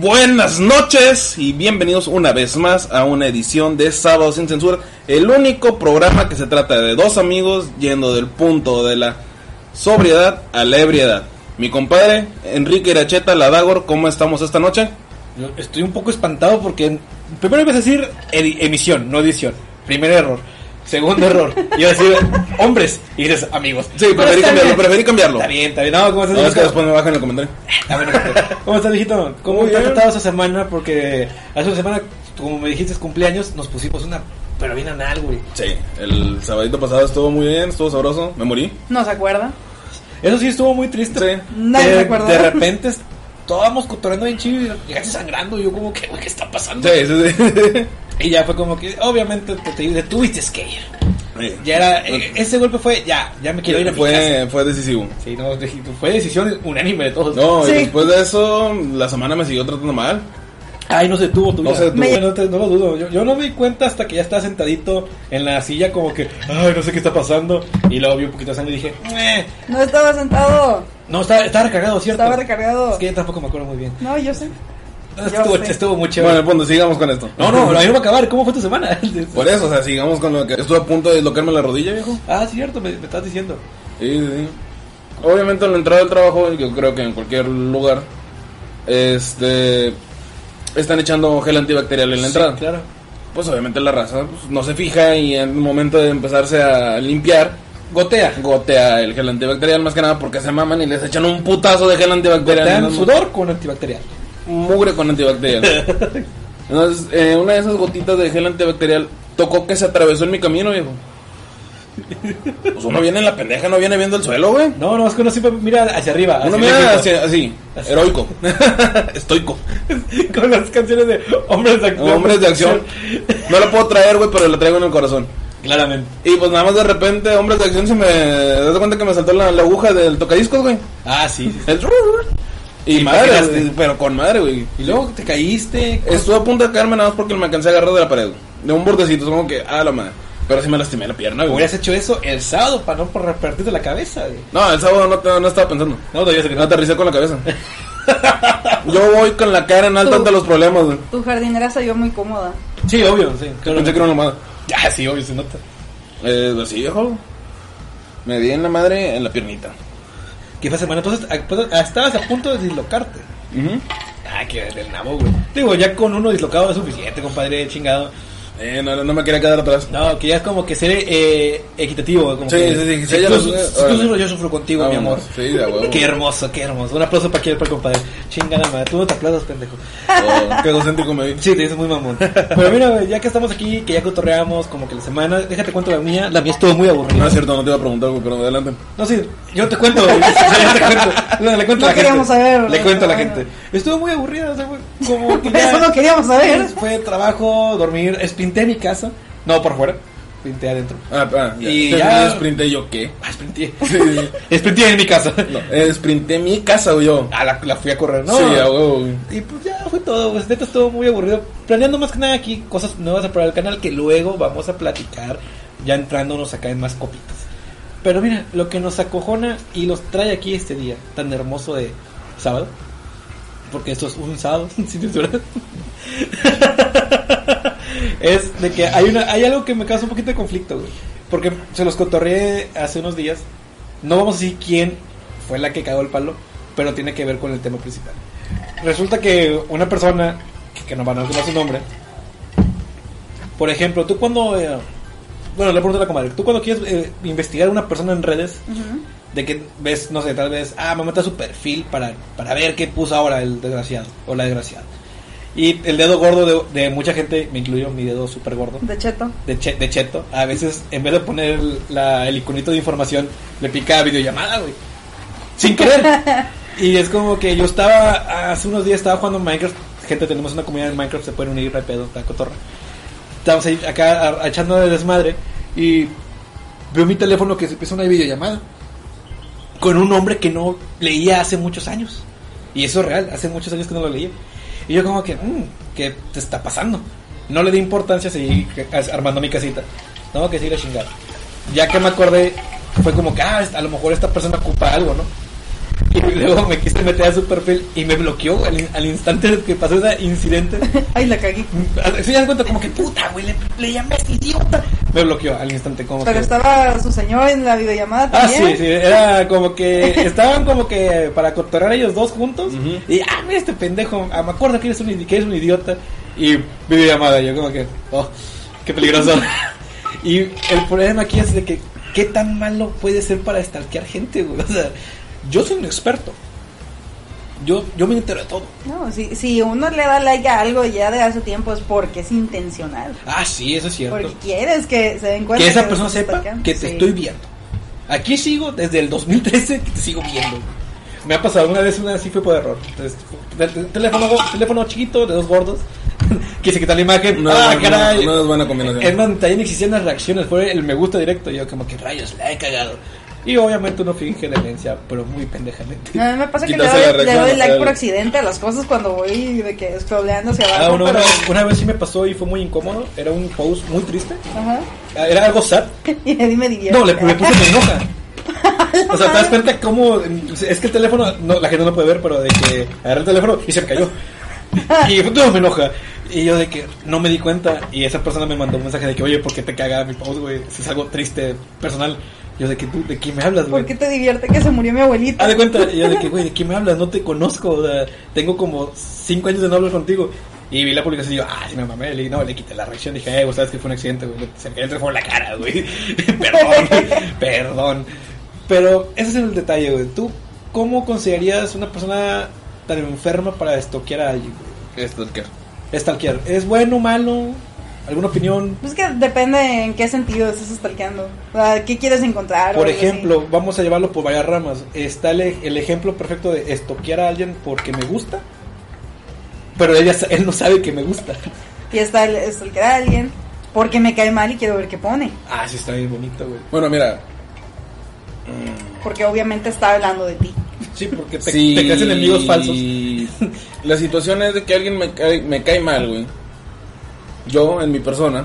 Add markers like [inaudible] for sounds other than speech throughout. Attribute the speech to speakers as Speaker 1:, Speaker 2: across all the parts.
Speaker 1: Buenas noches y bienvenidos una vez más a una edición de Sábado sin Censura, el único programa que se trata de dos amigos yendo del punto de la sobriedad a la ebriedad. Mi compadre Enrique Iracheta Ladagor, ¿cómo estamos esta noche?
Speaker 2: Yo Estoy un poco espantado porque primero ibas a decir edi- emisión, no edición. Primer error.
Speaker 1: [laughs]
Speaker 2: Segundo error. Y ibas a decir hombres. Y dices amigos.
Speaker 1: Sí, preferí
Speaker 2: Pero Pues está
Speaker 1: cambiarlo,
Speaker 2: bien.
Speaker 1: preferí cambiarlo.
Speaker 2: Está bien, está bien. No, ¿cómo
Speaker 1: No,
Speaker 2: estás?
Speaker 1: es que después me bajan el comentario.
Speaker 2: Ah, bueno, ¿Cómo estás, viejito? ¿Cómo
Speaker 1: Muy
Speaker 2: te has
Speaker 1: bien.
Speaker 2: tratado esta semana? Porque hace una semana, como me dijiste, es cumpleaños, nos pusimos una. Pero bien anal, güey.
Speaker 1: Sí, el sabadito pasado estuvo muy bien, estuvo sabroso, me morí.
Speaker 3: ¿No se acuerda?
Speaker 2: Eso sí estuvo muy triste.
Speaker 1: Sí.
Speaker 3: Nadie
Speaker 2: Eh,
Speaker 3: se acuerda.
Speaker 2: De repente estábamos cotorreando bien chido y llegaste sangrando. Y yo, como que, güey, ¿qué está pasando?
Speaker 1: Sí, sí, sí.
Speaker 2: Y ya fue como que, obviamente, te, te, te tuviste que ir.
Speaker 1: Sí.
Speaker 2: [laughs] Ya era, eh, ese golpe fue, ya, ya me quiero ir a mi casa.
Speaker 1: fue, fue decisivo.
Speaker 2: Sí, no, [laughs] de- fue decisión unánime de todos.
Speaker 1: No, y
Speaker 3: Sí.
Speaker 1: después de eso, la semana me siguió tratando mal.
Speaker 2: Ay, no se tuvo tu
Speaker 1: No
Speaker 2: vida.
Speaker 1: se detuvo.
Speaker 2: No, no te- no lo dudo. Yo, yo no me di cuenta hasta que ya estaba sentadito en la silla como que, ay, no sé qué está pasando. Y luego vi un poquito de sangre y dije, "Meh".
Speaker 3: No estaba sentado.
Speaker 2: no, estaba, estaba recargado, ¿cierto?
Speaker 3: Estaba recargado.
Speaker 2: Es que yo tampoco me acuerdo muy bien. Ah,
Speaker 3: No, yo sé. Yo
Speaker 2: Estuvo,
Speaker 3: sé.
Speaker 2: estuvo muy chévere.
Speaker 1: Bueno, el punto, sigamos con esto.
Speaker 2: no,
Speaker 1: [laughs]
Speaker 2: no, la iba a acabar. ¿Cómo fue tu semana? [laughs]
Speaker 1: Por eso, o sea, sigamos con lo que estuve a punto de deslocarme la rodilla, viejo.
Speaker 2: ah, cierto, me, me estás diciendo.
Speaker 1: Sí, sí. Obviamente al entrar al trabajo, yo creo que en cualquier lugar, este, están echando gel antibacterial en la entrada.
Speaker 2: Sí, claro.
Speaker 1: Pues obviamente la raza pues, no se fija y en el momento de empezarse a limpiar,
Speaker 2: Gotea.
Speaker 1: gotea el gel antibacterial más que nada porque se maman y les echan un putazo de gel antibacterial.
Speaker 2: Gotean
Speaker 1: No,
Speaker 2: sudor con antibacterial.
Speaker 1: mugre con antibacterial. [laughs] Entonces, eh, una de esas gotitas de gel antibacterial tocó que se atravesó en mi camino, viejo. Pues uno viene en la pendeja, no viene viendo el suelo, güey.
Speaker 2: No, no, es que uno siempre mira hacia arriba. hacia
Speaker 1: Uno
Speaker 2: arriba.
Speaker 1: mira así, Ah, así, heroico, [laughs] estoico.
Speaker 2: [laughs] Con las canciones de hombres de acción.
Speaker 1: Hombres de acción. No lo puedo traer, güey, pero lo traigo en el corazón.
Speaker 2: [laughs] Claramente.
Speaker 1: Y pues nada más de repente, hombres de acción, se me. ¿Te das cuenta que me saltó la, la aguja del tocadiscos, güey?
Speaker 2: Ah, sí. sí, sí.
Speaker 1: El- Y
Speaker 2: Te
Speaker 1: madre,
Speaker 2: imaginaste.
Speaker 1: güey, pero con madre, güey.
Speaker 2: Y luego te caíste.
Speaker 1: Estuve a punto de caerme nada más porque me alcancé a agarrar de la pared. De un bordecito, como que, ah, la madre. Pero sí me lastimé la pierna, güey.
Speaker 2: Hubieras hecho eso el sábado para no por repartirte la cabeza. güey.
Speaker 1: No, el sábado no, te- no estaba pensando.
Speaker 2: No, todavía se
Speaker 1: No aterricé con la cabeza. Yo voy con la cara en alto
Speaker 3: Tú.
Speaker 1: ante los problemas, güey.
Speaker 3: Tu jardinera salió muy cómoda.
Speaker 2: Sí, obvio. Sí,
Speaker 1: Yo
Speaker 2: claro.
Speaker 1: pensé que era una almohada.
Speaker 2: Ah, sí, obvio, se nota.
Speaker 1: Eh, pues sí, viejo. Me di en la madre en la piernita.
Speaker 2: ¿Qué fue semana? Entonces, ah, pues, ah, estabas a punto de dislocarte. Ah, que del nabo, güey. Digo, ya con uno dislocado es suficiente, compadre, chingado.
Speaker 1: eh, no, no, no me quería quedar atrás.
Speaker 2: No, que ya es como que ser eh, equitativo, güey. Como
Speaker 1: Sí,
Speaker 2: que,
Speaker 1: sí, sí, sí,
Speaker 2: eh,
Speaker 1: ya
Speaker 2: tú
Speaker 1: lo-
Speaker 2: su-
Speaker 1: eh,
Speaker 2: tú
Speaker 1: órale.
Speaker 2: sufres, yo sufro contigo, mi amor.
Speaker 1: Vámonos. Sí, de huevo.
Speaker 2: [laughs] Qué hermoso, qué hermoso. Un aplauso para aquí, para el compadre. Chingada madre, tú no te aplaudas, pendejo.
Speaker 1: Oh, qué egocéntrico me vi.
Speaker 2: Sí, te dices muy mamón. Pero mira, güey, ya que estamos aquí, que ya cotorreamos como que la semana, déjate cuento la mía. La mía estuvo muy aburrida.
Speaker 1: No es cierto, no te iba a preguntar, güey, pero adelante.
Speaker 2: No, sí, yo te cuento, güey. [laughs] Sí, yo te cuento. No, le cuento a
Speaker 3: No
Speaker 2: la gente.
Speaker 3: queríamos saber.
Speaker 2: Le cuento a la gente. Estuvo muy aburrida, o sea, fue
Speaker 3: [laughs]
Speaker 2: como que ya-
Speaker 3: Eso no queríamos saber.
Speaker 2: Fue trabajo, dormir, es- pinté mi casa. No, por fuera, pinté adentro.
Speaker 1: Ah, ah, ya. [laughs]
Speaker 2: Y
Speaker 1: Te
Speaker 2: ya-
Speaker 1: vi, Sprinté yo, ¿qué?
Speaker 2: Ah, sprinté.
Speaker 1: Sí, sí. [laughs]
Speaker 2: Sprinté en mi casa. [laughs]
Speaker 1: No, eh, sprinté mi casa, güey, yo.
Speaker 2: Ah, la, la fui a correr, ¿no?
Speaker 1: Sí, a huevo, güey.
Speaker 2: Y pues ya fue todo, pues neta estuvo muy aburrido. Planeando más que nada aquí cosas nuevas para el canal que luego vamos a platicar ya entrándonos acá en más copitas. Pero mira, lo que nos acojona y los trae aquí este día tan hermoso de sábado, porque esto es un sábado [laughs] sin censura, es de que hay, una, hay algo que me causa un poquito de conflicto, güey. Porque se los cotorreé hace unos días. No vamos a decir quién fue la que cagó el palo, pero tiene que ver con el tema principal. Resulta que una persona, que, que no van a dar su nombre, por ejemplo, tú cuando eh, Bueno, le pregunto a la comadre. Tú cuando quieres eh, investigar a una persona en redes,
Speaker 3: Ujú.
Speaker 2: de que ves, no sé, tal vez, ah, me meto a su perfil para, para ver qué puso ahora el desgraciado o la desgraciada. Y el dedo gordo de, de mucha gente, me incluyo mi dedo súper gordo,
Speaker 3: De
Speaker 2: [laughs]
Speaker 3: cheto.
Speaker 2: de, che- de cheto, a veces en vez de poner el- la- el iconito de información, le pica videollamada, güey. Sin querer. Y es como que yo estaba, hace unos días estaba jugando Minecraft. Gente, tenemos una comunidad en Minecraft, se pueden unir, no hay pedo, está cotorra. Estamos ahí acá a- echando de desmadre y veo mi teléfono que se empieza una videollamada con un hombre que no leía hace muchos años. Y eso es real, hace muchos años que no lo leía. Y yo como que, "Mm, ¿qué te está pasando? No le di importancia, seguí as- armando mi casita. No, que sí, la chingada. Ya que me acordé, fue como que, ah, a lo mejor esta persona ocupa algo, ¿no? Y [laughs] luego me quise meter a su perfil y me bloqueó al, in- al instante que pasó ese incidente. [laughs]
Speaker 3: Ay, la cagué.
Speaker 2: Se dan cuenta como que puta, güey, le, le llamé a este idiota. Me bloqueó al instante como
Speaker 3: Pero
Speaker 2: que...
Speaker 3: estaba su señor en la videollamada
Speaker 2: Ah, sí,
Speaker 3: también.
Speaker 2: sí, era como que estaban como que para cotorrear ellos dos juntos.
Speaker 1: Ujú.
Speaker 2: Y ah, mira este pendejo, ah, me acuerdo que eres un, idi- que eres un idiota. Y videollamada, yo como que, oh, qué peligroso. [laughs] y el problema aquí es de que, ¿qué tan malo puede ser para stalkear gente, güey? [laughs] O sea, yo soy un experto. Yo, yo me entero de todo.
Speaker 3: No, si, si uno le da like a algo ya de hace tiempo es porque es intencional.
Speaker 2: Ah, sí, eso es cierto.
Speaker 3: Porque quieres que se den cuenta.
Speaker 2: que esa
Speaker 3: lo
Speaker 2: persona
Speaker 3: estás
Speaker 2: sepa
Speaker 3: atacando.
Speaker 2: que te
Speaker 3: Sí.
Speaker 2: estoy viendo. Aquí sigo desde el 2013 que te sigo viendo. Me ha pasado una vez, una así fue por error. Entonces, tel- tel- teléfono, teléfono chiquito de dos gordos. [laughs] Quise quitar la imagen.
Speaker 1: No,
Speaker 2: ¡Ah,
Speaker 1: no,
Speaker 2: caray!
Speaker 1: no, no es buena combinación.
Speaker 2: Es más, también existían las reacciones. Fue el me gusta directo. Yo, como que rayos, la he cagado. Y obviamente uno finge demencia, pero muy pendejamente.
Speaker 3: No, a mí me pasa que le
Speaker 1: Quitas
Speaker 3: doy,
Speaker 1: la
Speaker 3: le
Speaker 1: reacción,
Speaker 3: doy like
Speaker 1: el-
Speaker 3: por accidente a las cosas cuando voy de que scrolleando hacia
Speaker 2: Ah,
Speaker 3: abajo.
Speaker 2: una,
Speaker 3: pero...
Speaker 2: una- una vez sí me pasó y fue muy incómodo. Era un post muy triste.
Speaker 3: [laughs] Ajá. [laughs]
Speaker 2: Ah, Era algo sad.
Speaker 3: Y a mí me divierte.
Speaker 2: No, le, le puse me
Speaker 3: [laughs]
Speaker 2: enoja. O sea, te das cuenta cómo. Es que el teléfono, no, la gente no lo puede ver, pero de que agarré el teléfono y se me cayó. Y todo me enoja. Y yo de que no me di cuenta. Y esa persona me mandó un mensaje de que, oye, ¿por qué te caga mi post, güey? Si es algo triste, personal. Yo de que, "Tú, ¿de qué me hablas, güey?
Speaker 3: ¿Por qué te divierte que se murió mi abuelita?
Speaker 2: Haz de cuenta, y yo de que, güey, ¿de qué me hablas? No te conozco, o sea, tengo como cinco años de no hablar contigo. Y vi la publicación y yo, ay, me mamé, le, no, le quité la reacción, dije, eh, vos sabes que fue un accidente, güey, se me cayó el teléfono en la cara, güey, [laughs] perdón, [laughs] perdón. Pero ese es el detalle, güey, ¿tú cómo considerarías una persona tan enferma para estoquear a alguien? güey?
Speaker 1: Stalker.
Speaker 2: Stalkear, ¿es bueno, malo? ¿Alguna opinión?
Speaker 3: Pues que depende en qué sentido estás stalkeando. O sea, ¿qué quieres encontrar? o
Speaker 2: Por
Speaker 3: algo así.
Speaker 2: ejemplo, vamos a llevarlo por varias ramas. Está el, ej- el ejemplo perfecto de estoquear a alguien porque me gusta, pero ella, sa- él no sabe que me gusta. [laughs]
Speaker 3: Y está el stalkear a alguien. Porque me cae mal y quiero ver qué pone.
Speaker 2: Ah, sí, está bien bonito, güey.
Speaker 1: Bueno, mira,
Speaker 3: Porque obviamente está hablando de ti.
Speaker 2: Sí, porque te,
Speaker 1: si
Speaker 2: te creas enemigos falsos.
Speaker 1: [laughs] La situación es de que alguien me cae, me cae mal, güey. Yo, en mi persona.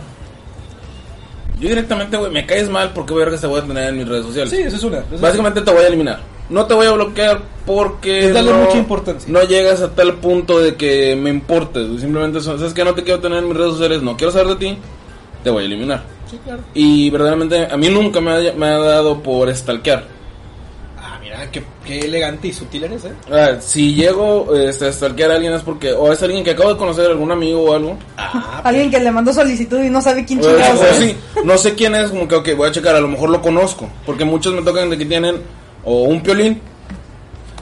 Speaker 1: Yo directamente, güey, me caes mal porque vergas te voy a tener en mis redes sociales.
Speaker 2: Sí, eso es una. eso es
Speaker 1: Básicamente te voy a eliminar. No te voy a bloquear porque.
Speaker 2: Es darle
Speaker 1: no,
Speaker 2: mucha importancia.
Speaker 1: No llegas a tal punto de que me importes. güey. Simplemente, son- sabes que no te quiero tener en mis redes sociales, no quiero saber de ti, te voy a eliminar.
Speaker 2: una. Sí, claro.
Speaker 1: Y verdaderamente, a mí nunca me ha, me ha dado por stalkear.
Speaker 2: Ah, mira, qué, qué elegante y sutil eres, ¿eh?
Speaker 1: Ah, si llego este, a stalkear a alguien es porque o es alguien que acabo de conocer, algún amigo o algo.
Speaker 2: Ah, Pues,
Speaker 3: Alguien que le mandó solicitud y no sabe quién
Speaker 1: O-
Speaker 3: chingados
Speaker 1: o
Speaker 3: es.
Speaker 1: sí, no sé quién es, como que ok, voy a checar, a lo mejor lo conozco. Porque muchos me tocan de que tienen o un piolín.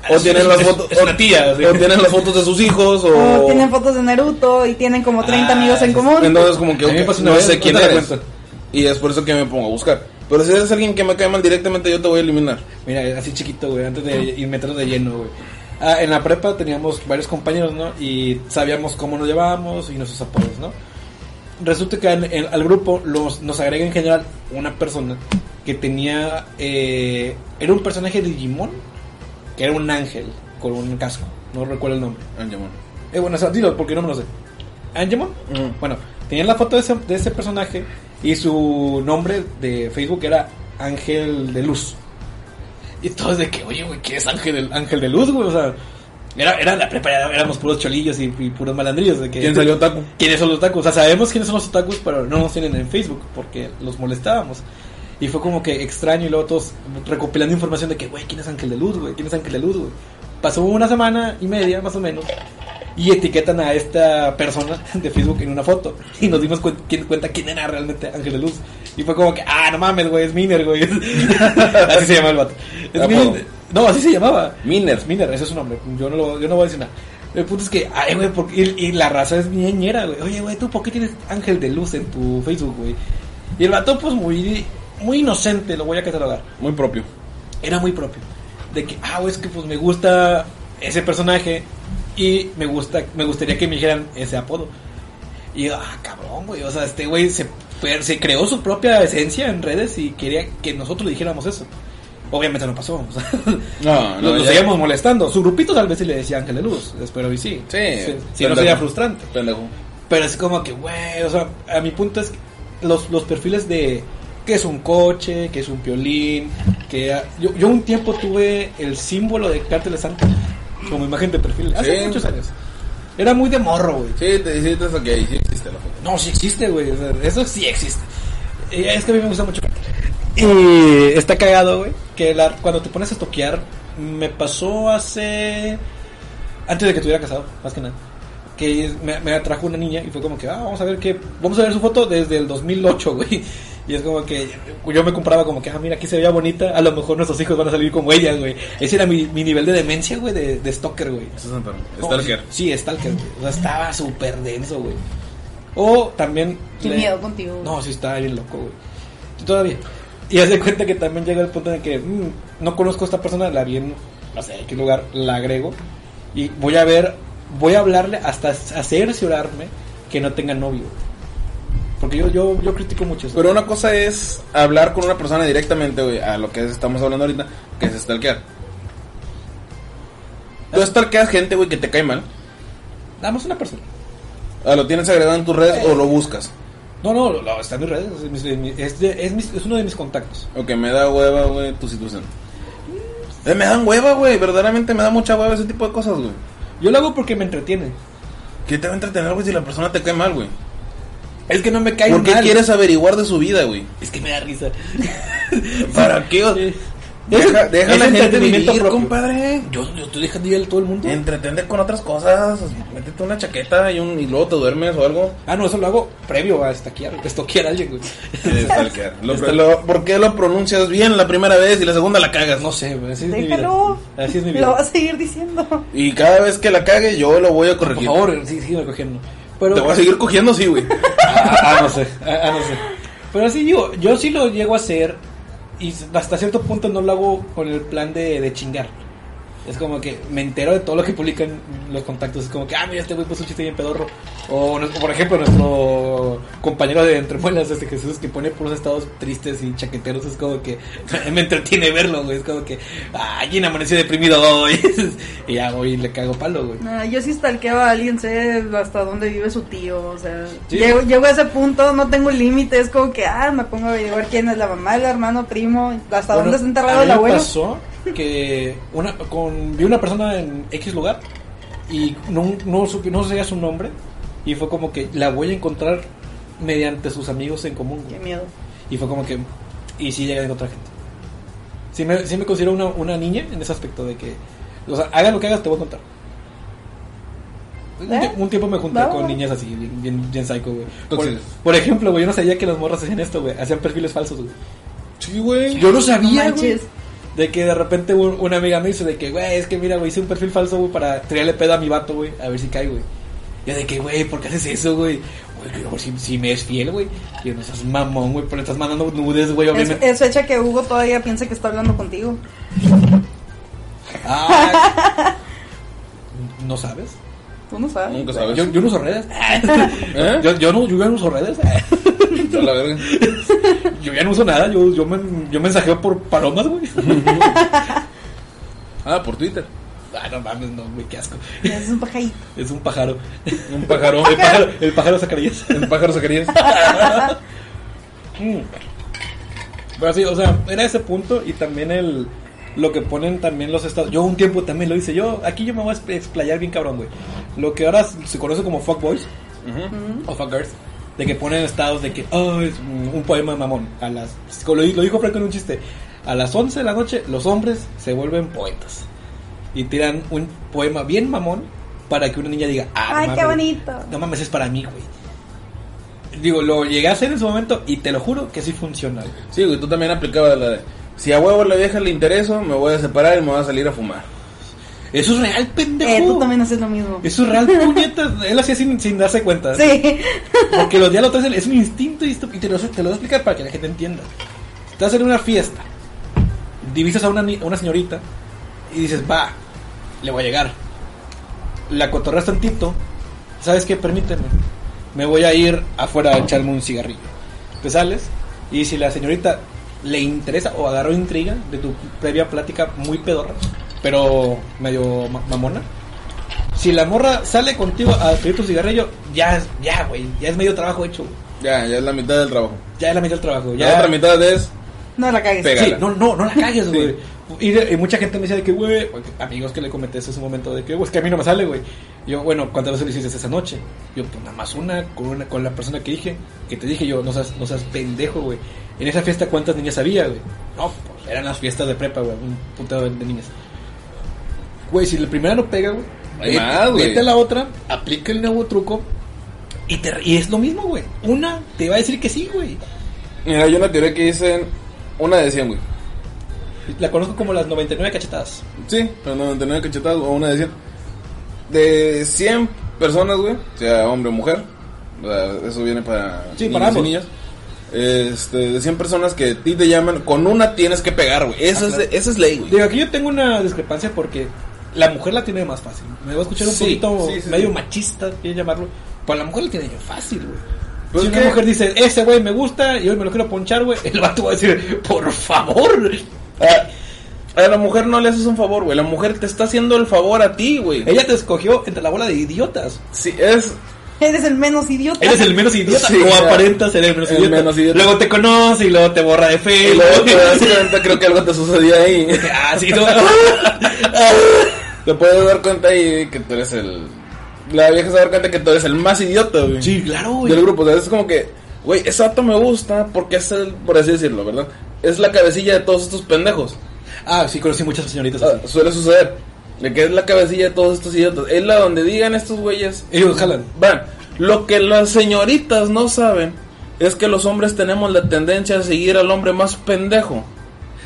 Speaker 1: O
Speaker 2: Ah, Es-
Speaker 1: tienen, las
Speaker 2: es-
Speaker 1: fotos,
Speaker 2: es una tía,
Speaker 1: o,
Speaker 2: sí.
Speaker 1: o tienen las fotos de sus hijos. O,
Speaker 3: O Ah, tienen fotos de Naruto y tienen como 30
Speaker 2: pues. Ah,
Speaker 3: amigos en
Speaker 2: sí,
Speaker 3: común.
Speaker 1: Entonces como que
Speaker 2: A mí me
Speaker 1: ok,
Speaker 2: pasó una
Speaker 1: no
Speaker 2: vez,
Speaker 1: sé quién
Speaker 2: ahorita la
Speaker 1: eres.
Speaker 2: cuento.
Speaker 1: Y es por eso que me pongo a buscar. Pero si eres alguien que me cae mal directamente, yo te voy a eliminar.
Speaker 2: Mira, así chiquito, güey, antes de ir metiendo de lleno, güey. Ah, en la prepa teníamos varios compañeros, ¿no? Y sabíamos cómo nos llevábamos y nuestros apodos, ¿no? Resulta que en- en- al grupo los, nos agrega en general una persona que tenía... eh, era un personaje de Digimon, que era un ángel con un casco, no recuerdo el nombre.
Speaker 1: Angemon.
Speaker 2: Eh, bueno, o sea, dilo, porque no me lo sé. ¿Angemon?
Speaker 1: Ujú.
Speaker 2: Bueno, tenían la foto de ese, de ese personaje y su nombre de Facebook era Ángel de Luz. Y todos de que, oye, güey, ¿qué es Ángel de, Ángel de Luz, güey? O sea, era, era la prepa, era- éramos puros cholillos y, y puros malandrillos. De que,
Speaker 1: ¿Quién salió taco?
Speaker 2: ¿Quiénes son los otakus? O sea, sabemos quiénes son los otakus, pero no nos tienen en Facebook porque los molestábamos. Y fue como que extraño y luego todos recopilando información de que, güey, ¿quién es Ángel de Luz, güey? ¿Quién es Ángel de Luz, güey? Pasó una semana y media, más o menos, y etiquetan a esta persona de Facebook en una foto. Y nos dimos cuen- quién- cuenta quién era realmente Ángel de Luz. Y fue como que, ah, no mames, güey, es Miner, güey. [laughs] así se llama el vato. Es
Speaker 1: Ah,
Speaker 2: Miner.
Speaker 1: perdón.
Speaker 2: No, así se llamaba.
Speaker 1: Miner.
Speaker 2: Miner, ese es su nombre. Yo no, lo, yo no voy a decir nada. El punto es que, ay, güey, porque- y, y la raza es ñeñera, güey. Oye, güey, ¿tú por qué tienes ángel de luz en tu Facebook, güey? Y el vato, pues, muy, muy inocente, lo voy a catalogar
Speaker 1: Muy propio.
Speaker 2: era muy propio. De que, ah, es que pues me gusta ese personaje y me gusta me gustaría que me dijeran ese apodo. Y yo, ah, cabrón, güey. O sea, este güey se, per- se creó su propia esencia en redes y quería que nosotros le dijéramos eso. Obviamente no pasó. o sea, [laughs]
Speaker 1: No, no,
Speaker 2: nos, nos
Speaker 1: ya-
Speaker 2: seguíamos molestando. Su grupito tal vez sí le decía Ángel de Luz. Espero y sí.
Speaker 1: Sí,
Speaker 2: Si- Si no
Speaker 1: pendejo.
Speaker 2: sería frustrante.
Speaker 1: Pendejo.
Speaker 2: Pero es como que, güey, o sea, a mi punto es que los, los perfiles de que es un coche, que es un piolín, que ah, yo, yo un tiempo tuve el símbolo de Cártel de Santa como imagen de perfil, hace
Speaker 1: Sí.
Speaker 2: muchos años. Era muy de morro, güey.
Speaker 1: Sí, te hiciste eso que ahí sí existe la foto.
Speaker 2: No, sí existe, güey, o sea, eso sí existe. Y es que a mí me gusta mucho Cártel. Eh. Y está cagado, güey, que la- cuando te pones a toquear, me pasó hace... Antes de que estuviera casado, más que nada. Que me, me atrajo una niña y fue como que, ah, vamos a ver qué. Vamos a ver su foto desde el 2008, [laughs] güey. Y es como que yo me compraba como que, ah, mira, aquí se veía bonita. A lo mejor nuestros hijos van a salir como ella, güey. Ese era mi, mi nivel de demencia, güey, de, de stalker, güey.
Speaker 1: Estás enfermo.
Speaker 2: No,
Speaker 1: Stalker.
Speaker 2: Sí, Stalker. güey. O sea, estaba súper denso, güey. O también.
Speaker 3: Qué miedo contigo, güey.
Speaker 2: No, sí, estaba bien loco, güey. Tú todavía. Y haz de cuenta que también llega el punto de que mm, no conozco a esta persona, la vi en no sé en qué lugar, la agrego. Y voy a ver, voy a hablarle hasta a cerciorarme que no tenga novio. Porque yo, yo, yo critico mucho eso.
Speaker 1: Pero una cosa es hablar con una persona directamente, güey, a lo que estamos hablando ahorita, que es stalkear. Tú stalkeas gente, güey, que te cae mal.
Speaker 2: Nada más una persona.
Speaker 1: Ah, ¿Lo tienes agregado en tus redes o lo buscas?
Speaker 2: No, no, lo- lo- está en mis redes. Es, mis- mis- es de- es mis- es uno de mis contactos.
Speaker 1: Ok, me da hueva, güey, tu situación. Eh, me dan hueva, güey. Verdaderamente me da mucha hueva ese tipo de cosas, güey.
Speaker 2: Yo lo hago porque me entretiene.
Speaker 1: ¿Qué te va a entretener, güey, si la persona te cae mal, güey?
Speaker 2: Es que no me cae
Speaker 1: ¿Por qué
Speaker 2: mal.
Speaker 1: quieres averiguar de su vida, güey?
Speaker 2: Es que me da risa.
Speaker 1: ¿Para qué? o-
Speaker 2: Sí.
Speaker 1: Deja,
Speaker 2: Es-
Speaker 1: deja a
Speaker 2: es
Speaker 1: la gente vivir,
Speaker 2: entretenimiento propio.
Speaker 1: compadre.
Speaker 2: Yo, yo estoy dejando ya el todo el mundo.
Speaker 1: Entretente con otras cosas. Métete una chaqueta y, un, y luego te duermes o [laughs] algo.
Speaker 2: Ah, no, eso lo hago previo a estaquear, estoquear a alguien, [laughs] güey.
Speaker 1: Lo- Este, lo- ¿Por qué lo pronuncias bien la primera vez y la segunda la cagas?
Speaker 2: No sé, güey, así es mi vida.
Speaker 3: Déjalo.
Speaker 2: Así es mi vida.
Speaker 3: Lo va a seguir diciendo.
Speaker 1: Y cada vez que la cague, yo lo voy a
Speaker 2: Por
Speaker 1: corregir.
Speaker 2: favor, sí, sígueme cogiendo. Pero,
Speaker 1: Te voy a seguir cogiendo, sí,
Speaker 2: [laughs]
Speaker 1: güey.
Speaker 2: Ah, ah, no sé, ah, ah, no sé. Pero sí, digo, yo sí lo llego a hacer y hasta cierto punto no lo hago con el plan de, de chingar. Es como que me entero de todo lo que publican los contactos. Es como que, ah, mira, este güey puso un chiste bien pedorro. O, nos- por ejemplo, nuestro compañero de Entre Muelas, este Jesús, que pone puros estados tristes y chaqueteros. Es como que [laughs] me entretiene verlo, güey. Es como que, ah, alguien amaneció deprimido hoy. [laughs] y ya voy y le cago palo, güey.
Speaker 3: No, Ah, yo sí stalkeaba a alguien, sé hasta dónde vive su tío, o sea,
Speaker 2: Sí.
Speaker 3: llego, llego a ese punto, no tengo límites, como que, ah, me pongo a averiguar quién es la mamá, el hermano, primo, hasta
Speaker 2: Bueno,
Speaker 3: dónde está
Speaker 2: a
Speaker 3: enterrado
Speaker 2: mí
Speaker 3: el
Speaker 2: me
Speaker 3: abuelo.
Speaker 2: pasó que una, con, vi una persona en X lugar y no, no, supe, no sabía su nombre y fue como que la voy a encontrar mediante sus amigos en común. güey.
Speaker 3: Qué miedo.
Speaker 2: Y fue como que... Y sí llegué a encontrar gente. Sí me, sí me considero una, una niña en ese aspecto de que... O sea, haga lo que hagas, te voy a contar. Un
Speaker 3: ¿Eh?
Speaker 2: tie- Un tiempo me junté
Speaker 3: Va,
Speaker 2: con
Speaker 3: va.
Speaker 2: niñas así, bien, bien, bien psycho, güey. Por,
Speaker 1: Tóxicas.
Speaker 2: por ejemplo, güey, yo no sabía que las morras hacían esto, güey. Hacían perfiles falsos, güey.
Speaker 1: Sí, güey.
Speaker 2: Yo no
Speaker 3: No
Speaker 2: sabía, güey.
Speaker 3: manches.
Speaker 2: De que de repente un- una amiga me dice de que, güey, es que mira, güey, hice un perfil falso, güey, para tirarle pedo a mi vato, güey, a ver si cae, güey. Yo de que, güey, ¿por qué haces eso, güey? Güey, que, güey, si, si me es fiel, güey. Yo no seas mamón, güey, pero le estás mandando nudes, güey,
Speaker 3: Es,
Speaker 2: obviamente.
Speaker 3: es fecha que Hugo todavía piensa que está hablando contigo.
Speaker 2: Ah, ¿No sabes?
Speaker 3: Tú no sabes.
Speaker 1: Nunca sabes. [laughs]
Speaker 2: Yo, yo no uso redes.
Speaker 1: ¿Eh?
Speaker 2: Yo, yo no, yo ya no uso redes.
Speaker 1: A la verga.
Speaker 2: Yo ya no uso nada. Yo, yo, men- yo mensajeo por palomas, güey. [laughs]
Speaker 1: Ah, por Twitter.
Speaker 2: Ah, no mames, no, güey, qué asco.
Speaker 3: Es un pajarito.
Speaker 2: Es un pájaro.
Speaker 1: Un [laughs] pájaro.
Speaker 2: El pájaro, el pájaro Zacarías.
Speaker 1: Un pájaro Zacarías.
Speaker 2: Mm. Pero sí, o sea, era ese punto y también el lo que ponen también los estados. Yo un tiempo también lo hice. Yo aquí yo me voy a expl- explayar bien cabrón, güey. Lo que ahora se conoce como fuckboys o fuckgirls, de que ponen estados de que, oh, es un un poema mamón. A las lo, lo dijo Franco en un chiste. A las 11 de la noche los hombres se vuelven poetas y tiran un poema bien mamón para que una niña diga, ah, no
Speaker 3: Ay, qué
Speaker 2: mames,
Speaker 3: bonito.
Speaker 2: No mames, es para mí, güey. Digo, lo llegué a hacer en su momento y te lo juro que sí funciona. güey.
Speaker 1: Sí, güey, tú también aplicabas la de. Si a huevo la vieja le intereso, me voy a separar y me voy a salir a fumar.
Speaker 2: Eso es real, pendejo.
Speaker 3: Eh, tú también haces lo mismo.
Speaker 2: Eso es real, puñetas. Él hacía sin, sin darse cuenta.
Speaker 3: Sí.
Speaker 2: Porque los diálogos es un instinto y, esto- y te, lo, te lo voy a explicar para que la gente entienda. Estás en una fiesta, divisas a una, ni- a una señorita y dices, va, le voy a llegar. La cotorreas tantito, ¿sabes qué? Permíteme, me voy a ir afuera a echarme un cigarrillo. Te sales y si la señorita le interesa o agarró intriga de tu previa plática muy pedorra, pero medio ma- mamona, si la morra sale contigo a pedir tu cigarrillo, ya, es- ya, güey, ya es medio trabajo hecho. güey.
Speaker 1: Ya, ya es la mitad del trabajo.
Speaker 2: Ya es la mitad del trabajo.
Speaker 1: La
Speaker 2: Ya
Speaker 1: otra mitad es.
Speaker 3: No la cagues.
Speaker 1: Pega.
Speaker 2: Sí,
Speaker 1: Pégala.
Speaker 2: no, no, no la cagues,
Speaker 1: Sí.
Speaker 2: güey. Y, de- y mucha gente me dice de que, güey, amigos que le comenté hace un momento de que, güey, es que a mí no me sale, güey. Y Yo, bueno, ¿cuántas veces lo hiciste esa noche? Yo, pues nada más una con, una, con la persona que dije, que te dije yo, no seas, no seas pendejo, güey. En esa fiesta, ¿cuántas niñas había, güey? No, pues eran las fiestas de prepa, güey, un putado de, de niñas. Güey, si la primera no pega, güey,
Speaker 1: Hay
Speaker 2: vete-
Speaker 1: más, güey.
Speaker 2: vete a la otra, aplica el nuevo truco y, te, y es lo mismo, güey. Una te va a decir que sí, güey.
Speaker 1: Mira, hay una teoría que dicen. Una de 100, güey.
Speaker 2: La conozco como las 99 cachetadas.
Speaker 1: Sí, pero 99 cachetadas o una de 100. De 100 personas, güey, sea hombre o mujer, o sea, eso viene para
Speaker 2: Sí, para ambos.
Speaker 1: niñas. Este, de 100 personas que a ti te llaman, con una tienes que pegar, güey. Esa,
Speaker 2: Ah,
Speaker 1: es,
Speaker 2: claro.
Speaker 1: esa es ley, güey.
Speaker 2: Digo, aquí yo tengo una discrepancia porque la mujer la tiene más fácil. Me voy a escuchar un
Speaker 1: Sí,
Speaker 2: poquito
Speaker 1: sí, sí,
Speaker 2: medio
Speaker 1: sí.
Speaker 2: machista, quiero llamarlo. Pero la mujer la tiene bien fácil, güey.
Speaker 1: Pues
Speaker 2: si
Speaker 1: es
Speaker 2: una
Speaker 1: que-
Speaker 2: mujer dice, ese güey me gusta y hoy me lo quiero ponchar, güey, [laughs] el vato va a decir, por favor.
Speaker 1: A, a la mujer no le haces un favor, güey. La mujer te está haciendo el favor a ti, güey.
Speaker 2: Ella te escogió entre la bola de idiotas.
Speaker 1: Sí, es.
Speaker 3: Eres el menos idiota.
Speaker 2: Eres el menos idiota
Speaker 1: Sí,
Speaker 2: o
Speaker 1: claro.
Speaker 2: aparenta ser el menos,
Speaker 1: El
Speaker 2: idiota.
Speaker 1: menos idiota.
Speaker 2: Luego te conoce y luego te borra de
Speaker 1: Y
Speaker 2: fe.
Speaker 1: luego [laughs] te das cuenta, creo que algo te sucedió ahí.
Speaker 2: [laughs] Ah, sí, no.
Speaker 1: Te puedes dar cuenta ahí que tú eres el. La vieja se va a dar cuenta que tú eres el más idiota, güey.
Speaker 2: [laughs] sí, claro, güey.
Speaker 1: del grupo. O sea, es como que, güey, ese vato me gusta porque es el, por así decirlo, ¿verdad? Es la cabecilla de todos estos pendejos.
Speaker 2: Ah, sí, conocí muchas señoritas así.
Speaker 1: Ah, suele suceder. De que es la cabecilla de todos estos idiotas. Es la donde digan estos güeyes.
Speaker 2: Ellos jalan.
Speaker 1: Van, lo que las señoritas no saben es que los hombres tenemos la tendencia a seguir al hombre más pendejo.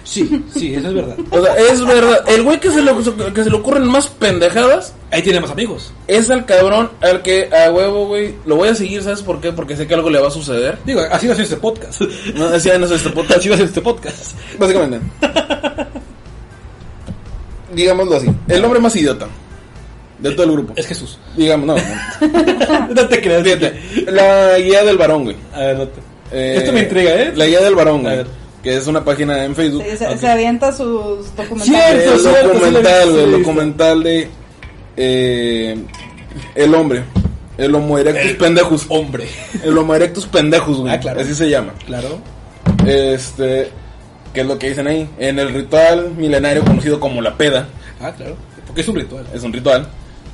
Speaker 2: Sí, sí, eso es verdad.
Speaker 1: O sea, es verdad. El güey que se, le, que se le ocurren más pendejadas
Speaker 2: Ahí tiene más amigos.
Speaker 1: es al cabrón al que a huevo, güey, lo voy a seguir, ¿sabes por qué? Porque sé que algo le va a suceder.
Speaker 2: Digo, así nació este podcast. [laughs]
Speaker 1: No decían eso este podcast.
Speaker 2: Así nació este podcast.
Speaker 1: [laughs] Básicamente. Digámoslo así. El hombre más idiota. De todo el grupo.
Speaker 2: Es Jesús.
Speaker 1: Digamos, no. no.
Speaker 2: [laughs] No te creas,
Speaker 1: Fíjate.
Speaker 2: fíjate. [laughs]
Speaker 1: La guía del varón, güey.
Speaker 2: A ver, no te...
Speaker 1: Eh,
Speaker 2: Esto me intriga, ¿eh?
Speaker 1: La guía del varón,
Speaker 2: A
Speaker 1: güey.
Speaker 2: ver.
Speaker 1: Que es una página en Facebook.
Speaker 3: Sí, se,
Speaker 2: Ok.
Speaker 3: se avienta sus
Speaker 2: Cierto,
Speaker 3: documentales.
Speaker 1: El
Speaker 2: cierto, [laughs] sí,
Speaker 1: documental,
Speaker 2: sí,
Speaker 1: güey. El
Speaker 2: sí.
Speaker 1: documental de. eh, el hombre. El Homo erectus pendejus.
Speaker 2: Hombre.
Speaker 1: El Homo erectus pendejus, güey.
Speaker 2: Ah, claro.
Speaker 1: Así se llama.
Speaker 2: Claro.
Speaker 1: Este. ¿Qué es lo que dicen ahí? En el ritual milenario conocido como la peda.
Speaker 2: Ah, claro. Porque es un ritual.
Speaker 1: es un ritual.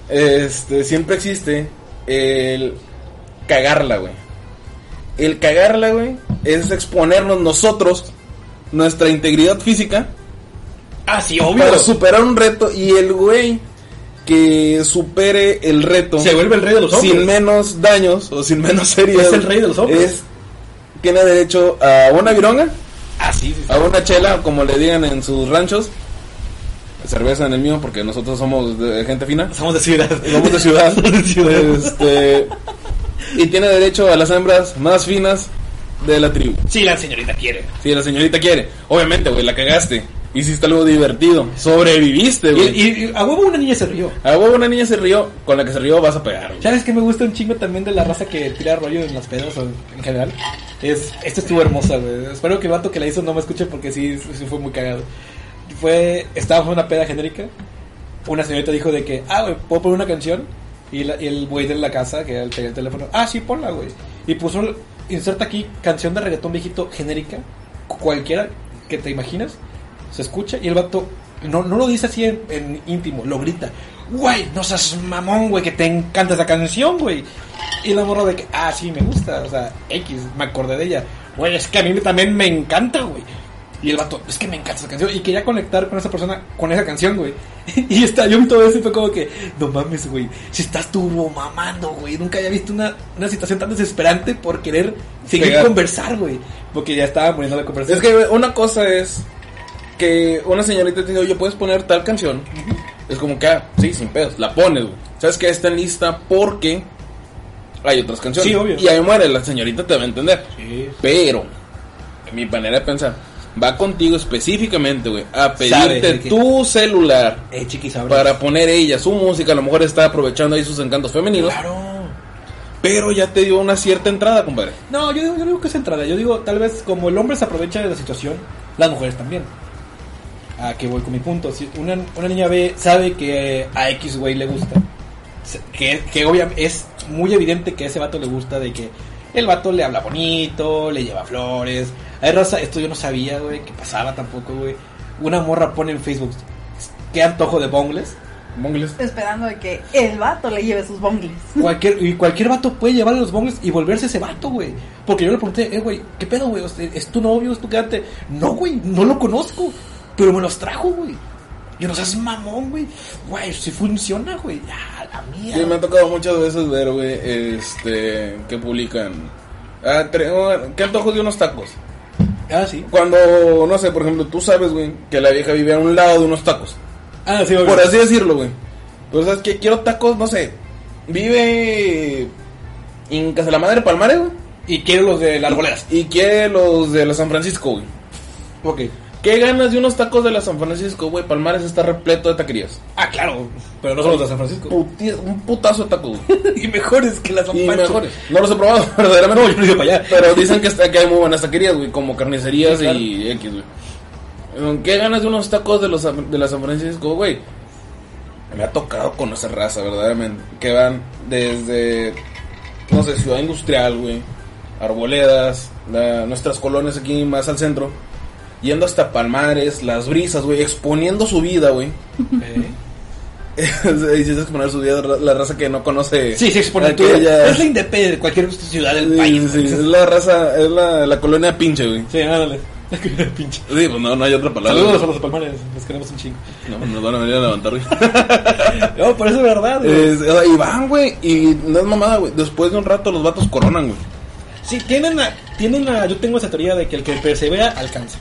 Speaker 1: Este, siempre existe el cagarla, güey. El cagarla, güey, es exponernos nosotros, nuestra integridad física,
Speaker 2: Ah, sí, obvio.
Speaker 1: para superar un reto y el güey que supere el reto
Speaker 2: Se vuelve el rey de los hombres.
Speaker 1: sin menos daños o sin menos heridas.
Speaker 2: Es el rey de los hombres.
Speaker 1: es- tiene derecho a una vironga,
Speaker 2: Ah, sí, sí, sí.
Speaker 1: a una chela, como le digan en sus ranchos. Cerveza en el mío, porque nosotros somos de gente fina.
Speaker 2: Somos de ciudad.
Speaker 1: Somos de ciudad.
Speaker 2: Somos [laughs] de ciudad.
Speaker 1: Este, y tiene derecho a las hembras más finas de la tribu.
Speaker 2: Sí, la señorita quiere.
Speaker 1: Si la señorita quiere. Obviamente, güey, la cagaste. Hiciste algo divertido. Sobreviviste,
Speaker 2: Y,
Speaker 1: güey.
Speaker 2: y- y a huevo una niña se rió.
Speaker 1: A huevo una niña se rió. Con la que se rió vas a pegar. güey.
Speaker 2: ¿Sabes qué me gusta un chingo también de la raza que tira rollo en las pedas o en general? Es, esta estuvo hermosa, güey. Espero que el vato que la hizo no me escuche porque sí, sí fue muy cagado. Fue, estábamos en una peda genérica. Una señorita dijo de que, ah, güey, ¿puedo poner una canción? Y, la- y el güey de la casa, que era el que tenía el teléfono, ah, sí, ponla, güey. Y puso, inserta aquí, canción de reggaetón viejito genérica, cu- cualquiera que te imaginas, se escucha y el vato no, no lo dice así en, en íntimo, lo grita. Güey, no seas mamón, güey, que te encanta esa canción, güey. Y la morra de que, ah, sí, me gusta, o sea, X, me acordé de ella. Güey, es que a mí me- también me encanta, güey. Y el vato, es que me encanta esa canción. Y quería conectar con esa persona, con esa canción, güey. [laughs] Y está, yo vi todo eso y fue como que, no mames, güey. Si estás turbo mamando, güey. Nunca había visto una, una situación tan desesperante por querer seguir
Speaker 1: Pegar.
Speaker 2: conversar, güey. Porque ya estaba muriendo la conversación.
Speaker 1: Es que güey, una cosa es que una señorita te dice, oye, puedes poner tal canción. Es como que, ah, sí, sin pedos, la pones, güey. Sabes que está en lista porque hay otras canciones.
Speaker 2: Sí, obvio.
Speaker 1: Y ahí muere, la señorita te va a entender.
Speaker 2: Sí.
Speaker 1: Pero, en mi manera de pensar, va contigo específicamente, güey, a pedirte
Speaker 2: de que-
Speaker 1: tu celular
Speaker 2: Eh, chiquis,
Speaker 1: para poner ella su música. A lo mejor está aprovechando ahí sus encantos femeninos,
Speaker 2: Claro.
Speaker 1: pero ya te dio una cierta entrada, compadre.
Speaker 2: No, yo digo, yo digo que es entrada. Yo digo, tal vez como el hombre se aprovecha de la situación, las mujeres también. ¿A qué voy con mi punto? Si una, una niña ve, sabe que a X güey le gusta, se- que, que obviamente es muy evidente que a ese vato le gusta, de que el vato le habla bonito, le lleva flores. Hay raza, esto yo no sabía, güey, que pasaba tampoco, güey. Una morra pone en Facebook, qué antojo de bongles.
Speaker 1: Bongles.
Speaker 3: Esperando a que el vato le lleve sus bongles.
Speaker 2: Cualquier, y cualquier vato puede llevar a los bongles y volverse ese vato, güey. Porque yo le pregunté, eh, güey, ¿qué pedo, güey? O sea, ¿Es tu novio? ¿Es tu quedante? No, güey, no lo conozco. Pero me los trajo, güey. Yo no seas mamón, güey. Güey, si funciona, güey. Ya, la mía.
Speaker 1: Sí, me ha tocado muchas veces ver, güey, este, que publican. Ah, tre- oh, ¿Qué antojo de unos tacos?
Speaker 2: Ah, sí.
Speaker 1: Cuando, no sé, por ejemplo, tú sabes, güey, que la vieja vive a un lado de unos tacos.
Speaker 2: Ah, sí,
Speaker 1: Por así decirlo, güey. Pero sabes que quiero tacos, no sé. Vive en Casa de la Madre Palmares, güey.
Speaker 2: Y quiero los de las arboledas.
Speaker 1: Y quiere los de la San Francisco, güey.
Speaker 2: Ok.
Speaker 1: ¿Qué ganas de unos tacos de la San Francisco, güey? Palmares está repleto de taquerías.
Speaker 2: Ah, claro. Pero no son los de San Francisco.
Speaker 1: Puti- un putazo de tacos, güey.
Speaker 2: [laughs] y mejores que las de
Speaker 1: Uh. Y
Speaker 2: San Pancho.
Speaker 1: mejores. No los he
Speaker 2: [laughs]
Speaker 1: probado, verdaderamente.
Speaker 2: No, yo no iba para allá. [laughs]
Speaker 1: Pero dicen que, está, que hay muy buenas taquerías, güey, como carnicerías
Speaker 2: Sí, claro.
Speaker 1: y X, güey. ¿Qué ganas de unos tacos de, los, San- de la San Francisco, güey? Me ha tocado conocer raza, verdaderamente. Que van desde, no sé, Ciudad Industrial, güey, Arboledas, la- nuestras colonias aquí más al centro. Yendo hasta Palmares, Las Brisas, güey, exponiendo su vida, güey. [laughs]
Speaker 2: Eh.
Speaker 1: Hiciste exponer su vida la raza que no conoce.
Speaker 2: Sí, sí, exponen
Speaker 1: Aquella-
Speaker 2: Es la independencia de cualquier ciudad del
Speaker 1: Sí,
Speaker 2: país.
Speaker 1: sí, es la raza, es la, la colonia pinche, güey.
Speaker 2: Sí, ándale. [laughs] Pinche.
Speaker 1: Sí, pues no, no hay otra palabra.
Speaker 2: Saludos a los palmares, les queremos un chingo.
Speaker 1: No, nos van a venir a levantar, güey.
Speaker 2: No, pero eso es verdad, güey.
Speaker 1: [laughs] Es- o sea, y van, güey, y no es mamada, güey. Después de un rato los vatos coronan, güey.
Speaker 2: Sí, tienen la, tienen la, yo tengo esa teoría de que el que persevera alcanza.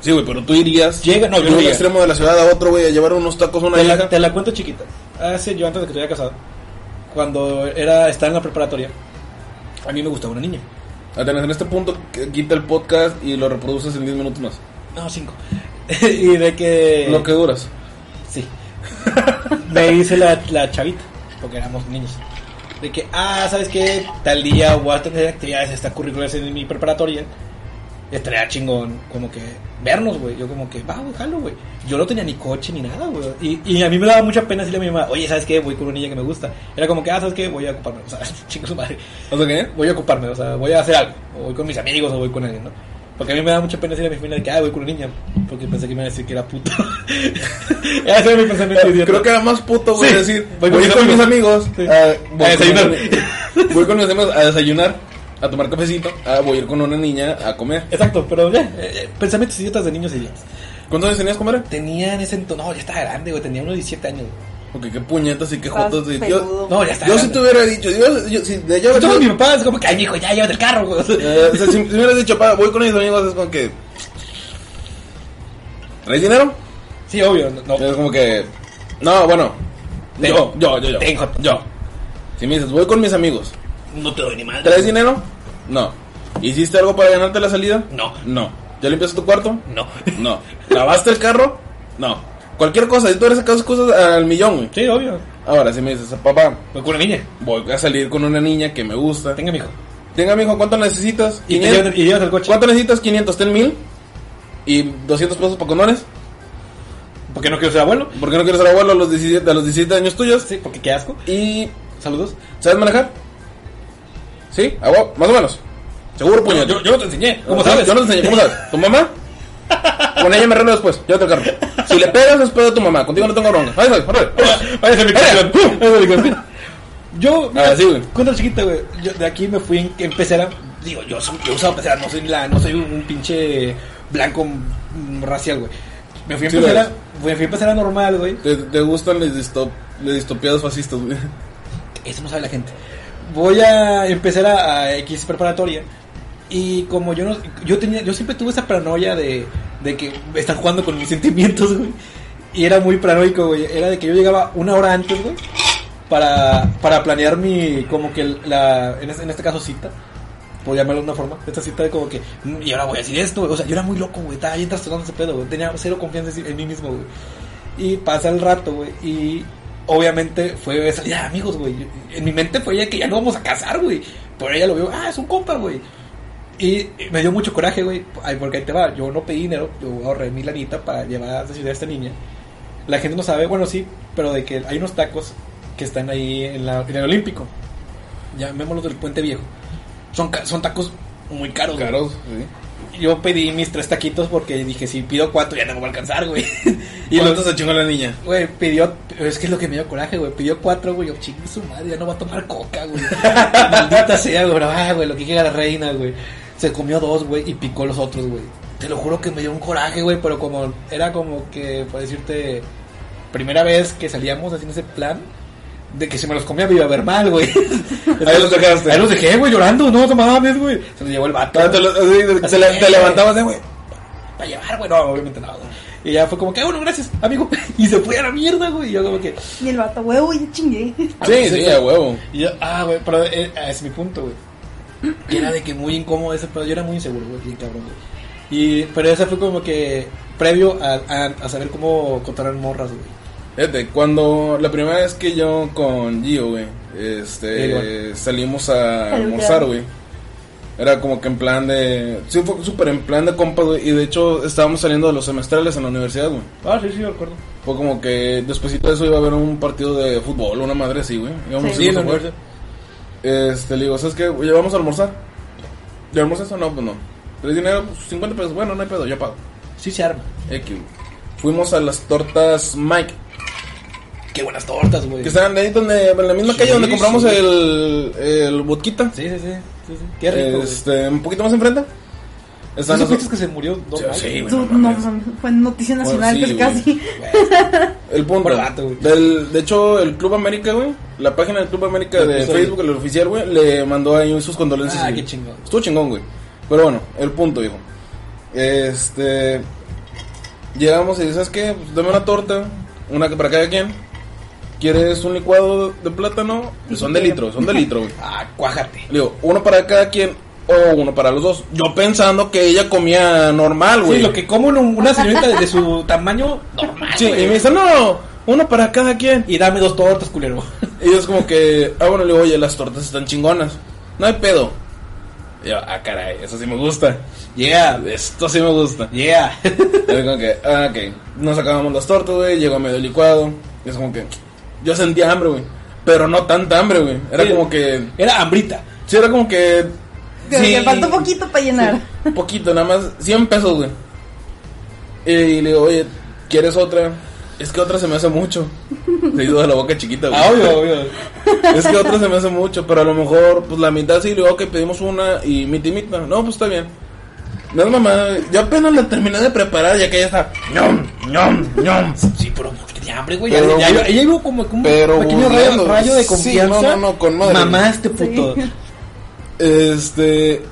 Speaker 1: Sí, güey, pero tú irías
Speaker 2: Llega- no, yo
Speaker 1: de
Speaker 2: no
Speaker 1: un
Speaker 2: iría.
Speaker 1: extremo de la ciudad a otro, güey, a llevar unos tacos a una
Speaker 2: Te la,
Speaker 1: hija.
Speaker 2: te la cuento chiquita. Hace yo antes de que estuviera casado, cuando era, estaba en la preparatoria, a mí me gustaba una niña.
Speaker 1: Atenés, en este punto qu- quita el podcast y lo reproduces en 10 minutos más.
Speaker 2: No, cinco. [laughs] y de que...
Speaker 1: Lo que duras.
Speaker 2: [laughs] Sí. Me dice la, la chavita, porque éramos niños. De que, ah, ¿sabes qué? Tal día voy a tener actividades extracurriculares en mi preparatoria. Estaría chingón, como que vernos, güey. Yo, como que, va, güey, jalo, güey. Yo no tenía ni coche ni nada, güey. Y, y a mí me daba mucha pena decirle a mi mamá, oye, ¿sabes qué? Voy con una niña que me gusta. Era como que, ah, ¿sabes qué? Voy a ocuparme. O sea, [laughs] chingo su madre
Speaker 1: ¿O sea qué?
Speaker 2: voy a ocuparme, o sea, voy a hacer algo, o voy con mis amigos, o voy con alguien, ¿no? Porque a mí me da mucha pena decir a mi familia de que, ah, voy con una niña, porque pensé que me iban a decir que era puto. [laughs] Ese era mi pensamiento idiota.
Speaker 1: Creo que era más puto, güey,
Speaker 2: Sí.
Speaker 1: decir, voy,
Speaker 2: Voy con mis
Speaker 1: con mis amigos,
Speaker 2: amigos. Sí.
Speaker 1: a, voy
Speaker 2: A desayunar.
Speaker 1: con- voy con mis amigos a desayunar, a tomar cafecito, a, voy a ir con una niña a comer.
Speaker 2: Exacto, pero ya, eh, eh, pensamientos idiotas de niños idiotas.
Speaker 1: ¿Cuántos años tenías, comer?
Speaker 2: Tenía en ese entonces, no, ya estaba grande, güey, tenía unos 17 años. güey.
Speaker 1: Porque qué puñetas y qué
Speaker 3: Estás
Speaker 1: jotas. y- Yo,
Speaker 3: peludo.
Speaker 2: No, ya estaba
Speaker 1: yo si
Speaker 2: grande.
Speaker 1: te hubiera dicho, yo, yo, si de yo, yo-
Speaker 2: Entonces mi papá es como que, ay, hijo, ya llévate el carro, güey. [laughs]
Speaker 1: eh, o sea, si me hubieras dicho, pa, voy con mis amigos, es como que. ¿Traes dinero?
Speaker 2: Sí, obvio, no. no.
Speaker 1: Es como que. No, bueno. Yo,
Speaker 2: Tengo.
Speaker 1: yo, yo, yo.
Speaker 2: Tengo.
Speaker 1: Yo. Si me dices, voy con mis amigos,
Speaker 2: No te doy ni madre.
Speaker 1: ¿traes dinero? No. ¿Hiciste algo para ganarte la salida?
Speaker 2: No.
Speaker 1: No. ¿Ya limpiaste tu cuarto?
Speaker 2: No. [laughs]
Speaker 1: No. ¿Lavaste el carro? No. Cualquier cosa, si tú eres sacas cosas al millón, güey.
Speaker 2: Sí, obvio,
Speaker 1: Ahora, si me dices, papá,
Speaker 2: voy con una niña,
Speaker 1: voy a salir con una niña que me gusta.
Speaker 2: tenga mi hijo.
Speaker 1: Tenga, mijo, ¿cuánto necesitas?
Speaker 2: Y, te llevas- y llevas el coche.
Speaker 1: ¿Cuánto necesitas? 500, ten mil. Y 200 pesos para condones.
Speaker 2: Porque no quiero ser abuelo.
Speaker 1: ¿Por qué no quieres ser abuelo a los 17, a los 17 años tuyos?
Speaker 2: Sí, porque qué asco.
Speaker 1: Y.
Speaker 2: Saludos. [laughs]
Speaker 1: ¿Sabes manejar? ¿Sí? ¿A huevo? Más o menos. Seguro, puño.
Speaker 2: Yo, yo no te enseñé. ¿Cómo
Speaker 1: Yo-
Speaker 2: sabes?
Speaker 1: Yo no te enseñé. ¿Cómo sabes? ¿Tu mamá? Con ella me arreglo después. Yo te carro. Si le pegas, es pedo de tu mamá. Contigo no tengo bronca. Ahí voy, órale.
Speaker 2: [laughs] Váyase mi
Speaker 1: Vaya. [laughs]
Speaker 2: canción. Váyase mi canción. Yo,
Speaker 1: Ah, sí, güey.
Speaker 2: cuando era chiquita, güey, yo de aquí me fui, en- empecé a, Digo, yo, soy- yo usaba pecera, no soy, la, no soy un, un pinche blanco mm, racial, güey. Me fui a
Speaker 1: Sí, lo
Speaker 2: pecera,
Speaker 1: eres.
Speaker 2: me fui a pecera normal, güey.
Speaker 1: ¿Te, te gustan los, distop, los distopiados fascistas, güey?
Speaker 2: Eso no sabe la gente. Voy a empezar a, a X preparatoria. Y como yo no, yo tenía, yo siempre tuve esa paranoia de, de que están jugando con mis sentimientos, güey. Y era muy paranoico, güey. Era de que yo llegaba una hora antes, güey. Para, para planear mi, como que la, en este, en este caso cita. Por llamarlo de una forma. Esta cita de como que, "Mm, y ahora voy a decir esto, güey. O sea, yo era muy loco, güey. Estaba bien trastornando ese pedo, güey. Tenía cero confianza en mí mismo, güey. Y pasa el rato, güey. Y obviamente fue esa, ya amigos, güey. En mi mente fue ya que ya no vamos a casar, güey. Pero ella lo vio, ah, es un compa, güey. Y me dio mucho coraje, güey. Ay, porque ahí te va, yo no pedí dinero, yo ahorré mi lanita para llevar a esa ciudad a esta niña. La gente no sabe, bueno, sí, pero de que hay unos tacos que están ahí en, la- en el Olímpico. Llamémoslos del Puente Viejo. Son, ca- son tacos muy caros. güey.
Speaker 1: Caros, sí.
Speaker 2: Yo pedí mis tres taquitos porque dije, si pido cuatro ya no me va a alcanzar, güey.
Speaker 1: [laughs] ¿Y
Speaker 2: los-
Speaker 1: cuánto se chingó la niña?
Speaker 2: Güey, pidió, es que es lo que me dio coraje, güey, pidió cuatro, güey, yo chingue su madre, ya no va a tomar coca,
Speaker 1: [laughs]
Speaker 2: güey. Maldita sea, güey, ah, güey, lo que llega la reina, güey. Se comió dos, güey, y picó los otros, güey. Te lo juro que me dio un coraje, güey, pero como era como que, por decirte, primera vez que salíamos haciendo ese plan, de que si me los comía me iba a ver mal, güey.
Speaker 1: [laughs] Ahí los dejaste.
Speaker 2: Ahí los dejé, güey, llorando, no, no mames, güey. Se los llevó el vato.
Speaker 1: Ah, te, lo- así,
Speaker 2: Así
Speaker 1: te, la-
Speaker 2: es, [laughs]
Speaker 1: te
Speaker 2: güey.
Speaker 1: levantabas de, güey.
Speaker 2: para llevar, güey. No, obviamente no. güey. Y ya fue como que, "Ah, bueno, gracias, amigo. [laughs] Y se fue a la mierda, güey. Y yo como que...
Speaker 3: Y el vato, huevo, ya chingué.
Speaker 2: Ah,
Speaker 1: Sí, sí, a huevo.
Speaker 2: Y yo, ah, güey, pero eh, ah, es mi punto, güey. Y Era de que muy incómodo ese pedo. Yo era muy inseguro, güey, bien cabrón, güey. Y, pero esa fue como que previo a, a, a saber cómo controlar morras, güey.
Speaker 1: Fíjate, cuando la primera vez que yo con Gio, güey, este,
Speaker 2: Sí, igual.
Speaker 1: salimos
Speaker 2: [laughs]
Speaker 1: a almorzar, güey. Era como que en plan de. Sí, fue súper en plan de compas, güey. Y de hecho, estábamos saliendo de los semestrales en la universidad, güey.
Speaker 2: Ah, sí, sí, me acuerdo.
Speaker 1: Fue como que después de eso iba a haber un partido de fútbol, una madre así, güey. Íbamos
Speaker 3: Sí.
Speaker 2: Sí,
Speaker 1: a
Speaker 2: en la
Speaker 1: jugar.
Speaker 2: universidad.
Speaker 1: Este, le digo, ¿sabes qué? Oye, vamos a almorzar. ¿Llevamos eso? No, pues no. ¿Tres dinero? Pues 50 pesos. Bueno, no hay pedo, yo pago.
Speaker 2: Sí se arma.
Speaker 1: X. güey. Fuimos a las tortas Mike.
Speaker 2: Qué buenas tortas, güey.
Speaker 1: Que estaban ahí donde, en la misma
Speaker 2: Sí,
Speaker 1: calle donde compramos
Speaker 2: sí.
Speaker 1: el, el Botquita.
Speaker 2: Sí, sí, sí, sí, sí. Qué rico, güey.
Speaker 1: este, un poquito más enfrente.
Speaker 2: ¿Tú
Speaker 1: Están los-
Speaker 2: supiste que se murió Don
Speaker 1: Sí,
Speaker 2: Mike?
Speaker 1: sí, güey.
Speaker 3: Tú-
Speaker 1: no
Speaker 3: no,
Speaker 1: mames.
Speaker 3: pues, fue noticia
Speaker 1: Bueno,
Speaker 3: nacional pues,
Speaker 1: sí,
Speaker 3: casi [laughs]
Speaker 1: güey.
Speaker 3: casi.
Speaker 1: El punto.
Speaker 2: Por rato, güey.
Speaker 1: Del, de hecho, el Club América, güey. La página del Club América
Speaker 2: Le
Speaker 1: de
Speaker 2: puso
Speaker 1: Facebook, el oficial, güey, le mandó ahí sus condolencias.
Speaker 2: Ah,
Speaker 1: güey.
Speaker 2: qué chingón.
Speaker 1: Estuvo chingón, güey. Pero bueno, el punto, hijo. Este. Llegamos y dices, ¿sabes qué? Pues dame una torta. Una para cada quien. ¿Quieres un licuado de plátano? Son de litro, son de litro, güey.
Speaker 2: Ah, cuájate.
Speaker 1: Le digo, uno para cada quien o uno para los dos. Yo pensando que ella comía normal, güey.
Speaker 2: Sí, lo que como una- una señorita de su tamaño normal,
Speaker 1: Sí,
Speaker 2: güey.
Speaker 1: y me dice, no, uno para cada quien.
Speaker 2: Y dame dos tortas, culero.
Speaker 1: Y es como que, ah, bueno, le digo, oye, las tortas están chingonas. No hay pedo. Y yo, ah, caray, eso sí me gusta.
Speaker 2: Yeah,
Speaker 1: Esto sí me gusta.
Speaker 2: [laughs] yeah.
Speaker 1: Y es como que, ah, ok. Nos acabamos las tortas, güey. Llegó medio licuado. Y es como que, yo sentía hambre, güey. Pero no tanta hambre, güey. Era
Speaker 2: Sí.
Speaker 1: como que,
Speaker 2: Era hambrita.
Speaker 1: sí, era como que.
Speaker 3: Pero
Speaker 1: sí,
Speaker 3: que faltó poquito para llenar.
Speaker 1: un poquito, nada más 100 pesos, güey. Y le digo, oye, ¿quieres otra? Es que otra se me hace mucho. Se hizo de la boca chiquita, güey.
Speaker 2: Ah, obvio, obvio.
Speaker 1: Es que otra se me hace mucho, pero a lo mejor, pues la mitad sí, le digo, ok, pedimos una y miti mitad. No, pues está bien. No, mamá, yo apenas la terminé de preparar, ya que ya está. ñom, ñom, ñom.
Speaker 2: Sí, pero que tenía hambre, güey.
Speaker 1: Pero-
Speaker 2: Ya- ya- Ella iba como, como un
Speaker 1: pero
Speaker 2: pequeño
Speaker 1: burlando.
Speaker 2: rayo, rayo de
Speaker 1: Sí, no,
Speaker 2: confianza.
Speaker 1: no, no, con madre.
Speaker 2: Mamá, este puto.
Speaker 3: Sí.
Speaker 1: Este.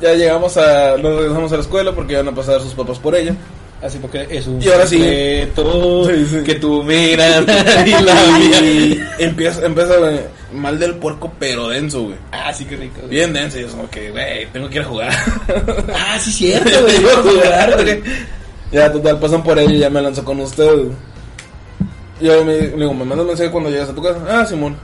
Speaker 1: Ya llegamos a. Nos regresamos a la escuela porque van a pasar sus papás por ella.
Speaker 2: Así porque es un
Speaker 1: Y ahora sí.
Speaker 2: secreto
Speaker 1: Sí, sí.
Speaker 2: que tú miras [laughs] y la
Speaker 1: [laughs] Y
Speaker 2: mía.
Speaker 1: empieza, empieza güey, mal del puerco, pero denso, güey.
Speaker 2: Ah, sí, qué rico. güey.
Speaker 1: Bien denso, y es como que, güey, tengo que ir a jugar.
Speaker 2: [laughs] Ah, sí, cierto, güey. Iba a jugar, güey.
Speaker 1: Ya, total, pasan por ella y ya me lanzó con ustedes. Y ahí me, le digo, me mandas mensaje cuando llegas a tu casa. Ah, Simón.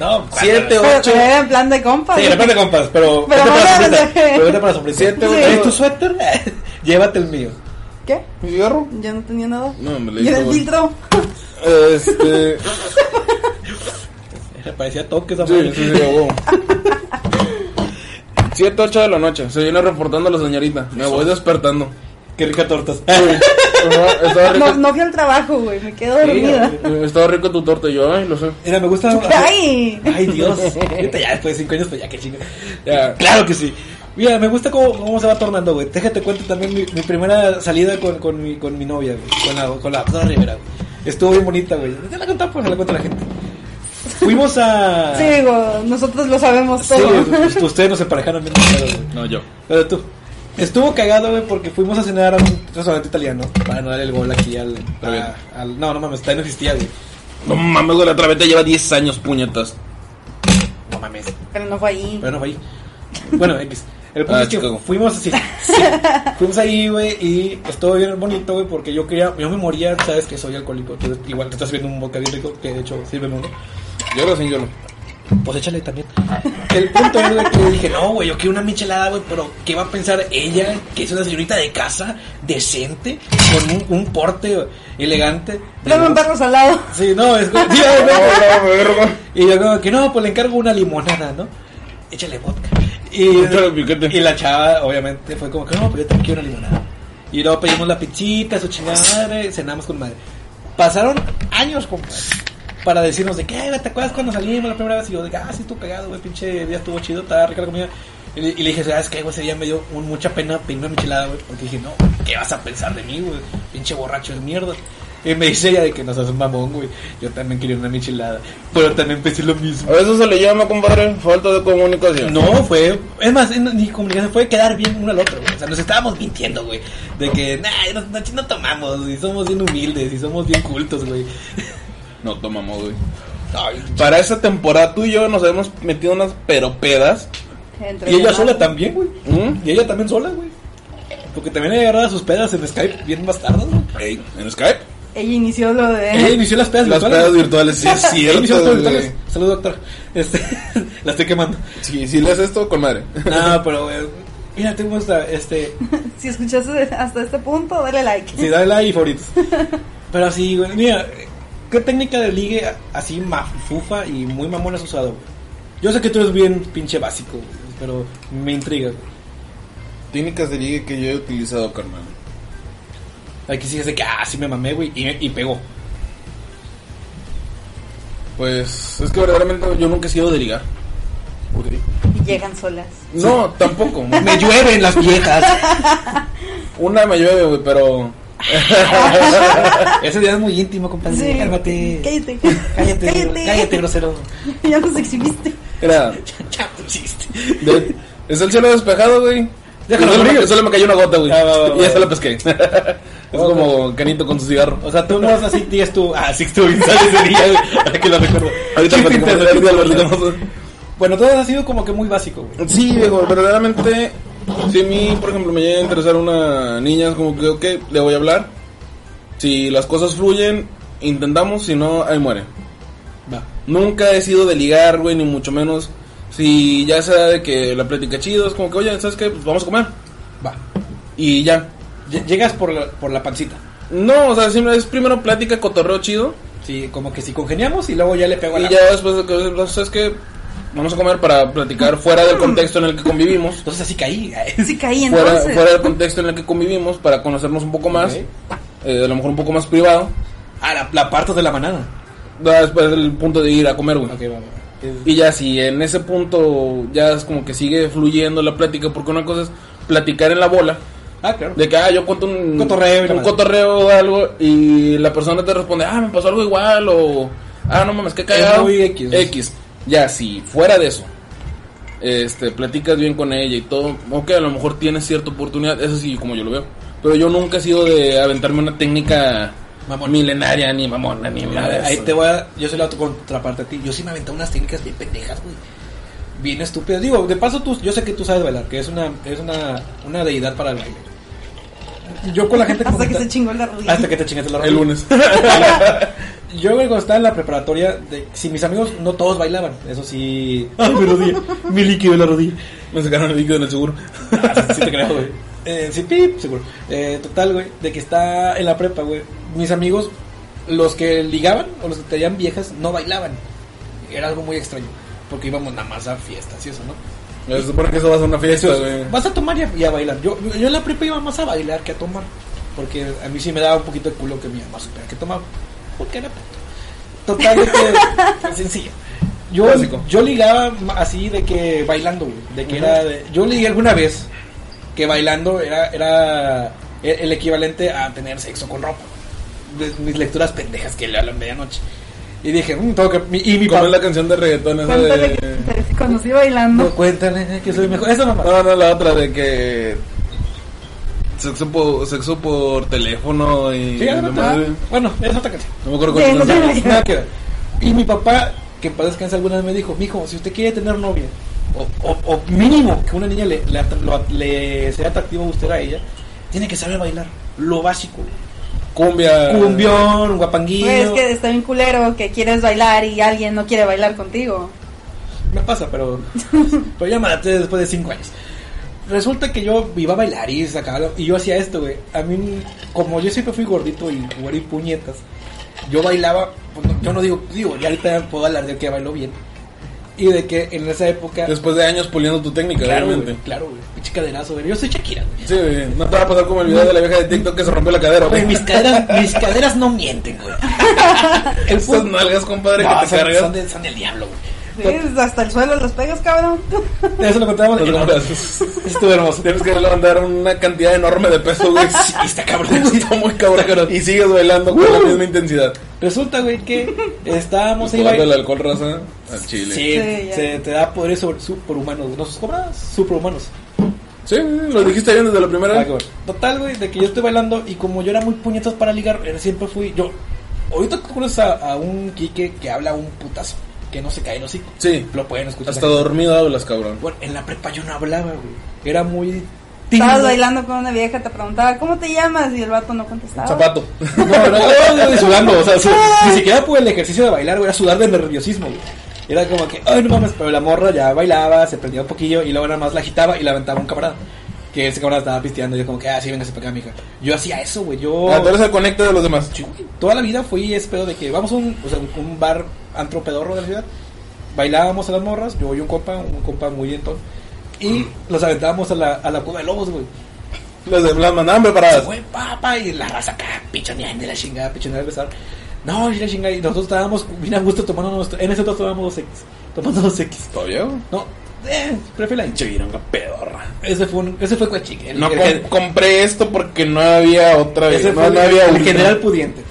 Speaker 2: No,
Speaker 1: Siete,
Speaker 2: cuatro.
Speaker 3: Pero
Speaker 1: ocho.
Speaker 3: era en plan de compa.
Speaker 2: Sí,
Speaker 3: güey.
Speaker 2: reparte, compas, pero.
Speaker 3: [laughs] Pero
Speaker 2: vete para la
Speaker 3: vamos a
Speaker 2: sombrita.
Speaker 3: ver.
Speaker 2: Pero vete para la sombrita.
Speaker 1: Siete,
Speaker 3: Sí.
Speaker 2: ¿Ves tu suéter? [laughs] Llévate el mío.
Speaker 3: ¿Qué?
Speaker 1: ¿Mi cigarro?
Speaker 3: Yo no tenía nada.
Speaker 1: No, me
Speaker 3: Y era el
Speaker 1: leí
Speaker 3: filtro.
Speaker 1: [laughs] Este.
Speaker 2: Parecía toque esa
Speaker 1: Sí,
Speaker 2: madre.
Speaker 1: sí, sí, a huevo. Siete, ocho de la noche. Se viene reportando la señorita. Me voy despertando.
Speaker 2: Qué rica tortas. [laughs] Ah,
Speaker 4: Estaba rico,
Speaker 3: No, no fui al trabajo, güey, me quedo
Speaker 2: Sí,
Speaker 3: dormida.
Speaker 4: estaba rico tu torta, yo, ay, lo sé.
Speaker 2: Mira, me gusta.
Speaker 3: [laughs] Ay.
Speaker 2: Ay, Dios. Ahorita ya después de cinco años, pues ya que chingo.
Speaker 4: Ya.
Speaker 2: Claro que sí. Mira, me gusta cómo, cómo se va tornando, güey. Déjate cuento también mi, mi primera salida con, con, mi, con mi novia, güey. Con la, con la Dora Rivera, güey. Estuvo bien bonita, güey. Ya la contaba, pues, ya la cuento a la gente. Fuimos a.
Speaker 3: Sí, digo, nosotros lo sabemos
Speaker 2: Sí,
Speaker 3: todo.
Speaker 2: güey, ustedes nos emparejaron bien, claro, güey.
Speaker 1: No, yo.
Speaker 2: Pero tú. Estuvo cagado, güey, porque fuimos a cenar a un restaurante italiano. Para no darle el gol aquí al.
Speaker 1: Está bien.
Speaker 2: a- al- no, no mames, todavía no existía, güey.
Speaker 1: No mames, güey, la traveta lleva 10 años, puñetas.
Speaker 2: No mames.
Speaker 3: Pero no fue ahí.
Speaker 2: Pero no fue ahí. Bueno, X. El punto
Speaker 1: Ah,
Speaker 2: es que
Speaker 1: Chicago.
Speaker 2: fuimos así. sí. Fuimos ahí, güey, y estuvo bien bonito, güey, porque yo quería. Yo me moría, sabes que soy alcohólico. tú igual te estás viendo un boca bien rico, que de hecho sirve uno.
Speaker 1: Yo lo sé, [laughs] yo lo.
Speaker 2: Pues échale también. El punto es güey, que yo dije, no, güey, yo quiero una michelada, güey, pero ¿qué va a pensar ella, que es una señorita de casa, decente, con un, un porte elegante?
Speaker 3: Dame un perro salado.
Speaker 2: Sí, no, es [laughs] como- sí, ay, no, Y yo como que no, pues le encargo una limonada, ¿no? Échale vodka. Y,
Speaker 1: Échale piquete.
Speaker 2: y la chava, obviamente, fue como que no, pero yo también quiero una limonada. Y luego pedimos la pichita, su chingada madre, cenamos con madre. Pasaron años, compadre, para decirnos de que, "Ay, ¿te acuerdas cuando salimos la primera vez? Y yo digo, ah, sí, estuvo cagado, güey, pinche día estuvo chido, estaba rica la comida. Y le, y le dije, ¿sabes qué, güey? Ese día me dio un- mucha pena pedir una michelada, güey, porque dije, no, ¿qué vas a pensar de mí, güey? Pinche borracho de mierda. Y me dice ella de que no seas un mamón, güey. Yo también quería una michelada, pero también pensé lo mismo.
Speaker 1: A eso se le llama, compadre, falta de comunicación.
Speaker 2: No, fue. Es más, eh, no, ni comunicación, fue quedar bien uno al otro, güey. O sea, nos estábamos mintiendo, güey. De que, nah, no, no, no tomamos, y somos bien humildes, y somos bien cultos, güey.
Speaker 1: No tomamos, güey.
Speaker 2: Ay,
Speaker 1: Para esa temporada tú y yo nos habíamos metido unas peropedas.
Speaker 3: Entre
Speaker 2: Y ella
Speaker 3: llamadas.
Speaker 2: sola también, güey.
Speaker 1: ¿Mm?
Speaker 2: Y ella también sola, güey. Porque también ella agarraba sus pedas en Skype bien bastardas, güey.
Speaker 1: Ey, en Skype.
Speaker 3: Ella inició lo
Speaker 2: Ella
Speaker 3: de.
Speaker 2: inició las pedas
Speaker 1: Las
Speaker 2: virtuales.
Speaker 1: pedas virtuales, sí es
Speaker 2: [laughs] Ella inició
Speaker 1: cierto.
Speaker 2: las pedas virtuales.
Speaker 1: güey.
Speaker 2: Saludos, doctor. Este, [laughs] la estoy quemando.
Speaker 1: Sí, sí le haces esto con madre.
Speaker 2: No, pero, güey. Mira, tengo esta, este,
Speaker 3: [laughs] Si escuchaste hasta este punto, dale like.
Speaker 2: Sí, dale like y favoritos. Pero sí, güey. Mira, ¿qué técnica de ligue así mafufa y muy mamón has usado, güey? Yo sé que tú eres bien pinche básico, güey, pero me intriga, güey.
Speaker 1: Técnicas de ligue que yo he utilizado, carnal.
Speaker 2: Aquí sí es de que, ah, sí me mamé, güey, y, y pegó.
Speaker 1: Pues es que verdaderamente yo nunca he sido de ligar.
Speaker 3: Y llegan solas.
Speaker 1: No, tampoco.
Speaker 2: Me llueven las viejas.
Speaker 1: Una me llueve, güey, pero
Speaker 2: Ese día es muy íntimo, compadre.
Speaker 3: Sí.
Speaker 2: Cálmate.
Speaker 3: Cállate.
Speaker 2: Cállate, cállate,
Speaker 3: Cállate.
Speaker 2: grosero.
Speaker 3: [laughs] Ya nos exhibiste.
Speaker 1: era
Speaker 2: Ya pusiste.
Speaker 1: de- es el cielo despejado, güey.
Speaker 2: Déjalo,
Speaker 1: Solo
Speaker 2: brillo.
Speaker 1: me, solo me cayó una gota, güey.
Speaker 2: Ah, va, va, va,
Speaker 1: Y ya se
Speaker 2: va.
Speaker 1: la pesqué. es como canito con su cigarro.
Speaker 2: O sea, tú no vas así, tías tú. Ah, sí, estuvo bien, sale ese día, güey. Ahora que lo recuerdo.
Speaker 1: Ahorita
Speaker 2: Chiste
Speaker 1: platicamos,
Speaker 2: interesante.
Speaker 1: ahorita platicamos.
Speaker 2: Bueno, todo ha sido como que muy básico, güey.
Speaker 1: Sí, viejo, verdaderamente. Si a mí, por ejemplo, me llega a interesar una niña, es como que, ok, le voy a hablar. Si las cosas fluyen, intentamos, si no, ahí muere.
Speaker 2: Va.
Speaker 1: Nunca he sido de ligar, güey, ni mucho menos. Si ya sea de que la plática chido, es como que, oye, ¿sabes qué? Pues vamos a comer.
Speaker 2: Va.
Speaker 1: Y ya.
Speaker 2: Lle- Llegas por la, por la pancita.
Speaker 1: No, o sea, siempre es primero plática, cotorreo chido.
Speaker 2: Sí, como que si congeniamos y luego ya le pego a la.
Speaker 1: Y ya después, de que, ¿sabes qué? Vamos a comer para platicar fuera del contexto en el que convivimos.
Speaker 2: Entonces así caí. [laughs]
Speaker 3: Sí, caí
Speaker 1: fuera,
Speaker 3: entonces.
Speaker 1: fuera del contexto en el que convivimos para conocernos un poco más,
Speaker 2: Ok.
Speaker 1: eh, a lo mejor un poco más privado,
Speaker 2: Ah, la, la parto de la manada.
Speaker 1: da después el punto de ir a comer, güey.
Speaker 2: Ok, vamos.
Speaker 1: Y ya si en ese punto ya es como que sigue fluyendo la plática, porque una cosa es platicar en la bola,
Speaker 2: Ah, claro.
Speaker 1: de que ah, yo cuento un
Speaker 2: Cotorreo y la
Speaker 1: un
Speaker 2: madre.
Speaker 1: cotorreo o algo y la persona te responde, ah, me pasó algo igual o ah, no mames, qué cagado.
Speaker 2: muy X.
Speaker 1: Ya si fuera de eso. Este, platicas bien con ella y todo. Ok, a lo mejor tienes cierta oportunidad, eso sí como yo lo veo. Pero yo nunca he sido de aventarme una técnica
Speaker 2: Mamón.
Speaker 1: milenaria ni mamona ni
Speaker 2: A
Speaker 1: nada.
Speaker 2: ver,
Speaker 1: de
Speaker 2: ahí
Speaker 1: eso.
Speaker 2: te voy a. Yo soy la otra contraparte a ti. Yo sí me aventé unas técnicas bien pendejas, güey. Bien estúpidas. Digo, de paso, tú, yo sé que tú sabes bailar, que es una, es una, una deidad para el baile. Yo con la gente
Speaker 3: Hasta que
Speaker 2: comenta-
Speaker 3: se chingó la rodilla.
Speaker 2: Hasta que te chingaste la rodilla.
Speaker 1: el
Speaker 2: [laughs]
Speaker 1: lunes.
Speaker 2: Yo güey, cuando estaba en la preparatoria, de, si mis amigos no todos bailaban, eso sí. Ay, mi rodilla, mi líquido de la rodilla.
Speaker 1: me sacaron el líquido en el
Speaker 2: [laughs]
Speaker 1: seguro.
Speaker 2: sí te creo, güey. Eh, sí, pip, seguro. Eh, total, güey, de que está en la prepa, güey. Mis amigos, los que ligaban o los que traían viejas, no bailaban. Era algo muy extraño, porque íbamos nada más a fiestas y eso, ¿no?
Speaker 1: Se supone que eso va a ser una fiesta, güey.
Speaker 2: Vas a tomar y a, y a bailar. Yo, yo en la prepa iba más a bailar que a tomar. Porque a mí sí me daba un poquito de culo que mi mamá supiera que tomaba. Porque era puto. Total, de que,
Speaker 1: [laughs]
Speaker 2: fue sencillo. Yo,
Speaker 1: Clásico.
Speaker 2: yo ligaba ma- así de que bailando, güey, De que era de- yo ligué alguna vez que bailando era, era el el equivalente a tener sexo con ropa. De mis lecturas pendejas que le hablan medianoche. Y dije, "Mm, tengo que. mi- Y mi
Speaker 1: Como es
Speaker 2: papá.
Speaker 1: la canción de reggaetón esa
Speaker 3: Cuéntale
Speaker 1: de...
Speaker 3: que te conocí bailando.
Speaker 2: No, cuéntale que soy mejor. Eso nomás.
Speaker 1: No, no, la otra de que... Sexo por, sexo por teléfono y... eh.
Speaker 2: Sí,
Speaker 1: y
Speaker 2: algo
Speaker 1: demás,
Speaker 2: más.
Speaker 1: güey.
Speaker 2: Bueno, es otra canción.
Speaker 1: no me acuerdo
Speaker 3: Sí,
Speaker 1: cuál
Speaker 3: no
Speaker 1: es la
Speaker 3: sé.
Speaker 1: canción.
Speaker 2: Nada que ver. Y mi papá, que en paz descanse alguna vez me dijo, mijo, si usted quiere tener novia, o, o- o mínimo que una niña le, le at- lo- le sea atractivo a usted a ella, tiene que saber bailar, lo básico.
Speaker 1: Cumbia.
Speaker 2: Cumbión, guapanguillo.
Speaker 3: Pues es que está bien culero que quieres bailar y alguien no quiere bailar contigo.
Speaker 2: Me pasa, pero, pero ya me adapté después de cinco años. Resulta que yo iba a bailar y sacaba lo- y yo hacía esto, güey. A mí, como yo siempre fui gordito y jugar y puñetas, yo bailaba, pues, no- yo no digo, digo, ya ahorita puedo hablar de que bailo bien. Y de que en esa época...
Speaker 1: Después de años puliendo tu técnica,
Speaker 2: Claro,
Speaker 1: realmente.
Speaker 2: güey, claro, güey. Pinche caderazo, güey. Yo soy Shakira, güey.
Speaker 1: Sí, güey. no te va a pasar como el video de la vieja de TikTok que se rompió la cadera,
Speaker 2: Güey,
Speaker 1: güey. [laughs]
Speaker 2: mis caderas, mis caderas no mienten, güey. El
Speaker 1: Esas
Speaker 2: punto-
Speaker 1: nalgas, compadre,
Speaker 2: No,
Speaker 1: que te
Speaker 2: Ah, son,
Speaker 1: cargas.
Speaker 2: son de- son del diablo,
Speaker 3: Sí,
Speaker 2: güey.
Speaker 3: Pues, Hasta el suelo los pegas, cabrón.
Speaker 2: Eso lo contábamos.
Speaker 1: Los
Speaker 2: en-
Speaker 1: compras.
Speaker 2: Estuvo hermoso.
Speaker 1: Tienes que levantar una cantidad enorme de peso, güey.
Speaker 2: [laughs] Sí, está cabrón.
Speaker 1: [laughs]
Speaker 2: Uh.
Speaker 1: Está muy
Speaker 2: [laughs]
Speaker 1: cabrón. Y sigues bailando con la misma intensidad.
Speaker 2: Resulta, güey,
Speaker 1: [laughs]
Speaker 2: que estábamos ahí
Speaker 1: Tomando el
Speaker 2: bailando.
Speaker 1: alcohol raza al
Speaker 2: Sí,
Speaker 1: chile.
Speaker 3: Sí, ya.
Speaker 2: se te da poderes sobre- superhumanos. ¿No sus cobras? Superhumanos.
Speaker 1: Sí, lo dijiste bien desde la primera.
Speaker 2: Ah, qué bueno. Total, güey, de que yo estoy bailando y como yo era muy puñetas para ligar, eh, siempre fui yo. Ahorita tú conoces a, a un Quique que habla un putazo, que no se cae los hocico.
Speaker 1: Sí.
Speaker 2: Lo pueden escuchar.
Speaker 1: Hasta dormido hablas, cabrón.
Speaker 2: Bueno, en la prepa yo no hablaba, güey. Era muy
Speaker 3: Estabas
Speaker 2: tímido.
Speaker 3: bailando con una vieja, te preguntaba, ¿cómo te llamas? Y el vato no
Speaker 2: Ah. [laughs]
Speaker 3: contestaba.
Speaker 1: Zapato.
Speaker 2: No, no, no, no, no, sudando, o sea, su- ni siquiera fue el ejercicio de bailar, güey, era sudar de nerviosismo, güey. Era como que, ay, no mames, pero la morra ya bailaba, se prendía un poquillo y luego nada más la agitaba y la aventaba a un camarada. Que ese camarada estaba pisteando y yo como que, ah, sí, venga, se acá, mija. Yo hacía eso, güey, yo...
Speaker 1: Ah, tú eres el conecte de los demás.
Speaker 2: Oh. Sí, güey. Toda la vida fui ese pedo de que vamos a un, o sea, un, un bar antropedorro de la ciudad, bailábamos a las morras, yo y un compa, un compa muy lento, y los aventábamos a la, a la cueva de lobos, güey.
Speaker 1: Los de las mandaban
Speaker 2: Se
Speaker 1: preparadas.
Speaker 2: fue, papá, y la raza acá, pichoneando de la chingada, pichoneando de besar. No, y la chingada, y nosotros estábamos bien a gusto tomando nuestro, en ese entonces tomábamos 2X, tomando 2X.
Speaker 1: ¿Todavía? güey?
Speaker 2: No, eh, prefiero la hincha una pedorra. Ese fue un, ese fue cuachique. el-
Speaker 1: No
Speaker 2: el-
Speaker 1: com- compré esto porque no había otra vez.
Speaker 2: Ese
Speaker 1: No,
Speaker 2: fue
Speaker 1: no
Speaker 2: el-
Speaker 1: había
Speaker 2: el
Speaker 1: ultra.
Speaker 2: general pudiente.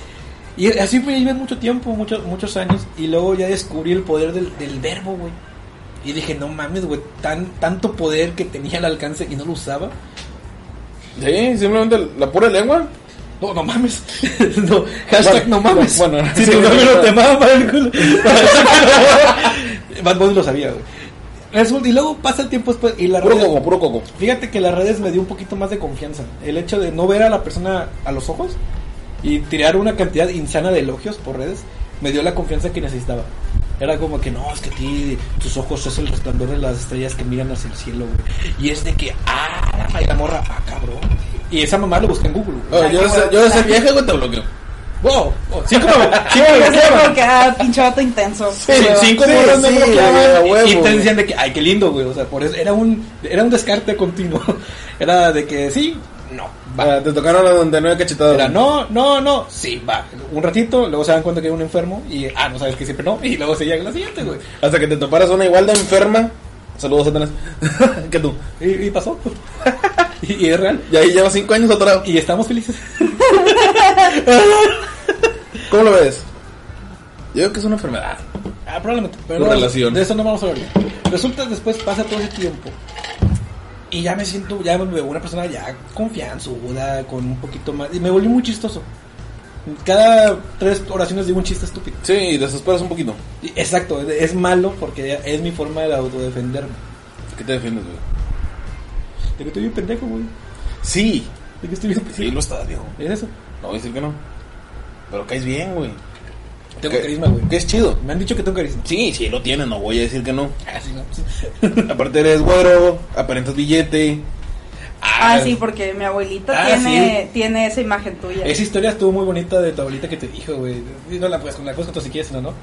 Speaker 2: Y así me llevé mucho tiempo, muchos, muchos años, y luego ya descubrí el poder del, del verbo, güey. Y dije, no mames, güey, tan, tanto poder que tenía al alcance y no lo usaba.
Speaker 1: Sí, simplemente la pura lengua.
Speaker 2: No, no mames.
Speaker 1: [laughs]
Speaker 2: No, hashtag
Speaker 1: Bueno,
Speaker 2: no mames.
Speaker 1: no,
Speaker 2: [laughs]
Speaker 1: bueno,
Speaker 2: si
Speaker 1: sí,
Speaker 2: tu
Speaker 1: no,
Speaker 2: novio
Speaker 1: no.
Speaker 2: no te mama
Speaker 1: [laughs]
Speaker 2: el culo. Bad Bunny lo sabía, güey. Resulta- y luego pasa el tiempo después y la
Speaker 1: Puro
Speaker 2: redes-
Speaker 1: coco, puro coco.
Speaker 2: Fíjate que las redes me dio un poquito más de confianza. El hecho de no ver a la persona a los ojos y tirar una cantidad insana de elogios por redes me dio la confianza que necesitaba. Era como que no, es que ti, tus ojos es el resplandor de las estrellas que miran hacia el cielo, güey. Y es de que, ah, y la morra, ah, cabrón. Y esa mamá lo busqué en Google. güey.
Speaker 1: Ah, yo de ser- yo de ser vieja, güey, te bloqueo.
Speaker 2: Wow, wow, cinco [laughs] mamá- cinco
Speaker 3: Yo
Speaker 2: mamá-
Speaker 3: sé como que, ah, pinche vato intenso.
Speaker 1: Sí,
Speaker 3: Hueva.
Speaker 1: cinco
Speaker 2: Sí,
Speaker 1: morras me
Speaker 2: sí,
Speaker 1: bloqueaban,
Speaker 2: güey,
Speaker 1: a huevo,
Speaker 2: y te
Speaker 1: güey.
Speaker 2: decían de que, ay, qué lindo, güey. O sea, por eso era un, era un descarte continuo. [laughs] Era de que sí, no, va.
Speaker 1: Ah, te tocaron las 99 cachetadas.
Speaker 2: Era no, no, no, sí, va. Un ratito, luego se dan cuenta que era un enfermo y, ah, no sabes que siempre no. [laughs] Y luego seguía con la siguiente, güey.
Speaker 1: Hasta que te toparas una igual de enferma. Saludos, Satanás. [laughs] que tú.
Speaker 2: Y, y pasó. [laughs] y, y es real.
Speaker 1: Y ahí llevas 5 años atrás.
Speaker 2: Y estamos felices.
Speaker 1: ¿Cómo lo ves? Yo digo que es una enfermedad.
Speaker 2: Ah, probablemente. Pero
Speaker 1: Tu
Speaker 2: no,
Speaker 1: relación.
Speaker 2: De eso no vamos a hablar. ahorita. Resulta que después pasa todo ese tiempo. Y ya me siento, ya me veo una persona ya confianzuda, con un poquito más. Y me volví muy chistoso. Cada tres oraciones digo un chiste estúpido.
Speaker 1: Sí, y desesperas un poquito.
Speaker 2: Y- Exacto, es- es malo porque es mi forma de autodefenderme.
Speaker 1: ¿Qué te defiendes, güey?
Speaker 2: De que estoy bien pendejo, güey.
Speaker 1: Sí.
Speaker 2: De que estoy bien
Speaker 1: Sí,
Speaker 2: pendejo.
Speaker 1: lo estás, viejo.
Speaker 2: Es eso.
Speaker 1: No voy a decir que no. Pero caes bien, güey.
Speaker 2: Tengo
Speaker 1: Que-
Speaker 2: carisma, güey.
Speaker 1: Que es chido.
Speaker 2: Me han dicho que tengo carisma.
Speaker 1: Sí, sí, lo tienes, no voy a decir que no. [laughs]
Speaker 2: Ah, sí, no, sí.
Speaker 1: Aparte eres güero, aparentas billete.
Speaker 3: Ah, sí, porque mi abuelita
Speaker 2: Ah,
Speaker 3: tiene, tiene esa imagen tuya.
Speaker 2: Esa historia estuvo muy bonita de tu abuelita que te dijo, güey. No la puedes, la puedes contar si quieres, no, no.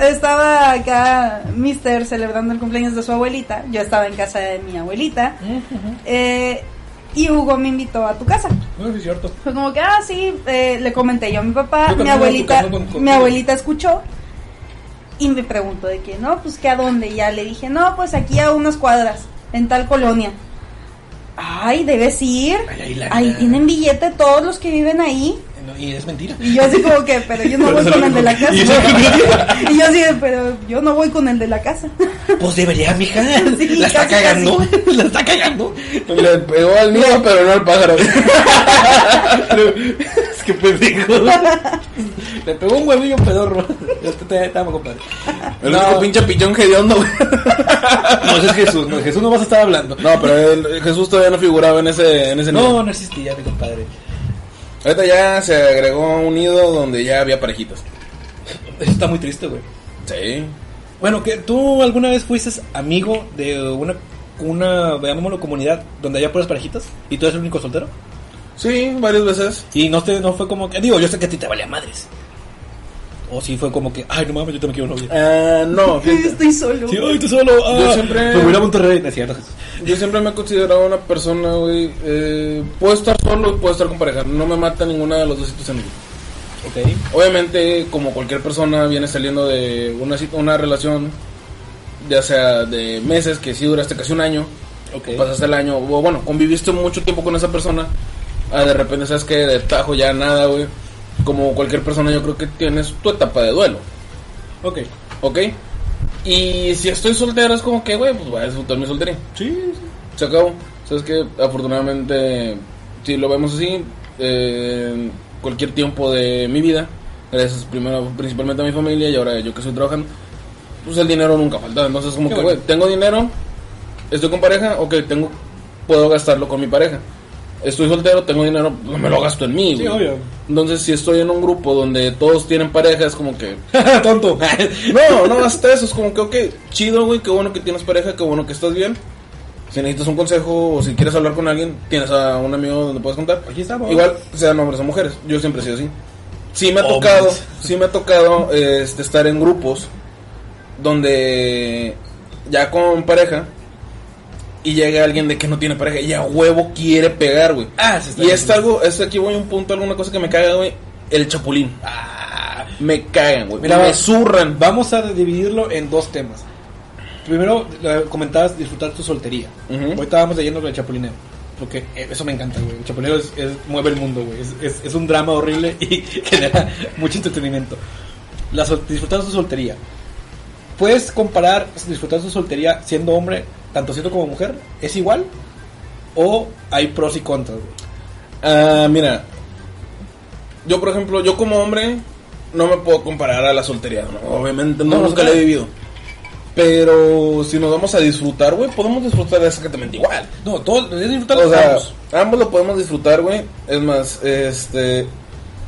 Speaker 3: estaba acá Mister celebrando el cumpleaños de su abuelita. Yo estaba en casa de mi abuelita. eh, y Hugo me invitó a tu casa.
Speaker 2: No, sí es cierto.
Speaker 3: Fue como que, ah, sí, eh, le comenté yo a mi papá,
Speaker 2: Yo
Speaker 3: mi
Speaker 2: también
Speaker 3: abuelita,
Speaker 2: iba a tu casa con- con-
Speaker 3: mi abuelita escuchó y me preguntó de que, no, pues que a dónde. Y ya le dije, no, pues aquí a unas cuadras, en tal colonia. Ay, debes ir.
Speaker 2: Ay, ahí la
Speaker 3: Ahí
Speaker 2: nada.
Speaker 3: tienen billete todos los que viven ahí.
Speaker 2: No, y es mentira.
Speaker 3: Y yo así como que, pero yo no voy con el de la casa. [laughs] Y yo así, de, pero yo no voy con el de la casa.
Speaker 2: Pues debería, mija.
Speaker 3: [laughs] Sí,
Speaker 2: la está
Speaker 3: casi, casi.
Speaker 2: cagando. [laughs] La está
Speaker 3: [laughs]
Speaker 2: cagando.
Speaker 4: Le pegó al niño, pero no al
Speaker 1: [laughs]
Speaker 4: pájaro.
Speaker 2: Es que pendejo. Le pegó un huevillo pedorro. Este te- te amo, compadre.
Speaker 1: El
Speaker 2: No.
Speaker 1: único pinche pichón hediondo, güey.
Speaker 2: No, ese es Jesús. No, Jesús no vas a estar hablando.
Speaker 1: No, pero el- el Jesús todavía no figuraba en ese, en ese nivel.
Speaker 2: No, no existía, mi compadre.
Speaker 1: Ahorita ya se agregó un nido donde ya había parejitas.
Speaker 2: Eso está muy triste, güey.
Speaker 1: Sí.
Speaker 2: Bueno, que tú alguna vez fuiste amigo de una, una llamémoslo comunidad donde había puras parejitas y tú eres el único soltero
Speaker 1: Sí, varias veces.
Speaker 2: y no te no fue como que digo, yo sé que a ti te valía madres. O si fue como que, ay, no mames, yo también quiero novia.
Speaker 1: Ah, [laughs] no,
Speaker 3: [laughs]
Speaker 1: fíjate.
Speaker 3: Estoy solo.
Speaker 2: Sí, ay, tú solo. Ah,
Speaker 1: Yo siempre-
Speaker 2: Me voy a ir a Monterrey, no es cierto. Jesús.
Speaker 1: Yo siempre me he considerado una persona, güey. eh, puedo estar solo y puedo estar con pareja. No me mata ninguna de las dos situaciones.
Speaker 2: Ok.
Speaker 1: Obviamente, como cualquier persona, viene saliendo de una, sit- una relación, ya sea de meses, que sí duraste casi un año,
Speaker 2: Ok.
Speaker 1: pasaste el año, o bueno, conviviste mucho tiempo con esa persona, ah, de repente sabes que de tajo ya nada, güey. Como cualquier persona, yo creo que tienes tu etapa de duelo,
Speaker 2: Ok.
Speaker 1: ¿ok? Y si estoy soltero, es como que, güey, pues voy a disfrutar mi soltería.
Speaker 2: Sí. [laughs]
Speaker 1: Se acabó. Sabes que afortunadamente, si lo vemos así, eh, cualquier tiempo de mi vida, gracias primero principalmente a mi familia y ahora yo que estoy trabajando, pues el dinero nunca falta. Entonces como
Speaker 2: Qué
Speaker 1: que,
Speaker 2: bueno.
Speaker 1: güey, tengo dinero, estoy con pareja, ok, tengo, puedo gastarlo con mi pareja. Estoy soltero, tengo dinero, pues, me lo gasto en mí.
Speaker 2: Sí,
Speaker 1: güey.
Speaker 2: obvio.
Speaker 1: Entonces si estoy en un grupo donde todos tienen pareja, es como que...
Speaker 2: [laughs] Tonto.
Speaker 1: No, no, hasta eso. Es como que, ok, chido, güey. Qué bueno que tienes pareja, qué bueno que estás bien. Si necesitas un consejo o si quieres hablar con alguien, tienes a un amigo donde puedes contar.
Speaker 2: Aquí estamos.
Speaker 1: Igual, sean hombres o mujeres. Yo siempre he sido así. Sí me ha
Speaker 2: Hombres.
Speaker 1: tocado, sí me ha tocado este, estar en grupos donde ya con pareja y llega alguien de que no tiene pareja y a huevo quiere pegar, güey.
Speaker 2: Ah, sí está
Speaker 1: y
Speaker 2: bien.
Speaker 1: es algo, es aquí voy a un punto, alguna cosa que me caga, güey. El chapulín.
Speaker 2: Ah,
Speaker 1: Me cagan, güey.
Speaker 2: Mira,
Speaker 1: me
Speaker 2: va.
Speaker 1: zurran.
Speaker 2: Vamos a dividirlo en dos temas. Primero, la- comentabas disfrutar tu soltería.
Speaker 1: Ujú.
Speaker 2: Ahorita vamos leyendo lo del chapulineo. Porque eh, eso me encanta, güey. El chapulineo es, es- mueve el mundo, güey. Es, es- es un drama horrible [laughs] y genera mucho entretenimiento. La sol- disfrutar tu soltería. ¿Puedes comparar disfrutar tu soltería siendo hombre, tanto siendo como mujer? ¿Es igual? ¿O hay pros y contras, güey?
Speaker 1: Ah, mira. Yo, por ejemplo, yo como hombre no me puedo comparar a la soltería. ¿no? Obviamente, no,
Speaker 2: No,
Speaker 1: nunca
Speaker 2: no.
Speaker 1: la he vivido. Pero si nos vamos a disfrutar, güey, podemos disfrutar exactamente igual.
Speaker 2: No, todo, es disfrutar
Speaker 1: O sea,
Speaker 2: ambos.
Speaker 1: ambos lo podemos disfrutar, güey. Es más, este.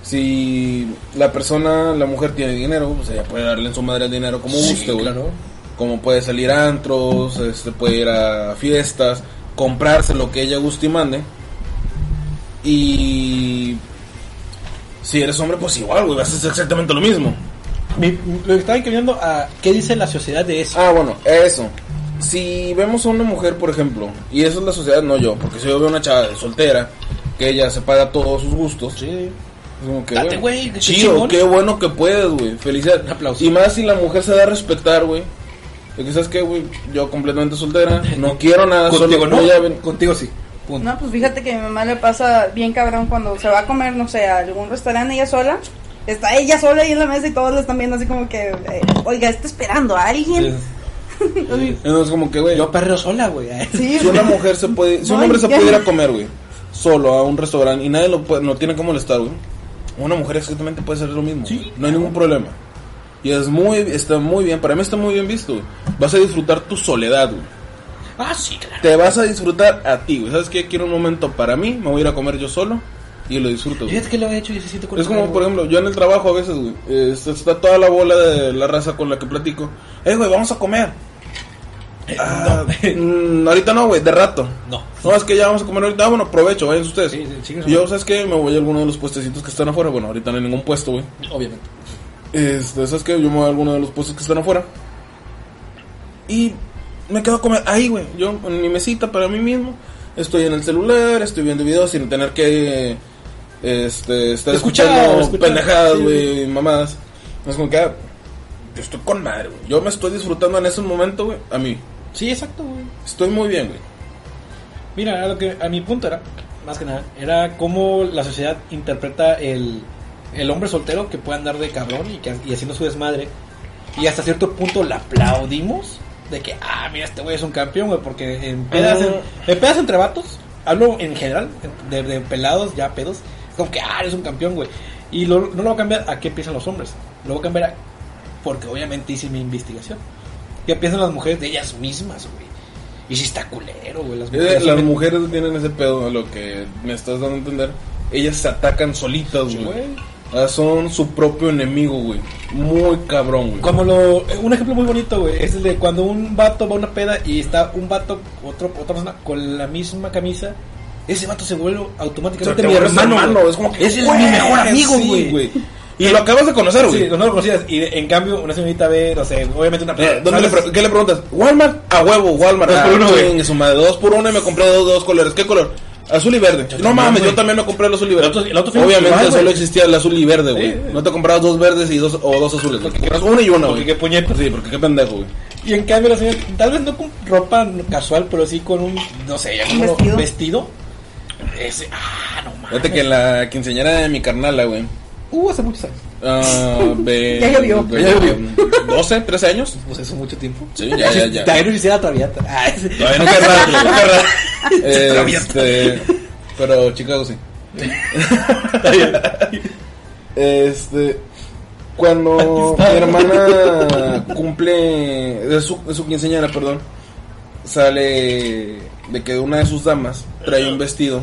Speaker 1: Si la persona, la mujer tiene dinero, pues ella puede darle en su madre el dinero como
Speaker 2: Sí,
Speaker 1: guste, güey.
Speaker 2: claro.
Speaker 1: Como puede salir a antros, este, puede ir a fiestas, comprarse lo que ella guste y mande. Y. Si eres hombre, pues igual, güey, vas a hacer exactamente lo mismo.
Speaker 2: Mi- lo que estaba encaminando a qué dice la sociedad de eso.
Speaker 1: Ah, bueno, eso. Si vemos a una mujer, por ejemplo, y eso es la sociedad, no yo, porque si yo veo una chava soltera, que ella se paga todos sus gustos,
Speaker 2: Sí.
Speaker 1: es como que,
Speaker 2: Date,
Speaker 1: bueno,
Speaker 2: güey, qué
Speaker 1: chido,
Speaker 2: chingón.
Speaker 1: qué bueno que puedes, güey, felicidad.
Speaker 2: Un aplauso.
Speaker 1: Y más si la mujer se da a respetar, güey. De que sabes que, güey, yo completamente soltera,
Speaker 2: [laughs]
Speaker 1: no quiero nada,
Speaker 2: Contigo
Speaker 1: solo
Speaker 2: no,
Speaker 1: voy a ven-
Speaker 2: contigo sí. Punto.
Speaker 3: No, pues fíjate que a mi mamá le pasa bien cabrón cuando se va a comer, no sé, a algún restaurante ella sola. Está ella sola ahí en la mesa y todos la están viendo así como que, eh, oiga, está esperando a alguien.
Speaker 1: Entonces, como que, güey,
Speaker 2: Yo perreo sola, güey. ¿eh?
Speaker 3: Sí, pues,
Speaker 1: si una mujer se puede, si un
Speaker 3: Ay,
Speaker 1: hombre se
Speaker 3: ya.
Speaker 1: pudiera comer, güey, solo a un restaurante y nadie lo puede, no tiene que molestar, güey. Una mujer exactamente puede hacer lo mismo.
Speaker 2: Sí.
Speaker 1: güey. No hay ningún problema. Y es muy, está muy bien, para mí está muy bien visto, güey. Vas a disfrutar tu soledad, güey.
Speaker 2: Ah, sí, claro.
Speaker 1: Te vas a disfrutar a ti, güey. ¿Sabes qué? Quiero un momento para mí, me voy a ir a comer yo solo y lo disfruto, güey.
Speaker 2: Fíjate que lo he hecho y se siente
Speaker 1: Es como, por ejemplo, yo en el trabajo a veces, güey, eh, está- está toda la bola de la raza con la que platico. Eh, güey, vamos a comer. Ah, mm, ahorita no, güey, de rato.
Speaker 2: No.
Speaker 1: No, es que ya vamos a comer ahorita. Ah, bueno, provecho, vayan ustedes.
Speaker 2: Sí, sí, chingue su
Speaker 1: y yo,
Speaker 2: madre.
Speaker 1: ¿sabes qué? Me voy a alguno de los puestecitos que están afuera. Bueno, ahorita no hay ningún puesto, güey.
Speaker 2: Obviamente.
Speaker 1: Este, ¿sabes qué? Yo me voy a alguno de los puestos que están afuera. Y me quedo a comer ahí, güey. Yo en mi mesita para mí mismo. Estoy en el celular, estoy viendo videos sin tener que este, estar
Speaker 2: Escuchar,
Speaker 1: escuchando
Speaker 2: escuchar,
Speaker 1: pendejadas,
Speaker 2: sí,
Speaker 1: güey, mamadas. Es como que ah, yo estoy con madre, güey. Yo me estoy disfrutando en ese momento, güey. A mí,
Speaker 2: Sí, exacto, güey.
Speaker 1: estoy muy bien, güey.
Speaker 2: Mira, a lo que a mi punto era, más que nada, era cómo la sociedad interpreta el, el hombre soltero que puede andar de cabrón y, que, y haciendo su desmadre. Y hasta cierto punto le aplaudimos de que, ah, mira, este güey es un campeón, güey, porque en pedas, en, en pedas entre vatos, hablo en general, de, de pelados, ya pedos, es como que, ah, eres un campeón, güey. Y lo- no lo voy a cambiar a qué piensan los hombres, lo voy a cambiar a, porque obviamente hice mi investigación. ¿Qué piensan las mujeres de ellas mismas, güey? Y si está culero, güey, las
Speaker 1: Es de-
Speaker 2: mujeres.
Speaker 1: Eh, las mujeres tienen ese pedo, lo que me estás dando a entender. Ellas se atacan solitas,
Speaker 2: Sí,
Speaker 1: güey.
Speaker 2: güey.
Speaker 1: Ah, Son su propio enemigo, güey. Muy cabrón, güey.
Speaker 2: Como lo. eh, Un ejemplo muy bonito, güey. Es el de cuando un vato va a una peda y está un vato, otro, otra persona con la misma camisa. Ese vato se vuelve automáticamente
Speaker 1: Te
Speaker 2: mi
Speaker 1: vuelves
Speaker 2: hermano.
Speaker 1: hermano,
Speaker 2: güey.
Speaker 1: es como que,
Speaker 2: Ese es
Speaker 1: güey,
Speaker 2: mi mejor amigo,
Speaker 1: sí,
Speaker 2: güey.
Speaker 1: Y lo acabas de conocer, güey.
Speaker 2: Sí, no lo conocías. Y de- en cambio, una señorita ve, no sé, obviamente una
Speaker 1: Eh,
Speaker 2: peda.
Speaker 1: ¿dónde le
Speaker 2: ¿sabes?
Speaker 1: pre- ¿Qué le preguntas? Walmart, a huevo, Walmart.
Speaker 2: Dos
Speaker 1: Ah,
Speaker 2: por uno, güey.
Speaker 1: chingue su madre, dos por uno y me compré dos, dos colores. ¿Qué color? Azul y verde. no
Speaker 2: también,
Speaker 1: mames,
Speaker 2: güey.
Speaker 1: yo también me compré el azul y verde.
Speaker 2: El otro- el otro fue
Speaker 1: Obviamente
Speaker 2: igual, güey.
Speaker 1: solo existía el azul y verde, güey.
Speaker 2: Sí, sí.
Speaker 1: No te comprabas dos verdes y dos o dos azules. güey. Te
Speaker 2: qué-
Speaker 1: comprabas uno y uno,
Speaker 2: porque
Speaker 1: güey.
Speaker 2: qué puñetas.
Speaker 1: Sí, porque qué pendejo, güey.
Speaker 2: Y en cambio, la señora, tal vez no con ropa casual, pero sí con un, no sé, ya
Speaker 3: Un
Speaker 2: como
Speaker 3: vestido.
Speaker 2: vestido. Ese, ah, no mames.
Speaker 1: Fíjate que en la quinceañera de mi carnala, güey.
Speaker 2: Uh, hace muchos años.
Speaker 1: ah, ve-
Speaker 3: Ya llovió.
Speaker 1: ve-
Speaker 2: Ya llovió.
Speaker 1: 12, 13 años.
Speaker 2: Pues eso mucho tiempo.
Speaker 1: Sí, ya, ya, ya.
Speaker 2: También lo hiciera [laughs] Traviata. Ah, ese-
Speaker 1: Todavía no querrás, güey, no
Speaker 2: [laughs]
Speaker 1: querrás. Este, pero Chicago sí. este, cuando mi hermana cumple es su, es su quinceañera, perdón, sale de que una de sus damas trae un vestido,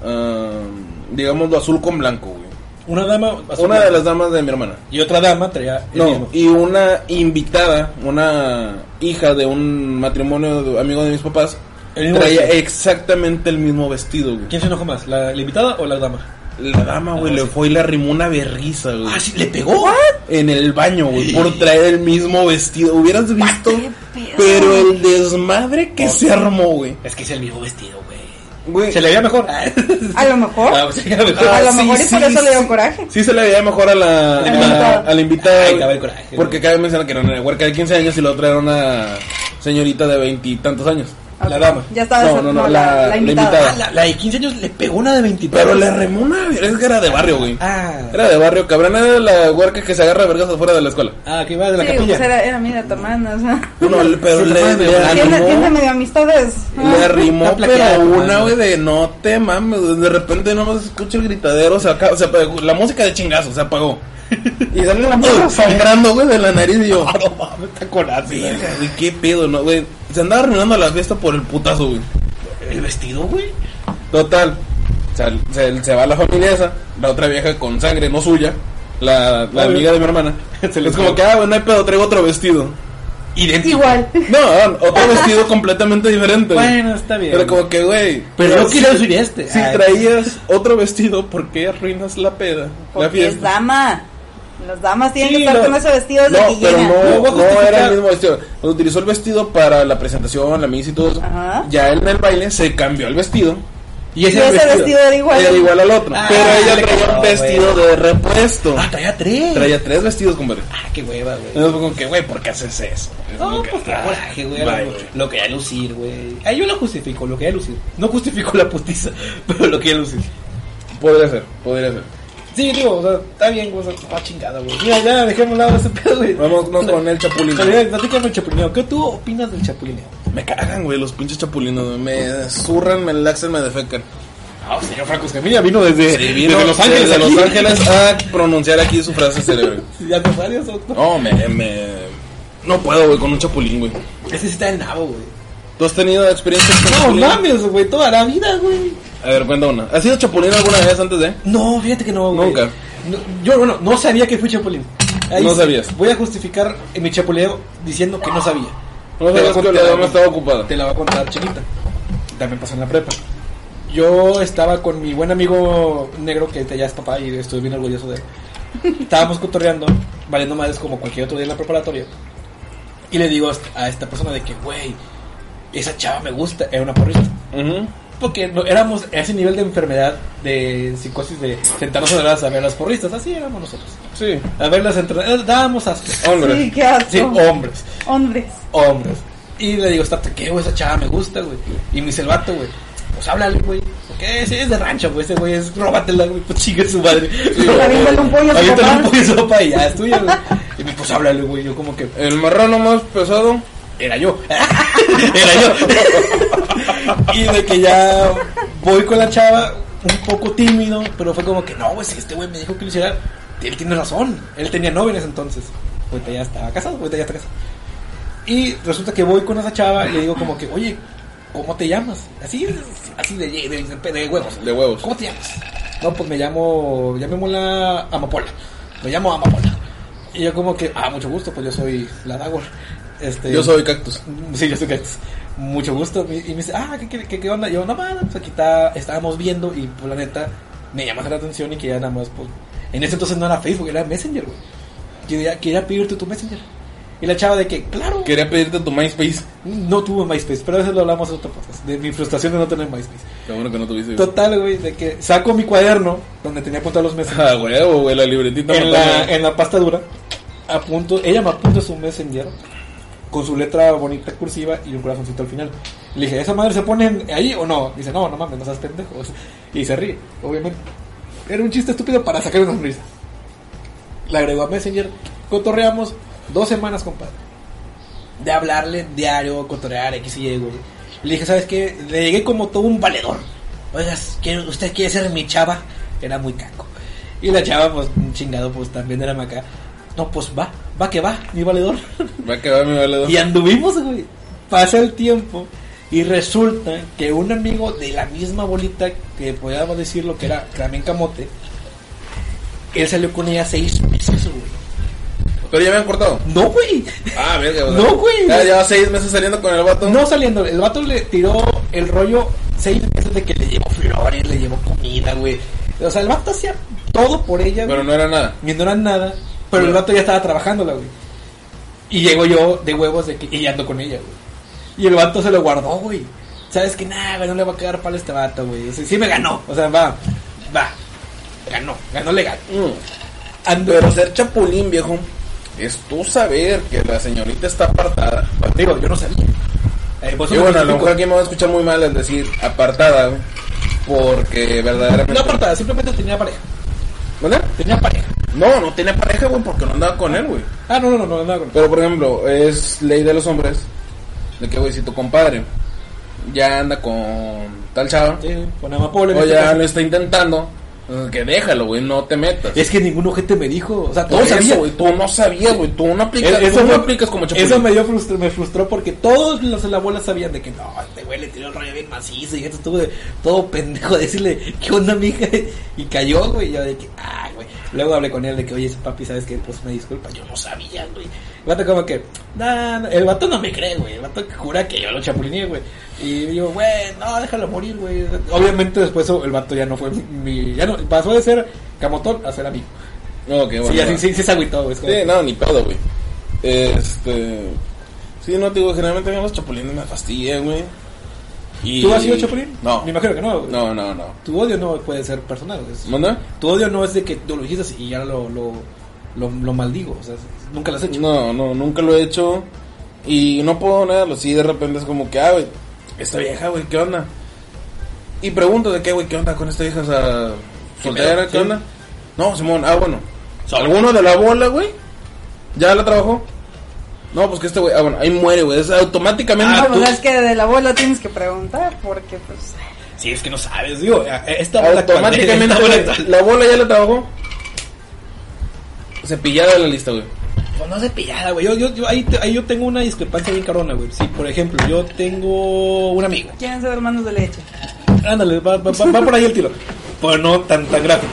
Speaker 1: digamos digámoslo azul con blanco, güey.
Speaker 2: Una dama. azul-
Speaker 1: Una de las damas de mi hermana.
Speaker 2: Y otra dama traía. el
Speaker 1: No,
Speaker 2: mismo.
Speaker 1: y una invitada, una hija de un matrimonio de- amigo de mis papás,
Speaker 2: El mismo
Speaker 1: traía
Speaker 2: vestido.
Speaker 1: exactamente el mismo vestido, güey.
Speaker 2: ¿Quién se enojó más? ¿La, la invitada o la dama?
Speaker 1: La dama, güey, le fue y le arrimó una berriza, güey.
Speaker 2: Ah, sí, le pegó.
Speaker 1: En el baño, güey, por traer el mismo vestido. Hubieras visto, pero el desmadre que se armó, güey.
Speaker 2: Es que es el mismo vestido, güey.
Speaker 1: Güey,
Speaker 2: Se le veía mejor.
Speaker 3: A lo mejor.
Speaker 2: Ah, pues, era mejor.
Speaker 1: Ah,
Speaker 3: a lo
Speaker 1: sí,
Speaker 3: mejor y por
Speaker 1: sí,
Speaker 3: eso le dio
Speaker 1: sí.
Speaker 3: coraje.
Speaker 1: Sí se le veía mejor a la,
Speaker 3: La
Speaker 1: a la-
Speaker 3: invitada.
Speaker 1: a la invitada.
Speaker 2: Ay,
Speaker 1: güey,
Speaker 2: cabe el coraje.
Speaker 1: porque cabe mencionar que era una huerca de 15 años y lo otra era una señorita de veintitantos años.
Speaker 2: La dama.
Speaker 3: Ya estaba
Speaker 1: No,
Speaker 3: esa-
Speaker 1: no, no, la- la
Speaker 2: [laughs] Ah,
Speaker 1: invitada.
Speaker 2: la, la de 15 años le pegó una de 20.
Speaker 1: Pero le arrimó una... Es que era de barrio, güey.
Speaker 2: Ah,
Speaker 1: Era de barrio, cabrón. Era la huerca que se agarra a vergas afuera de la escuela.
Speaker 2: ah, que iba de la
Speaker 3: Sí,
Speaker 2: capilla.
Speaker 3: pues era, era mía de tu hermana, o sea.
Speaker 1: No, le- pero
Speaker 2: Sí,
Speaker 1: le,
Speaker 2: no,
Speaker 1: le
Speaker 2: no, no.
Speaker 3: Tiene, tiene
Speaker 1: arrimó,
Speaker 3: medio amistades.
Speaker 2: Ah.
Speaker 3: Ah,
Speaker 1: le arrimó,
Speaker 2: Está plaqueada,
Speaker 1: pero una,
Speaker 2: mano.
Speaker 1: güey, de no te mames. De repente no más escucho el gritadero, se acaba- se apagó, la música de chingazo se apagó. Y sale la
Speaker 2: [laughs]
Speaker 1: morra sangrando, güey, de la nariz y yo.
Speaker 2: No mames, está con ácido.
Speaker 1: Verga, güey, qué pedo, ¿no, güey? Se andaba arruinando la fiesta por el putazo, güey.
Speaker 2: El vestido, güey.
Speaker 1: Total. sal- Se, se va la familia esa, la otra vieja con sangre, no suya, la, la
Speaker 2: Obvio.
Speaker 1: amiga de mi hermana.
Speaker 2: [laughs] Se le
Speaker 1: es como
Speaker 2: fue.
Speaker 1: que, ah, güey, no hay pedo, traigo otro vestido.
Speaker 2: Idéntico.
Speaker 3: Igual.
Speaker 1: No, ah, otro vestido completamente diferente. güey.
Speaker 2: Bueno, está bien.
Speaker 1: Pero como que, güey.
Speaker 2: Pero no
Speaker 1: si-
Speaker 2: quiero decir este.
Speaker 1: Si
Speaker 2: Ay.
Speaker 1: traías otro vestido, ¿por qué arruinas la peda? la
Speaker 3: Porque es
Speaker 1: fiesta.
Speaker 3: dama. Las damas tienen
Speaker 2: Sí,
Speaker 3: que estar
Speaker 2: lo-
Speaker 3: con ese vestido desde
Speaker 1: No,
Speaker 3: que
Speaker 1: pero
Speaker 3: llegan.
Speaker 1: no,
Speaker 2: No voy a
Speaker 1: no
Speaker 2: justificar.
Speaker 1: era el mismo vestido. Utilizó el vestido para la presentación, la misa y todo eso.
Speaker 3: Ajá.
Speaker 1: Ya él en el baile se cambió el vestido.
Speaker 2: Y
Speaker 3: Y
Speaker 2: ese, vestido.
Speaker 3: era igual.
Speaker 1: Era igual al otro.
Speaker 2: Ah,
Speaker 1: pero
Speaker 2: le
Speaker 1: ella traía
Speaker 2: quedó,
Speaker 1: un vestido de repuesto.
Speaker 2: Ah, traía tres.
Speaker 1: Traía tres vestidos, compadre.
Speaker 2: Ah, qué hueva, güey.
Speaker 1: Entonces fue como que, güey, ¿por qué haces eso? Es
Speaker 2: No,
Speaker 1: como que,
Speaker 2: pues qué
Speaker 1: ah, [laughs]
Speaker 2: coraje, güey.
Speaker 1: bye,
Speaker 2: Lo, lo quería lucir, güey. Ah, yo lo justifico, lo quería lucir. No justifico la putiza, pero lo quería lucir.
Speaker 1: Podría ser, podría ser.
Speaker 2: Sí, digo, o sea, está bien, güey. o sea, Está chingada, güey. Mira, ya dejemos a un lado ese pedo, güey.
Speaker 1: Vámonos con el chapulín.
Speaker 2: Javier, platícame el chapulineo. ¿Qué tú opinas del chapulineo?
Speaker 1: Me cagan, güey, los pinches chapulinos. güey. Me zurran, me laxan, me defecan.
Speaker 2: Ah, señor Franco Escamilla vino desde,
Speaker 1: Sí, vino desde Los Ángeles a pronunciar aquí su frase célebre.
Speaker 2: Ya te salió otro.
Speaker 1: No, me, me... No puedo, güey, con un chapulín, güey.
Speaker 2: Ese sí está el nabo, güey.
Speaker 1: ¿Tú has tenido experiencias con
Speaker 2: No
Speaker 1: chapulín?
Speaker 2: mames, güey. Toda la vida, güey.
Speaker 1: A ver, cuenta una. ¿Has sido chapulín alguna vez antes de...?
Speaker 2: No, fíjate que no, güey.
Speaker 1: Nunca.
Speaker 2: No, yo, bueno, no sabía que fui chapulín.
Speaker 1: No
Speaker 2: sí
Speaker 1: sabías.
Speaker 2: Voy a justificar en mi chapuleo diciendo que no sabía.
Speaker 1: No
Speaker 2: Te la
Speaker 1: sabías que
Speaker 2: conté,
Speaker 1: la dama
Speaker 2: güey.
Speaker 1: estaba ocupada.
Speaker 2: Te la voy a contar chiquita. También pasó en la prepa. Yo estaba con mi buen amigo negro, que ya es papá y estoy bien orgulloso de él. Estábamos cotorreando, valiendo madres como cualquier otro día en la preparatoria. Y le digo a esta- a esta persona de que, güey, esa chava me gusta, era una porrista.
Speaker 1: Ujú.
Speaker 2: Porque no- éramos a ese nivel de enfermedad, de psicosis, de sentarnos a ver- a ver las porristas. Así éramos nosotros.
Speaker 1: Sí.
Speaker 2: A ver las entrenadas. Dábamos asco.
Speaker 1: Hombre.
Speaker 3: Sí, qué asco.
Speaker 2: Sí, hombres.
Speaker 3: Hombres.
Speaker 2: Hombres. Y le digo, está ¿qué, güey? Esa chava me gusta, güey. Y me dice el vato, güey. Pues háblale, güey. ¿Qué? Sí, es de rancho, güey. Ese güey es, róbatela, güey. Pues chingue su madre.
Speaker 3: Aviéntale un pollo a su
Speaker 2: Aviéntale
Speaker 3: papá.
Speaker 2: un pollo a su papá y ya es tuyo, güey. Y me pues háblale, güey. Yo como que,
Speaker 4: El marrano más pesado.
Speaker 2: era yo. era yo. y de que ya voy con la chava, un poco tímido, pero fue como que no, güey, si este güey me dijo que lo hiciera, él tiene razón. Él tenía novia en ese entonces. Ahorita ya estaba casado, ahorita ya está casado. Y resulta que voy con esa chava y le digo como que, oye, ¿cómo te llamas? Así, así de, de, de- de huevos.
Speaker 1: De huevos.
Speaker 2: ¿Cómo te llamas? No, pues me llamo, llamémosla Amapola. Me llamo Amapola. Y yo como que, ah, mucho gusto, pues yo soy la Dagor. Este,
Speaker 1: Yo soy cactus.
Speaker 2: [laughs] Sí, yo soy Cactus. Mucho gusto. Mi- Y me dice, ah, ¿qué, qué, qué, qué onda? Y yo, no, nada, pues aquí está, estábamos viendo y pues la neta me llamaste la atención y que ya nada más, pues. En ese entonces no era Facebook, era Messenger, güey. Yo ya quería pedirte tu Messenger. Y la chava de que, claro,
Speaker 1: Quería pedirte tu MySpace.
Speaker 2: no tuvo MySpace, pero a veces lo hablamos en otro podcast, de mi frustración de no tener MySpace.
Speaker 1: Qué bueno que no tuviste. güey.
Speaker 2: Total, güey, de que saco mi cuaderno donde tenía apuntados los Messenger.
Speaker 1: [laughs] Ah, huevo, güey, la libretita.
Speaker 2: en, la,
Speaker 1: matona.
Speaker 2: en la pasta dura, apunto, ella me apunta su messenger con su letra bonita cursiva y un corazoncito al final. Le dije, ¿esa madre se pone en- ahí o no? Dice, no, no mames, no seas pendejo. Y se ríe, obviamente. Era un chiste estúpido para sacar una sonrisa. La agregó a Messenger, cotorreamos dos semanas, compadre. De hablarle diario, cotorrear, X y Y, güey. Le dije, ¿sabes qué? Le llegué como todo un valedor. Oigas, ¿quiere- ¿usted quiere ser mi chava? Era muy caco. Y la chava, pues, un chingado, pues también era maca. No, pues va, va que va, mi valedor. [laughs]
Speaker 1: Va que va mi valedor.
Speaker 2: Y anduvimos, güey. Pasa el tiempo y resulta que un amigo de la misma bolita que podíamos decir lo que era también camote, él salió con ella seis meses, güey.
Speaker 1: Pero ya me han cortado.
Speaker 2: No, güey.
Speaker 1: Ah, verga, o sea,
Speaker 2: No, güey.
Speaker 1: Ya lleva seis meses saliendo con el vato.
Speaker 2: No saliendo, el vato le tiró el rollo seis meses de que le llevó flores, le llevó comida, güey. O sea, el vato hacía todo por ella, güey.
Speaker 1: Pero no era nada.
Speaker 2: ni no eran nada, pero el vato ya estaba trabajándola, güey. Y llego yo de huevos de que y ando con ella, güey. Y el vato se lo guardó, güey. Sabes que nada, güey, no le va a quedar palo a este vato, güey. O sea, sí me ganó, o sea, va, va. Ganó, ganó legal. Ando,
Speaker 1: Pero ser chapulín, viejo, es tú saber que la señorita está apartada.
Speaker 2: digo, yo no sabía. Eh, vos
Speaker 1: Y
Speaker 2: no
Speaker 1: bueno, a
Speaker 2: me
Speaker 1: lo mejor
Speaker 2: explico.
Speaker 1: aquí me va a escuchar muy mal al decir apartada, güey, porque verdaderamente...
Speaker 2: No apartada, simplemente tenía pareja.
Speaker 1: ¿Vale?
Speaker 2: Tenía pareja.
Speaker 1: No, no tenía pareja, güey, porque no andaba con él, güey.
Speaker 2: Ah, no, no, no, no, no, no.
Speaker 1: Pero, por ejemplo, es ley de los hombres, de que, güey, si tu compadre ya anda con tal chava,
Speaker 2: Sí, con amapola. en
Speaker 1: o
Speaker 2: este
Speaker 1: ya
Speaker 2: caso.
Speaker 1: lo está intentando, eh, que déjalo, güey, no te metas.
Speaker 2: Es que ningún ojete me dijo, o sea,
Speaker 1: Por
Speaker 2: todo
Speaker 1: eso,
Speaker 2: sabía.
Speaker 1: güey, tú no sabías, güey, tú no aplicas, tú no
Speaker 2: me-
Speaker 1: aplicas como chapulín.
Speaker 2: Eh, eso me dio frustr- me frustró porque todos los en la bola sabían de que no, este güey le tiró el rollo bien macizo y esto estuvo de todo pendejo de decirle, ¿qué onda, mija? Y cayó, güey, yo de que, ay, güey. Luego hablé con él de que, oye, ese papi, ¿sabes qué? Pues me disculpa, yo no sabía, güey. El vato como que, nah, no, el vato no me cree, güey. El vato jura que yo lo chapulineé, güey. Y yo, güey, no, déjalo morir, güey. Obviamente después el vato ya no fue mi, ya no, pasó de ser camotón a ser amigo.
Speaker 1: No, qué bueno.
Speaker 2: sí, así, sí, sí se agüitó, güey. es como
Speaker 1: Sí,
Speaker 2: que-
Speaker 1: no, ni pedo, güey. Este. Sí, no te digo, generalmente a mí los chapulines me fastidian, güey. Y-
Speaker 2: ¿Tú has sido chapulín?
Speaker 1: No.
Speaker 2: Me imagino que no. güey.
Speaker 1: No, no, no.
Speaker 2: Tu odio no puede ser personal. güey. Es-
Speaker 1: ¿Manda?
Speaker 2: Tu odio no es de que tú lo dijiste y ya lo, lo, lo, lo maldigo. O sea, es- nunca lo has hecho.
Speaker 1: No, no, nunca lo he hecho. Y no puedo negarlo. Sí, de repente es como que, ah, güey, esta vieja, güey, ¿qué onda? Y pregunto de qué, güey, ¿qué onda con esta vieja? O sea, soltera,
Speaker 2: pedo?
Speaker 1: ¿qué
Speaker 2: Sí.
Speaker 1: onda? No, Simón, ah, bueno. ¿Alguno de la bola, güey? ¿Ya la trabajó? No, pues que este güey, ah, bueno, ahí muere, güey. Es automáticamente.
Speaker 3: Ah,
Speaker 1: tú-
Speaker 3: pues es que de la bola tienes que preguntar, porque pues.
Speaker 2: Sí, es que no sabes, digo. a- a- Esta bola actual- [laughs]
Speaker 3: [laughs]
Speaker 1: Automáticamente
Speaker 2: esta bola
Speaker 1: güey,
Speaker 2: actual.
Speaker 1: la bola ya la trabajó. Cepillada de la lista, güey.
Speaker 2: Pues no se pillada, güey. Yo, yo, yo- ahí, te- ahí yo tengo una discrepancia bien carona, güey. Sí, por ejemplo, yo tengo un amigo.
Speaker 3: Quieren ser hermanos
Speaker 1: [laughs]
Speaker 3: de leche. [laughs]
Speaker 2: Ándale, va, va, va- va por ahí el tiro. Pero no tan, tan gráfico.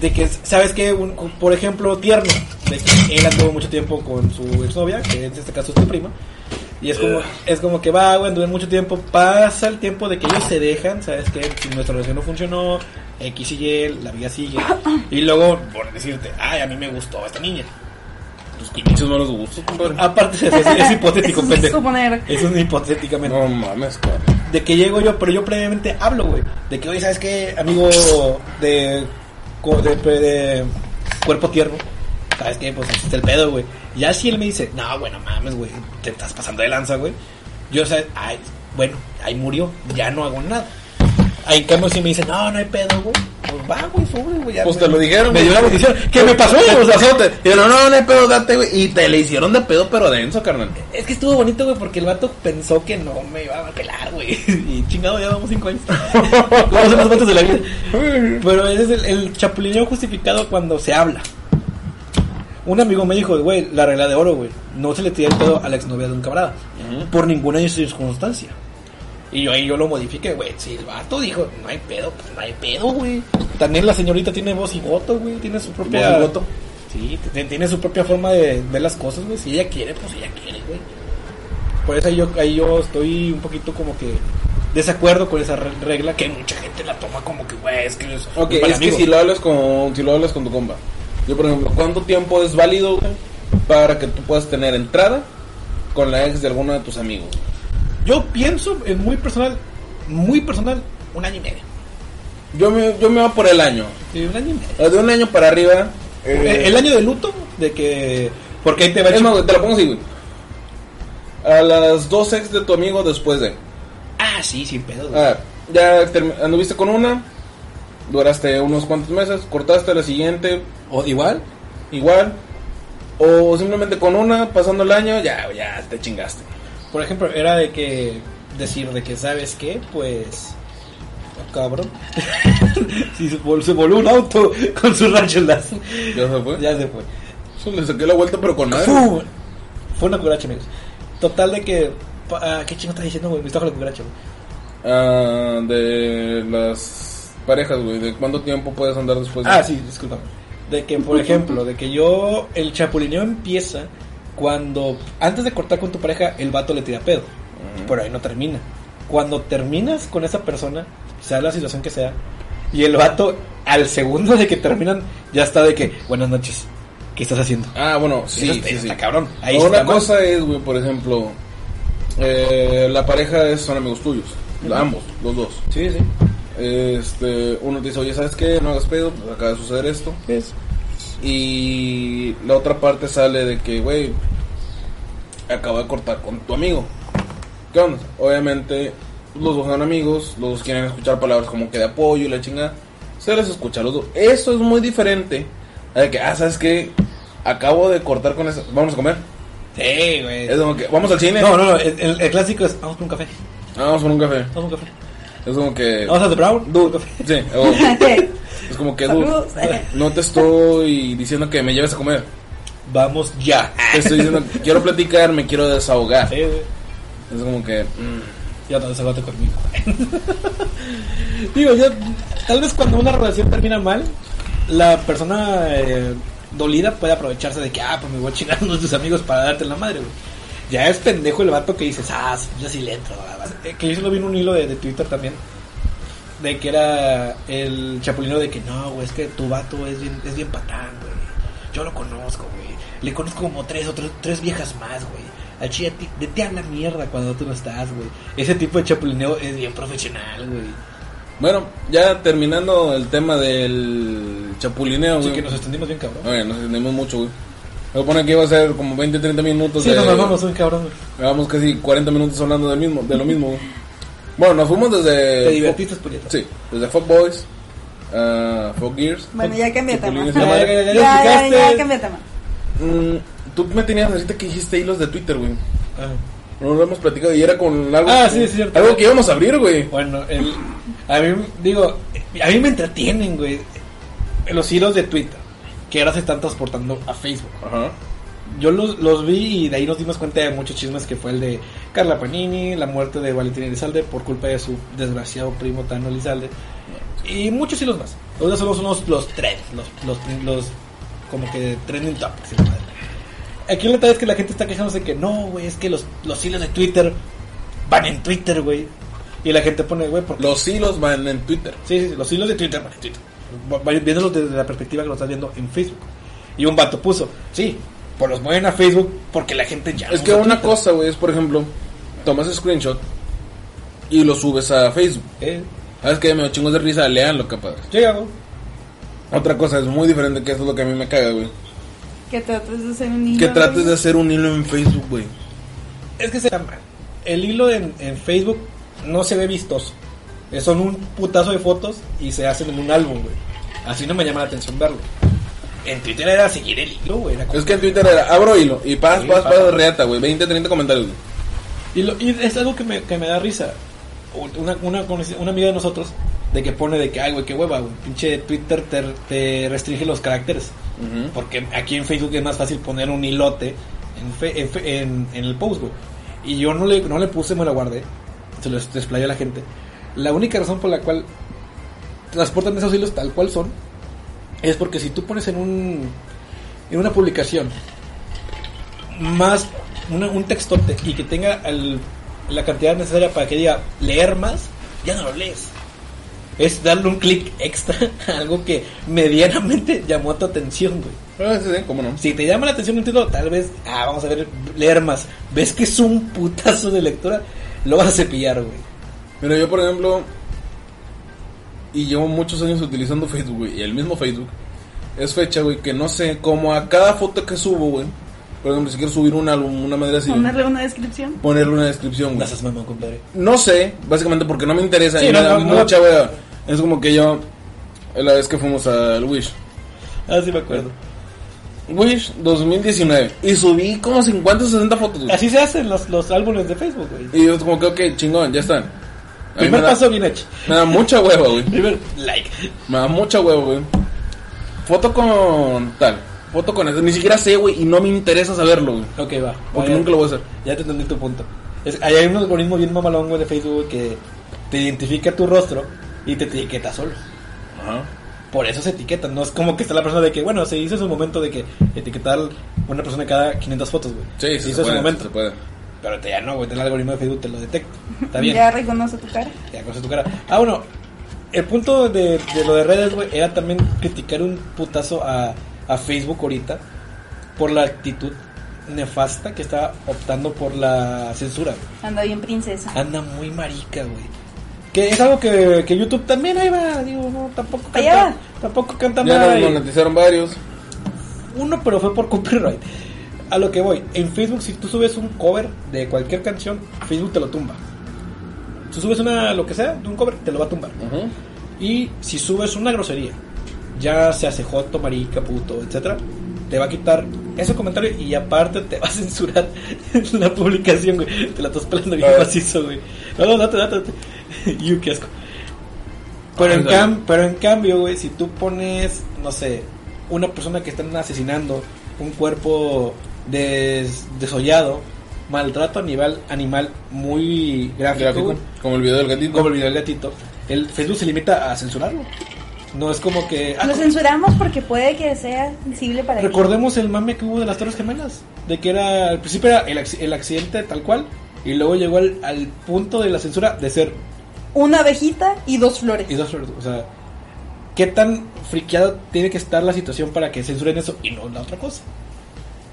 Speaker 2: De que, ¿sabes qué? Un- por ejemplo, tierno. De que él anduvo mucho tiempo con su exnovia, que en este caso es tu prima. Y es
Speaker 3: Eh.
Speaker 2: como, es como que va, güey, anduve mucho tiempo. Pasa el tiempo de que ellos se dejan, ¿sabes qué? Si nuestra relación no funcionó, X y Y, la vida
Speaker 3: [coughs]
Speaker 2: sigue. Y luego, por decirte, ay, a mí me gustó esta
Speaker 3: [laughs]
Speaker 2: niña.
Speaker 1: Tus Pues, pinches malos gustos,
Speaker 3: Ah,
Speaker 1: compadre.
Speaker 2: Aparte, es, es hipotético,
Speaker 3: Eso es
Speaker 2: pendejo.
Speaker 3: suponer.
Speaker 2: Eso es hipotéticamente.
Speaker 1: No mames, cabrón.
Speaker 2: De que llego yo, pero yo previamente hablo, güey. De que, oye, ¿sabes qué? Amigo de, co- de, de cuerpo tierno. ¿Sabes qué? Pues este es el pedo, güey. Ya si él me dice, no, bueno, mames, güey, te estás pasando de lanza, güey. Yo, ¿sabes? Ay, bueno, ahí murió, ya no hago nada. Ahí, en cambio, si me dice, no, no hay pedo, güey. Pues va, güey, sube, güey. ya
Speaker 1: Pues
Speaker 2: me-
Speaker 1: te lo dijeron.
Speaker 2: Me
Speaker 1: güey.
Speaker 2: dio la bendición. ¿Qué me pasó?
Speaker 1: Te
Speaker 2: O sea,
Speaker 1: pasaste. Y no, no, no hay pedo, date, güey. Y te le hicieron de pedo, pero denso, carnal.
Speaker 2: Es que estuvo bonito, güey, porque el vato pensó que no me iba a pelar, güey. [laughs] Y chingado, ya
Speaker 1: [laughs]
Speaker 2: vamos cinco años. vamos a los vatos de la vida. Pero ese es el, el chapulineo justificado cuando se habla. Un amigo me dijo, güey, la regla de oro, güey. No se le tira el pedo a la exnovia de un camarada. Por ninguna circunstancia. Y yo ahí yo lo modifiqué, güey. Si el vato dijo, no hay pedo, pues no hay pedo, güey. También la señorita tiene voz y voto, güey. Tiene su propia...
Speaker 1: Voz y voto.
Speaker 2: Sí, t- tiene su propia forma de ver las cosas, güey. Si ella quiere, pues ella quiere, güey. Por eso ahí yo, ahí yo estoy un poquito como que desacuerdo con esa re- regla que mucha gente la toma como que, güey, es que es,
Speaker 1: Ok,
Speaker 2: es para
Speaker 1: es que
Speaker 2: amigos.
Speaker 1: si lo hablas con, si lo hablas con tu compa. Yo, por ejemplo, ¿cuánto tiempo es válido, güey, para que tú puedas tener entrada con la ex de alguno de tus amigos?
Speaker 2: Yo pienso, es muy personal, muy personal, un año y medio.
Speaker 1: Yo me, yo me voy por el año.
Speaker 2: Sí, un año y medio.
Speaker 1: De un año para arriba. eh,
Speaker 2: Eh, el año de luto, de que. Porque ahí te va el
Speaker 1: es más,
Speaker 2: chico.
Speaker 1: güey, te lo pongo así, güey. A las dos ex de tu amigo después de.
Speaker 2: Ah, sí, sin pedo. güey.
Speaker 1: Ah, ya termi- anduviste con una, duraste unos cuantos meses, cortaste la siguiente,
Speaker 2: O igual,
Speaker 1: igual. O simplemente con una, pasando el año, ya, ya te chingaste.
Speaker 2: por ejemplo, era de que. Decir de que, ¿sabes qué? Pues. oh, Cabrón. [laughs] Sí, se, vol- se voló un auto con sus rayos láser.
Speaker 1: Ya se fue.
Speaker 2: Ya se fue.
Speaker 1: Eso le saqué la vuelta, pero con madre.
Speaker 2: ¡Fu! Fue una cucaracha, amigos. Total de que. pa- Ah, ¿Qué chingo estás diciendo, güey? Me está con la cucaracha, güey.
Speaker 1: Ah, de las parejas, güey. ¿De cuánto tiempo puedes andar después? de-
Speaker 2: Ah, sí, discúlpame. De que, por ejemplo, de que yo. El chapulineo empieza cuando. Antes de cortar con tu pareja, el vato le tira pedo. Pero ahí no termina. Cuando terminas con esa persona, sea la situación que sea, y el vato, al segundo de que terminan, ya está de que. Buenas noches. ¿Qué estás haciendo?
Speaker 1: Ah, bueno, sí,
Speaker 2: Eso
Speaker 1: sí,
Speaker 2: está-
Speaker 1: sí.
Speaker 2: está cabrón. Ahí
Speaker 1: Ahora,
Speaker 2: está
Speaker 1: una
Speaker 2: mal.
Speaker 1: cosa es, güey, por ejemplo, eh, la pareja es, son amigos tuyos. Ambos, los dos.
Speaker 2: Sí, sí.
Speaker 1: Este, uno te dice, oye, ¿sabes qué? No hagas pedo, pues acaba de suceder esto.
Speaker 2: Es.
Speaker 1: Y la otra parte sale de que, güey, acabo de cortar con tu amigo. ¿Qué onda? Obviamente, los dos son amigos, los dos quieren escuchar palabras como que de apoyo y la chingada. Se les escucha a los dos. Eso es muy diferente a de que, ah, ¿sabes qué? Acabo de cortar con eso. Vamos a comer.
Speaker 2: Sí, güey.
Speaker 1: Es como que, vamos al cine. Ah,
Speaker 2: No, no, no. El, el- el clásico es: vamos por un café.
Speaker 1: Vamos por un café.
Speaker 2: Vamos por un café.
Speaker 1: Es como que.
Speaker 2: Vamos a The Brown.
Speaker 1: Dude, sí, o- es como que, dude,
Speaker 3: Saludos.
Speaker 1: no te estoy diciendo que me lleves a comer.
Speaker 2: Vamos ya.
Speaker 1: Te estoy diciendo, quiero platicar, me quiero desahogar.
Speaker 2: Sí, güey.
Speaker 1: Es como que. mm,
Speaker 2: Ya no desahogate conmigo. Digo, yo, tal vez cuando una relación termina mal, la persona eh, dolida puede aprovecharse de que, ah, pues me voy a chingar a uno de tus amigos para darte la madre, güey. Ya es pendejo el vato que dices, ah, yo sí le entro. ah, vas". Eh, Que yo se lo vi en un hilo de, de Twitter también. De que era el chapulino de que no, güey, es que tu vato es bien, es bien patán, güey. Yo lo conozco, güey. Le conozco como tres o tres, tres viejas más, güey. Al chile, ti- vete a la mierda cuando tú no estás, güey. Ese tipo de chapulineo es bien profesional, güey.
Speaker 1: Bueno, ya terminando el tema del chapulineo,
Speaker 2: Así
Speaker 1: güey.
Speaker 2: que nos extendimos bien, cabrón.
Speaker 1: Oye, nos entendemos mucho, güey. Se supone que iba a ser como 20, 30 minutos.
Speaker 2: Sí,
Speaker 1: de-
Speaker 2: nos mamamos un cabrón, güey.
Speaker 1: Llevamos casi 40 minutos hablando del mismo, de lo mismo, güey. Bueno, nos fuimos desde.
Speaker 2: Te divertiste, puñetas.
Speaker 1: eh, Sí, desde Fog Boys, a Fog Gears.
Speaker 3: Bueno, ya cambié de tema.
Speaker 1: Chapulines
Speaker 3: Ya,
Speaker 1: de madre.
Speaker 2: Ya, ya,
Speaker 3: ya,
Speaker 2: ya,
Speaker 3: ya,
Speaker 2: explicaste.
Speaker 3: ya cambié de tema.
Speaker 1: Mm, tú me tenías ahorita que dijiste hilos de Twitter, güey.
Speaker 2: Ah.
Speaker 1: No lo hemos platicado y era con algo.
Speaker 2: Ah, sí, es cierto.
Speaker 1: Algo que íbamos a abrir, güey.
Speaker 2: Bueno, el- a mí, digo, a mí me entretienen, güey. Los hilos de Twitter, que ahora se están transportando a Facebook.
Speaker 1: Ajá.
Speaker 2: Yo los, los vi y de ahí nos dimos cuenta de muchos chismes que fue el de Carla Panini, la muerte de Valentín Elizalde por culpa de su desgraciado primo Tano Elizalde y muchos hilos más. Ahora somos unos los trends, los, los, los como que trending topics. y la madre. Aquí la verdad es que la gente está quejándose que no, güey, es que los, los hilos de Twitter van en Twitter, güey. Y Y la gente pone, güey, porque
Speaker 1: Los hilos van en Twitter.
Speaker 2: Sí, sí, sí, los hilos de Twitter, bueno, Twitter. Va- va- Viéndolos desde la perspectiva que lo estás viendo en Facebook. Y un vato puso, sí, pues los mueven a Facebook porque la gente ya.
Speaker 1: Es
Speaker 2: Ah, no
Speaker 1: que
Speaker 2: usa
Speaker 1: una
Speaker 2: Twitter.
Speaker 1: cosa, güey, es por ejemplo, tomas screenshot y lo subes a Facebook.
Speaker 2: Eh,
Speaker 1: ¿Sabes qué? Me da chingos de risa, leanlo, capaz.
Speaker 2: llega, güey.
Speaker 1: Otra cosa es muy diferente que esto es lo que a mí me caga, güey.
Speaker 3: Que trates de ser un niño.
Speaker 1: Que trates de
Speaker 3: güey.
Speaker 1: hacer un hilo en Facebook, güey.
Speaker 2: Es que se está mal. El hilo en, en Facebook no se ve vistoso. Eh, Son un putazo de fotos y se hacen en un álbum, güey. Así no me llama la atención verlo. En Twitter era seguir el hilo, güey. era como-
Speaker 1: Es que en Twitter era, abro hilo y paz,
Speaker 2: Sí,
Speaker 1: paz,
Speaker 2: pasa.
Speaker 1: paz, reata, güey. 20, 30 comentarios, güey.
Speaker 2: Y, lo- y es algo que me, que me da risa. Una, una, conoci- una amiga de nosotros, de que pone de que, ay, güey, qué hueva, güey. Pinche Twitter te, te restringe los caracteres. Porque aquí en Facebook es más fácil poner un hilote en, fe- en fe- en- en el post, güey. Y yo no le, no le puse, me la guardé. Se lo des- desplayé a la gente. La única razón por la cual transportan esos hilos tal cual son es porque si tú pones en un en una publicación más una- un textote y que tenga el- la cantidad necesaria para que diga leer más, ya no lo lees. Es darle un clic extra [laughs] a algo que medianamente llamó tu atención, güey.
Speaker 1: Ah, sí, sí, cómo no.
Speaker 2: Si te llama la atención un título, tal vez, ah, vamos a ver, leer más. Ves que es un putazo de lectura, lo vas a cepillar, güey.
Speaker 1: Mira, yo por ejemplo, y llevo muchos años utilizando Facebook, güey, y el mismo Facebook, es fecha, güey, que no sé, como a cada foto que subo, güey, por ejemplo, si quiero subir un álbum, una madre así,
Speaker 3: Ponerle una descripción.
Speaker 1: ponerle una descripción,
Speaker 2: No
Speaker 1: güey.
Speaker 2: seas mamón, compadre.
Speaker 1: No sé, básicamente porque no me interesa,
Speaker 2: Sí,
Speaker 1: y
Speaker 2: no,
Speaker 1: me da
Speaker 2: no, no.
Speaker 1: mucha wea. Es como que yo, la vez que fuimos al Wish,
Speaker 2: Ah, sí me acuerdo.
Speaker 1: Wish 2019, y subí como 50 o 60 fotos, güey.
Speaker 2: Así se hacen los, los álbumes de Facebook, güey.
Speaker 1: Y yo es como que, ok, chingón, ya están. A mí me
Speaker 2: Primer
Speaker 1: da,
Speaker 2: paso bien hecho.
Speaker 1: me da mucha hueva, güey.
Speaker 2: Primer like.
Speaker 1: Me da mucha huevo, güey. Foto con tal. Foto con eso. Ni siquiera sé, güey. Y no me interesa saberlo, güey.
Speaker 2: Ok, va.
Speaker 1: Porque
Speaker 2: Vaya.
Speaker 1: nunca lo voy a hacer.
Speaker 2: Ya te entendí tu punto. Es- ahí hay un algoritmo bien mamalón, güey, de Facebook güey, que te identifica tu rostro y te etiqueta solo.
Speaker 1: Ajá.
Speaker 2: Por eso se etiquetan. No es como que está la persona de que, bueno, se hizo su momento de que etiquetar una persona cada 500 fotos, güey.
Speaker 1: Sí,
Speaker 2: se
Speaker 1: sí,
Speaker 2: hizo
Speaker 1: se
Speaker 2: su
Speaker 1: puede,
Speaker 2: momento.
Speaker 1: se puede.
Speaker 2: Pero te, ya no, güey, el algoritmo de Facebook te lo detecta.
Speaker 3: [laughs]
Speaker 2: Está bien.
Speaker 3: Ya reconoce tu cara.
Speaker 2: Ya conoces tu cara. Ah, bueno, el punto de, de lo de redes, güey, era también criticar un putazo a, a Facebook ahorita por la actitud nefasta que está optando por la censura. güey.
Speaker 3: Anda bien princesa.
Speaker 2: Anda muy marica, güey. Que es algo que, que YouTube también ahí va, digo, no, tampoco
Speaker 3: Allá
Speaker 2: canta,
Speaker 3: va.
Speaker 2: tampoco canta
Speaker 1: Ya
Speaker 2: mal.
Speaker 1: nos monetizaron varios.
Speaker 2: Uno, pero fue por copyright. A lo que voy, en Facebook si tú subes un cover de cualquier canción, Facebook te lo tumba. Tú subes una, lo que sea, de un cover, te lo va a tumbar.
Speaker 1: Ajá.
Speaker 2: Y si subes una grosería, ya se hace joto, marica, puto, etcétera, te va a quitar ese comentario y aparte te va a [laughs] censurar la publicación, güey. Te la estás pelando bien
Speaker 1: A ver.
Speaker 2: macizo, güey. No, no, date, date, [laughs] date. Yu, qué asco. Pero en,
Speaker 1: Ándale.
Speaker 2: cam- pero en cambio, güey, si tú pones, no sé, una persona que están asesinando, un cuerpo des- desollado, maltrato animal, animal muy gráfico,
Speaker 1: Gráfico.
Speaker 2: güey,
Speaker 1: Como el video del gatito.
Speaker 2: como el video del gatito, el Facebook se limita a censurarlo. No es como que. ah,
Speaker 3: Lo censuramos porque puede que sea sensible para ti.
Speaker 2: recordemos el mame que hubo de las Torres Gemelas. De que era. Al principio era el, acc- el accidente tal cual. Y luego llegó al, al punto de la censura de ser.
Speaker 3: Una abejita y dos flores.
Speaker 2: y dos flores, O sea, ¿qué tan friqueado tiene que estar la situación para que censuren eso y no la otra cosa?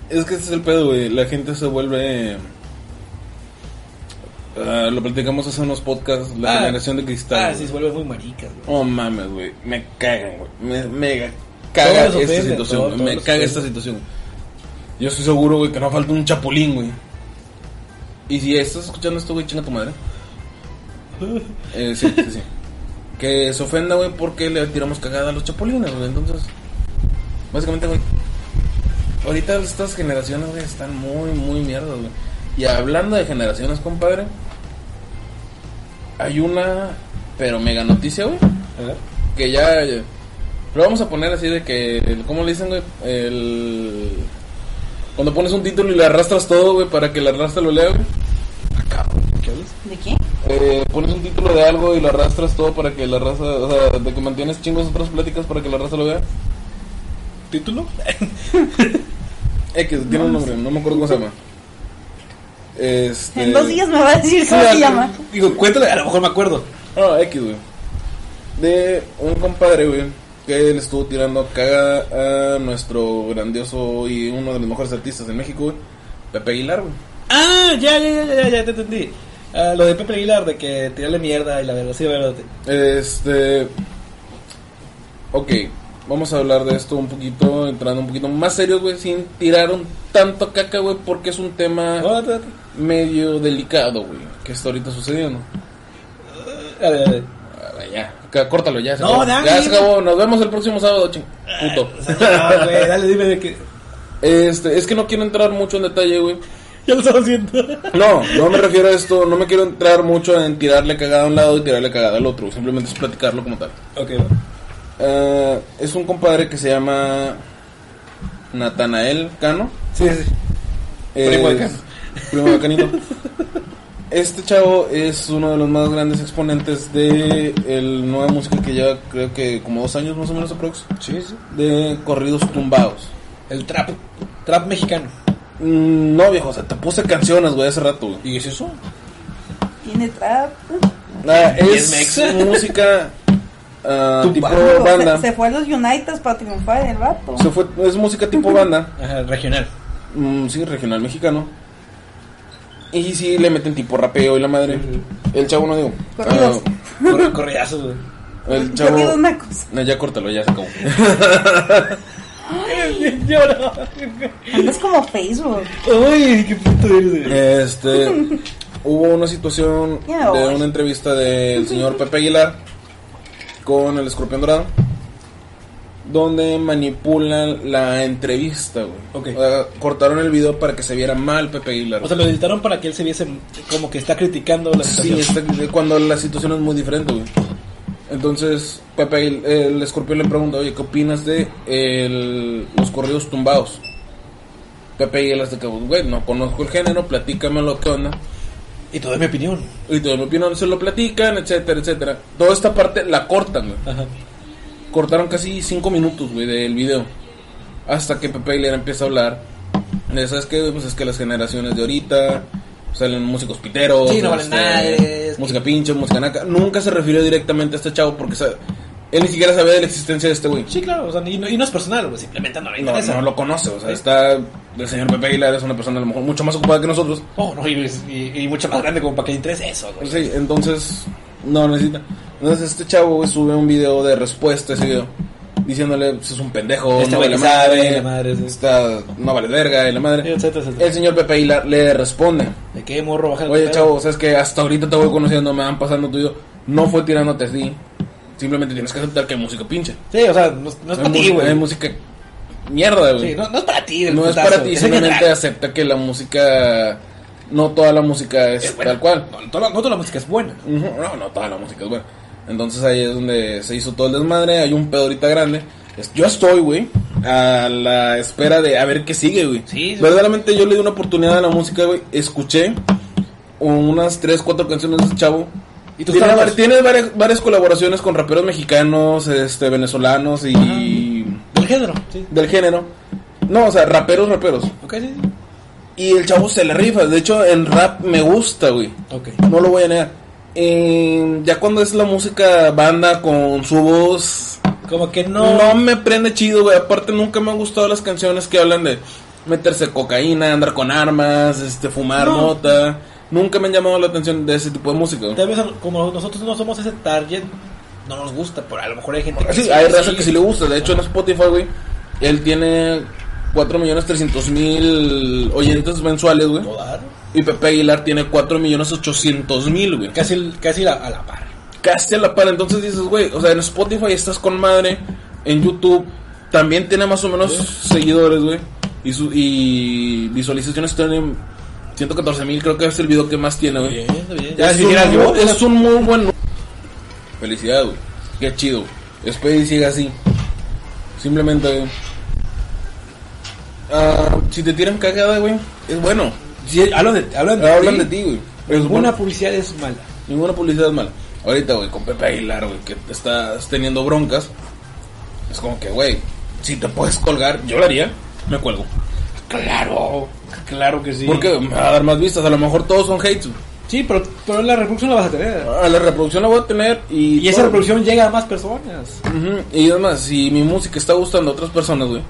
Speaker 1: Es que ese es el pedo, güey. La gente se vuelve. Ah, lo platicamos hace unos podcasts. La
Speaker 2: Ah.
Speaker 1: generación de cristal.
Speaker 2: Ah,
Speaker 1: güey.
Speaker 2: sí, se vuelve muy marica. güey.
Speaker 1: Oh mames, güey. Me cagan, güey. Me mega caga
Speaker 2: Todos
Speaker 1: esta
Speaker 2: los ofenden,
Speaker 1: situación.
Speaker 2: todo-
Speaker 1: güey.
Speaker 2: todos
Speaker 1: me
Speaker 2: los
Speaker 1: caga
Speaker 2: ofenden.
Speaker 1: esta situación. Yo estoy seguro, güey, que no falta un chapulín, güey. Y si estás escuchando esto, güey, chinga tu
Speaker 2: [laughs]
Speaker 1: madre. Eh, sí, sí, sí. Que se ofenda, güey, porque le tiramos cagada a los chapulines, güey. Entonces, básicamente, güey. Ahorita estas generaciones, güey, están muy, muy mierdas, güey. Y hablando de generaciones, compadre. Hay una, pero mega noticia, güey
Speaker 2: A ver.
Speaker 1: que ya, ya- lo vamos a poner así de que el- cómo le dicen güey el cuando pones un título y le arrastras todo güey para que la arrastra lo lea güey
Speaker 2: ¿Qué hablas?
Speaker 3: ¿De qué?
Speaker 1: Eh, pones un título de algo y lo arrastras todo para que la raza o sea de que mantienes chingos otras pláticas para que la raza lo vea
Speaker 2: ¿Título?
Speaker 1: [laughs] X tiene un nombre no me acuerdo cómo se llama Este,
Speaker 3: En dos días me va a decir
Speaker 2: Sí,
Speaker 3: cómo
Speaker 2: a-
Speaker 3: se llama.
Speaker 2: Digo, cuéntale, a lo mejor me acuerdo.
Speaker 1: No, Ah, X, güey. De un compadre, güey, que le estuvo tirando cagada a nuestro grandioso y uno de los mejores artistas de México, güey, Pepe Aguilar, güey.
Speaker 2: Ah, ya, ya, ya, ya, ya te entendí. Ah, lo de Pepe Aguilar, de que tirarle mierda y la verdad, sí, la verdad.
Speaker 1: Este. Ok, vamos a hablar de esto un poquito, entrando un poquito más serios, güey, sin tirar un tanto caca, güey, porque es un tema
Speaker 2: No, date, date.
Speaker 1: medio delicado, güey, que está ahorita sucediendo.
Speaker 2: A ver, a ver.
Speaker 1: Ah, Ya, acá, córtalo ya. Se
Speaker 2: No,
Speaker 1: acabó.
Speaker 2: dale.
Speaker 1: ya se acabó. Nos vemos el próximo sábado, ching. Puto.
Speaker 2: Ah, güey, dale, dime de qué.
Speaker 1: Este, es que no quiero entrar mucho en detalle, güey.
Speaker 2: Ya lo estaba haciendo.
Speaker 1: No, no me refiero a esto, no me quiero entrar mucho en tirarle cagada a un lado y tirarle cagada al otro, simplemente es platicarlo como tal.
Speaker 2: ok,
Speaker 1: Ah, es un compadre que se llama Natanael Cano.
Speaker 2: sí, sí. Primo de Cano.
Speaker 1: Primo de Canito. Este chavo es uno de los más grandes exponentes de el nueva música que lleva creo que como dos años más o menos aprox
Speaker 2: Sí, sí.
Speaker 1: de corridos tumbados.
Speaker 2: El trap, trap mexicano.
Speaker 1: Mm, No, viejo, o sea, te puse canciones, güey, hace rato, güey.
Speaker 2: ¿Y es eso?
Speaker 3: Tiene trap.
Speaker 1: Ah,
Speaker 2: ¿Y
Speaker 1: es
Speaker 2: es mexa?
Speaker 1: música [laughs] ah, tipo
Speaker 2: Tumbado.
Speaker 3: Digo, se-
Speaker 1: banda.
Speaker 3: Se, fue a los United para triunfar el vato.
Speaker 1: Se fue, es música tipo banda,
Speaker 2: Ajá, regional.
Speaker 1: mm, sí, regional mexicano. Y sí, le meten tipo rapeo y la madre. El chavo no digo.
Speaker 3: Corridos.
Speaker 2: [laughs] Cor- Correazos, güey.
Speaker 1: Ah,
Speaker 3: [laughs]
Speaker 1: el
Speaker 3: Yo digo
Speaker 1: chavo.
Speaker 3: una cosa.
Speaker 1: No, ya córtalo, ya se acabó.
Speaker 2: Lloro.
Speaker 3: Andas como Facebook.
Speaker 2: Uy, qué puto eres, güey.
Speaker 1: Este, hubo una situación
Speaker 3: Ya,
Speaker 1: de
Speaker 3: oye.
Speaker 1: una entrevista del señor Pepe Aguilar con el escorpión dorado, donde manipulan la entrevista, güey.
Speaker 2: Ok.
Speaker 1: O sea, cortaron el video para que se viera mal Pepe Aguilar.
Speaker 2: O sea, lo editaron para que él se viese como que está criticando la
Speaker 1: Sí,
Speaker 2: situación.
Speaker 1: está- cuando la situación es muy diferente, güey. Entonces, Pepe, Aguil- el escorpión le pregunta, oye, ¿qué opinas de el- los corridos tumbados? Pepe Aguilar se quedó, güey, no conozco el género, platícame lo que onda.
Speaker 2: Y todo es mi opinión.
Speaker 1: Y todo mi opinión se lo platican, etcétera, etcétera. Toda esta parte la cortan, güey.
Speaker 2: Ajá.
Speaker 1: Cortaron casi cinco minutos, güey, del video. Hasta que Pepe Aguilera empieza a hablar. De, ¿Sabes qué? güey? Pues es que las generaciones de ahorita salen músicos piteros. este,
Speaker 2: Sí, no valen madres.
Speaker 1: Música pinche, música naca. Nunca se refirió directamente a este chavo porque sabe- él ni siquiera sabía de la existencia de este güey.
Speaker 2: Sí, claro, o sea, y no, y no es personal, güey, simplemente no le
Speaker 1: No,
Speaker 2: interesa.
Speaker 1: no lo conoce, o sea, está... El señor Pepe Aguilar es una persona a lo mejor mucho más ocupada que nosotros.
Speaker 2: Oh, no, y, y- y mucho más grande como para que le interese eso, güey.
Speaker 1: Pues Sí, entonces no necesita. Entonces este chavo güey, sube un video de respuesta a ese video diciéndole pues, es un pendejo,
Speaker 2: Este
Speaker 1: no
Speaker 2: güey
Speaker 1: vale
Speaker 2: que sabe,
Speaker 1: madre,
Speaker 2: la madre, sí.
Speaker 1: está- no vale verga y la
Speaker 2: Sí,
Speaker 1: madre.
Speaker 2: etcétera, etcétera.
Speaker 1: El señor Pepe Aguilar le responde,
Speaker 2: ¿De qué morro baja el
Speaker 1: oye
Speaker 2: pedo?
Speaker 1: chavo, sabes que hasta ahorita te voy conociendo, me van pasando tuyo, no fue tirándote así, simplemente tienes que aceptar que hay música pinche.
Speaker 2: Sí, o sea, no, no es para
Speaker 1: Hay
Speaker 2: ti,
Speaker 1: mu- Hay
Speaker 2: güey.
Speaker 1: música mierda, güey.
Speaker 2: Sí, no, no es para ti, del
Speaker 1: No es
Speaker 2: putazo,
Speaker 1: para ti,
Speaker 2: ese que
Speaker 1: simplemente
Speaker 2: trae.
Speaker 1: acepta que la música, no toda la música es,
Speaker 2: Es buena.
Speaker 1: tal cual.
Speaker 2: Eh, No, toda, no toda la música es buena.
Speaker 1: Ujú, No, no, toda la música es buena. Entonces ahí es donde se hizo todo el desmadre. Hay un pedo ahorita grande. Es- Yo estoy, güey, a la espera de a ver qué sigue, güey.
Speaker 2: Sí, sí.
Speaker 1: Verdaderamente yo le di una oportunidad a la música, güey. Escuché unas 3, 4 canciones de ese chavo.
Speaker 2: ¿Y tus
Speaker 1: tiene
Speaker 2: talentos?
Speaker 1: var- tiene varias, varias colaboraciones con raperos mexicanos, este, venezolanos y
Speaker 2: Del género, sí.
Speaker 1: del género. No, o sea, raperos, raperos.
Speaker 2: Ok, sí, sí.
Speaker 1: Y el chavo se le rifa. De hecho, en rap me gusta, güey.
Speaker 2: Ok.
Speaker 1: No lo voy a negar. Eh, ya cuando es la música banda con su voz,
Speaker 2: Como que no.
Speaker 1: no, me prende chido, güey. Aparte, nunca me han gustado las canciones que hablan de meterse cocaína, andar con armas, este, fumar
Speaker 2: No.
Speaker 1: mota. Nunca me han llamado la atención de ese tipo de música. güey.
Speaker 2: Tal vez como nosotros no somos ese target, no nos gusta, pero a lo mejor hay gente que
Speaker 1: Sí, hay raza que sí le gusta. De hecho, en Spotify, güey, él tiene 4.300.000 oyentes mensuales, güey.
Speaker 2: Claro.
Speaker 1: Y Pepe Aguilar tiene 4.800.000, güey.
Speaker 2: Casi, el- casi la- a la par.
Speaker 1: casi a la par. Entonces dices, güey, o sea, en Spotify estás con madre, en YouTube también tiene más o menos seguidores, güey. Y, su- y visualizaciones tienen 114 mil, creo que es el video que más tiene, güey.
Speaker 2: Bien, bien.
Speaker 1: Es,
Speaker 2: si
Speaker 1: un,
Speaker 2: quieras,
Speaker 1: mu-
Speaker 2: yo-
Speaker 1: es un muy buen... Felicidad, güey. Qué chido. Espero y siga así. Simplemente, güey. Ah, si te tiran cagada, güey, es bueno.
Speaker 2: Sí, hablan de, hablan de
Speaker 1: Hablan de ti, güey. Es bueno.
Speaker 2: Ninguna publicidad es mala.
Speaker 1: Ninguna publicidad es mala. Ahorita, güey, con Pepe Aguilar, güey, que te estás teniendo broncas. Es como que, güey, si te puedes colgar, yo lo haría, me cuelgo.
Speaker 2: Claro, claro que sí.
Speaker 1: Porque me va a dar más vistas. A lo mejor todos son hates.
Speaker 2: Sí, pero, pero la reproducción la vas a tener.
Speaker 1: A la reproducción la voy a tener y.
Speaker 2: Y esa
Speaker 1: todo.
Speaker 2: reproducción llega a más personas.
Speaker 1: Ujú, Y además, si mi música está gustando a otras personas, güey.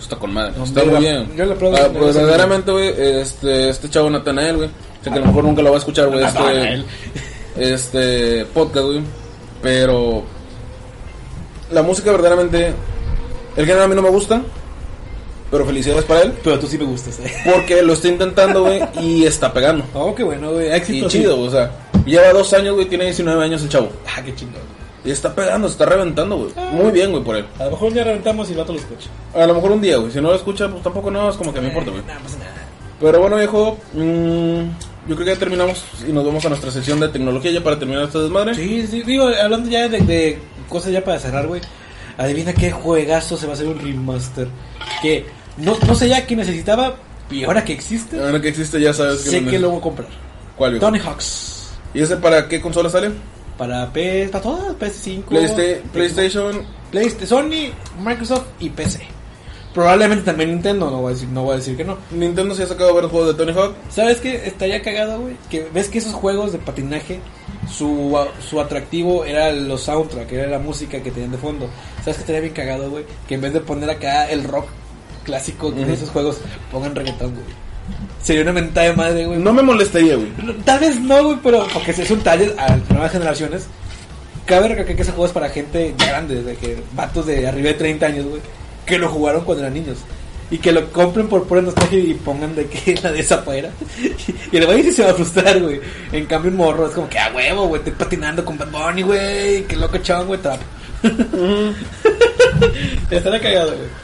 Speaker 1: Está con madre.
Speaker 2: Hombre,
Speaker 1: está muy
Speaker 2: la-
Speaker 1: bien.
Speaker 2: yo la aplaudo.
Speaker 1: Ah, pues, verdaderamente, güey, este, este chavo Natanael, güey. O sea, que a lo mejor nunca lo va a escuchar, güey, este,
Speaker 2: Natanael.
Speaker 1: este podcast, güey. Pero la música verdaderamente, el género a mí no me gusta, pero felicidades para él,
Speaker 2: Pero tú sí me gustas, eh.
Speaker 1: porque lo está intentando, güey, y está pegando.
Speaker 2: Oh, qué bueno, güey. Éxito.
Speaker 1: Y chido, o sea, lleva dos años, güey, tiene 19 años el chavo.
Speaker 2: sí. Ah, qué chingón.
Speaker 1: Y está pegando, se está reventando, güey. Muy bien, güey, por él.
Speaker 2: A lo mejor un día reventamos y el vato lo escucha.
Speaker 1: A lo mejor un día, güey, si no lo escucha, pues tampoco no, es como que me importa, güey.
Speaker 2: Nada, pasa nada.
Speaker 1: Pero bueno, viejo, mm, yo creo que ya terminamos y nos vamos a nuestra sesión de tecnología ya para terminar esta desmadre.
Speaker 2: Sí, sí, digo, hablando ya de, de cosas ya para cerrar, güey. Adivina qué juegazo se va a hacer un remaster. Que no, no sé ya que necesitaba y ahora que existe,
Speaker 1: Ahora que existe, ya sabes que
Speaker 2: sé
Speaker 1: no
Speaker 2: Ah, que
Speaker 1: es-
Speaker 2: lo voy a comprar.
Speaker 1: ¿Cuál, viejo?
Speaker 2: Tony Hawks.
Speaker 1: ¿Y ese para qué consola sale?
Speaker 2: Para PS, para todas, PS5,
Speaker 1: Playsta- PlayStation.
Speaker 2: Playsta- Sony, Microsoft y PC. Probablemente también Nintendo, no voy a decir, no voy a decir que no.
Speaker 1: Nintendo sí ha sacado varios juegos de Tony Hawk.
Speaker 2: ¿Sabes qué? Estaría cagado, güey. Que ves que esos juegos de patinaje, su, su atractivo era los soundtrack, era la música que tenían de fondo. ¿Sabes qué estaría bien cagado, güey? Que en vez de poner acá el rock clásico de esos juegos, pongan reggaetón, güey. Sería una mentada de madre, güey.
Speaker 1: No me molestaría, güey.
Speaker 2: No, Tal vez no, güey, pero porque es un taller a las nuevas generaciones. Cabe recalcar que ese juego es para gente ya grande, de que vatos de arriba de 30 años, güey, que lo jugaron cuando eran niños. Y que lo compren por pura nostalgia y pongan de que la de esa fuera. Y el güey sí se va a frustrar, güey. En cambio, un morro es como que a huevo, güey, estoy patinando con Bad Bunny, güey. Qué loco chavo, güey, trap. Estará cagado, güey.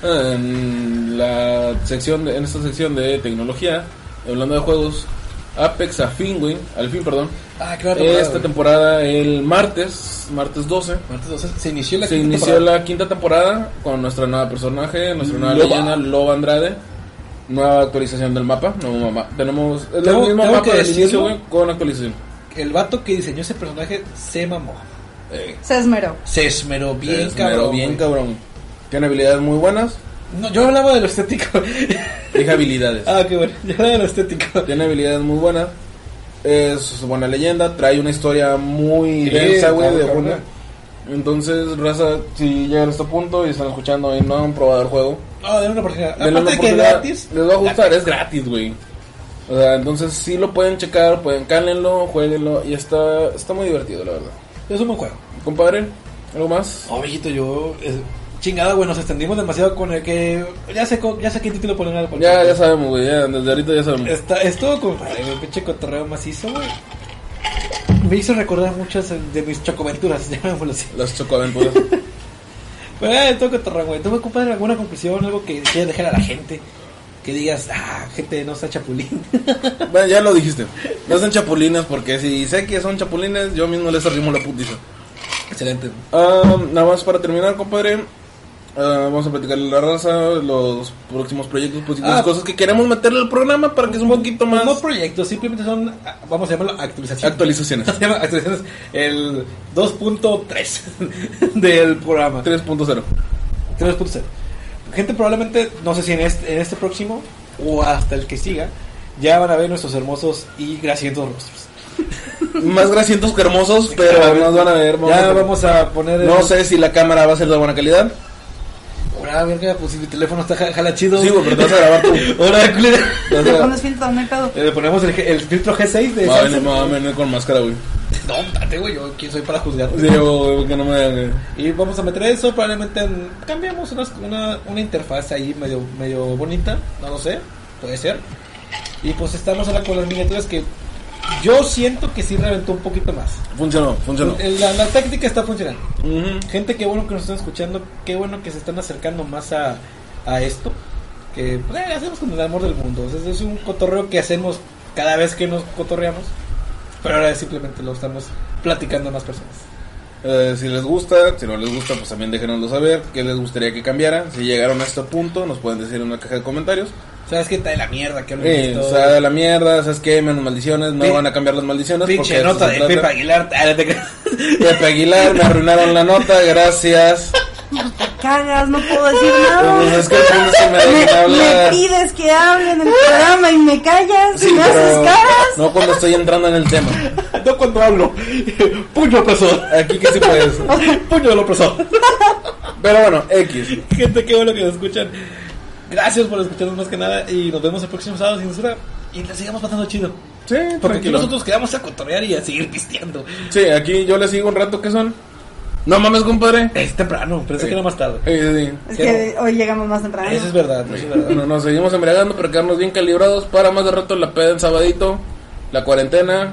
Speaker 1: Ah, En, la sección de- en esta sección de tecnología, hablando de juegos, Apex al fin, güey, al fin, perdón.
Speaker 2: Ah, qué
Speaker 1: Esta temporada, el martes, martes 12,
Speaker 2: Martes 12 se inició la
Speaker 1: se
Speaker 2: quinta
Speaker 1: inició
Speaker 2: temporada.
Speaker 1: la quinta temporada con nuestra nueva personaje, nuestra nueva
Speaker 2: Loba.
Speaker 1: leyenda, Loba Andrade. Nueva actualización del mapa, nuevo mapa. Tenemos el
Speaker 2: Tengo-
Speaker 1: mismo
Speaker 2: tengo
Speaker 1: mapa
Speaker 2: que
Speaker 1: del inicio,
Speaker 2: decirlo.
Speaker 1: güey, con actualización.
Speaker 2: El vato que diseñó ese personaje se mamó.
Speaker 3: Se esmeró.
Speaker 2: Se esmeró bien,
Speaker 1: Es mero
Speaker 2: cabrón.
Speaker 1: bien
Speaker 2: güey.
Speaker 1: cabrón. Tiene habilidades muy buenas.
Speaker 2: No, yo hablaba de lo estético. [laughs]
Speaker 1: Tiene habilidades.
Speaker 2: ah, qué bueno. Yo hablaba de lo estético.
Speaker 1: Tiene habilidades muy buenas. Es buena leyenda. Trae una historia muy
Speaker 2: Sí,
Speaker 1: densa, güey,
Speaker 2: claro,
Speaker 1: de
Speaker 2: cabrón.
Speaker 1: una. Entonces, raza, si llegan a este punto y están escuchando y no han probado el juego,
Speaker 2: No, denle una oportunidad.
Speaker 1: Denle una
Speaker 2: Aparte Ah, de que es
Speaker 1: oportunidad.
Speaker 2: gratis.
Speaker 1: Les va a gustar, es gratis, güey. O sea, entonces sí lo pueden checar, pueden cálenlo, jueguenlo y está, está muy divertido, la verdad.
Speaker 2: Es un buen juego.
Speaker 1: Compadre, ¿algo más?
Speaker 2: Oh, viejito, yo. es- Chingada, güey, nos extendimos demasiado con el que. Ya sé, co- ya sé qué título poner al
Speaker 1: Ya, ya sabemos, güey, ya, desde ahorita ya sabemos.
Speaker 2: Está, estuvo con madre, güey, pinche cotorreo macizo, güey. Me hizo recordar muchas de mis chocoventuras, [laughs] llamémoslo así.
Speaker 1: Las
Speaker 2: [laughs]
Speaker 1: chocoaventuras.
Speaker 2: Pero eh, todo cotorreo, güey. ¿Tú me compadre alguna conclusión, algo que quieras dejar a la gente? Que digas, ah, gente, no está chapulín. [laughs]
Speaker 1: bueno, ya lo dijiste. No son chapulines porque si sé que son chapulines, yo mismo les arrimo la putiza.
Speaker 2: Excelente.
Speaker 1: Ah, nada más para terminar, compadre. ah, vamos a platicarle a la raza, los próximos proyectos, próximas
Speaker 2: Ah. Pues,
Speaker 1: cosas que queremos meterle al programa para que es un poquito más
Speaker 2: No proyectos, simplemente son, ah, vamos a llamarlo actualizaciones.
Speaker 1: actualizaciones.
Speaker 2: [laughs] Se llama actualizaciones el 2.3 [laughs] del programa.
Speaker 1: 3.0.
Speaker 2: 3.0. Gente, probablemente, no sé si en este, en este próximo o hasta el que siga, ya van a ver nuestros hermosos y grasientos rostros.
Speaker 1: Más grasientos que hermosos, pero nos van a ver. vamos
Speaker 2: ya
Speaker 1: a-
Speaker 2: vamos a poner. el-
Speaker 1: No sé si la cámara va a ser de buena calidad.
Speaker 2: Ahora, verga, pues si mi teléfono está ja- jala chido.
Speaker 1: Sí, güey, pero te vas a grabar tú.
Speaker 2: Ahora, culera.
Speaker 1: Te vas
Speaker 3: Le
Speaker 1: a
Speaker 3: pones filtro, no hay pedo.
Speaker 2: [laughs] Eh, Le ponemos el, G- el filtro G6 de.
Speaker 1: Va a venir,
Speaker 2: Samsung.
Speaker 1: va a venir con máscara, güey.
Speaker 2: No, date, güey, yo quién soy para juzgar.
Speaker 1: Sí, güey, que no me.
Speaker 2: Y vamos a meter eso, probablemente en- cambiamos unas- una, una interfaz ahí medio, medio bonita, no lo sé, puede ser. Y pues estamos ahora con las miniaturas que yo siento que sí reventó un poquito más.
Speaker 1: Funcionó, funcionó.
Speaker 2: El- La, la táctica está funcionando.
Speaker 1: Ujú.
Speaker 2: Gente, qué bueno que nos están escuchando, qué bueno que se están acercando más a, a esto, que pues, eh, hacemos con el amor del mundo. O sea, es un cotorreo que hacemos cada vez que nos cotorreamos, pero ahora simplemente lo estamos platicando a más personas.
Speaker 1: Eh, si les gusta, si no les gusta, pues también déjenoslo saber. ¿Qué les gustaría que cambiara? Si llegaron a este punto, nos pueden decir en la caja de comentarios.
Speaker 2: ¿Sabes qué? Está de la mierda, que
Speaker 1: Eh, o sea, de la mierda, ¿sabes qué? Menos maldiciones, no
Speaker 2: Pi-
Speaker 1: van a cambiar las maldiciones. porque
Speaker 2: Pinche
Speaker 1: eso
Speaker 2: nota
Speaker 1: se
Speaker 2: de
Speaker 1: trata.
Speaker 2: Pepe Aguilar. Ah, no te creas.
Speaker 1: Pepe Aguilar, me arruinaron la nota, gracias.
Speaker 3: Te cagas, no
Speaker 2: [laughs]
Speaker 3: puedo decir
Speaker 1: Pues
Speaker 3: nada.
Speaker 1: es que tú no se me dejan
Speaker 3: Me, me
Speaker 1: hablar.
Speaker 3: pides que hable en el programa y me callas
Speaker 1: Sí,
Speaker 3: y me haces
Speaker 1: pero
Speaker 3: caras.
Speaker 1: No cuando estoy entrando en el tema.
Speaker 2: [laughs] No cuando hablo. [laughs] Puño opresor.
Speaker 1: Aquí que sí puedes.
Speaker 2: [laughs] Puño del opresor. [laughs]
Speaker 1: Pero bueno, X.
Speaker 2: Gente, qué bueno que nos escuchan. Gracias por escucharnos más que nada. Y nos vemos el próximo sábado sin censura. Y la sigamos pasando chido.
Speaker 1: Sí,
Speaker 2: Porque aquí
Speaker 1: tranquilo.
Speaker 2: nosotros quedamos a cotorrear y a seguir pisteando.
Speaker 1: Sí, aquí yo le sigo un rato que son.
Speaker 5: No mames, compadre.
Speaker 2: Es temprano, pensé que era más tarde.
Speaker 1: Eh, sí.
Speaker 3: Es que hoy llegamos más
Speaker 1: Ah,
Speaker 3: temprano.
Speaker 2: Eso es verdad, eso es verdad.
Speaker 1: Bueno, nos seguimos embriagando para quedarnos bien calibrados para más de rato la peda en sabadito, la cuarentena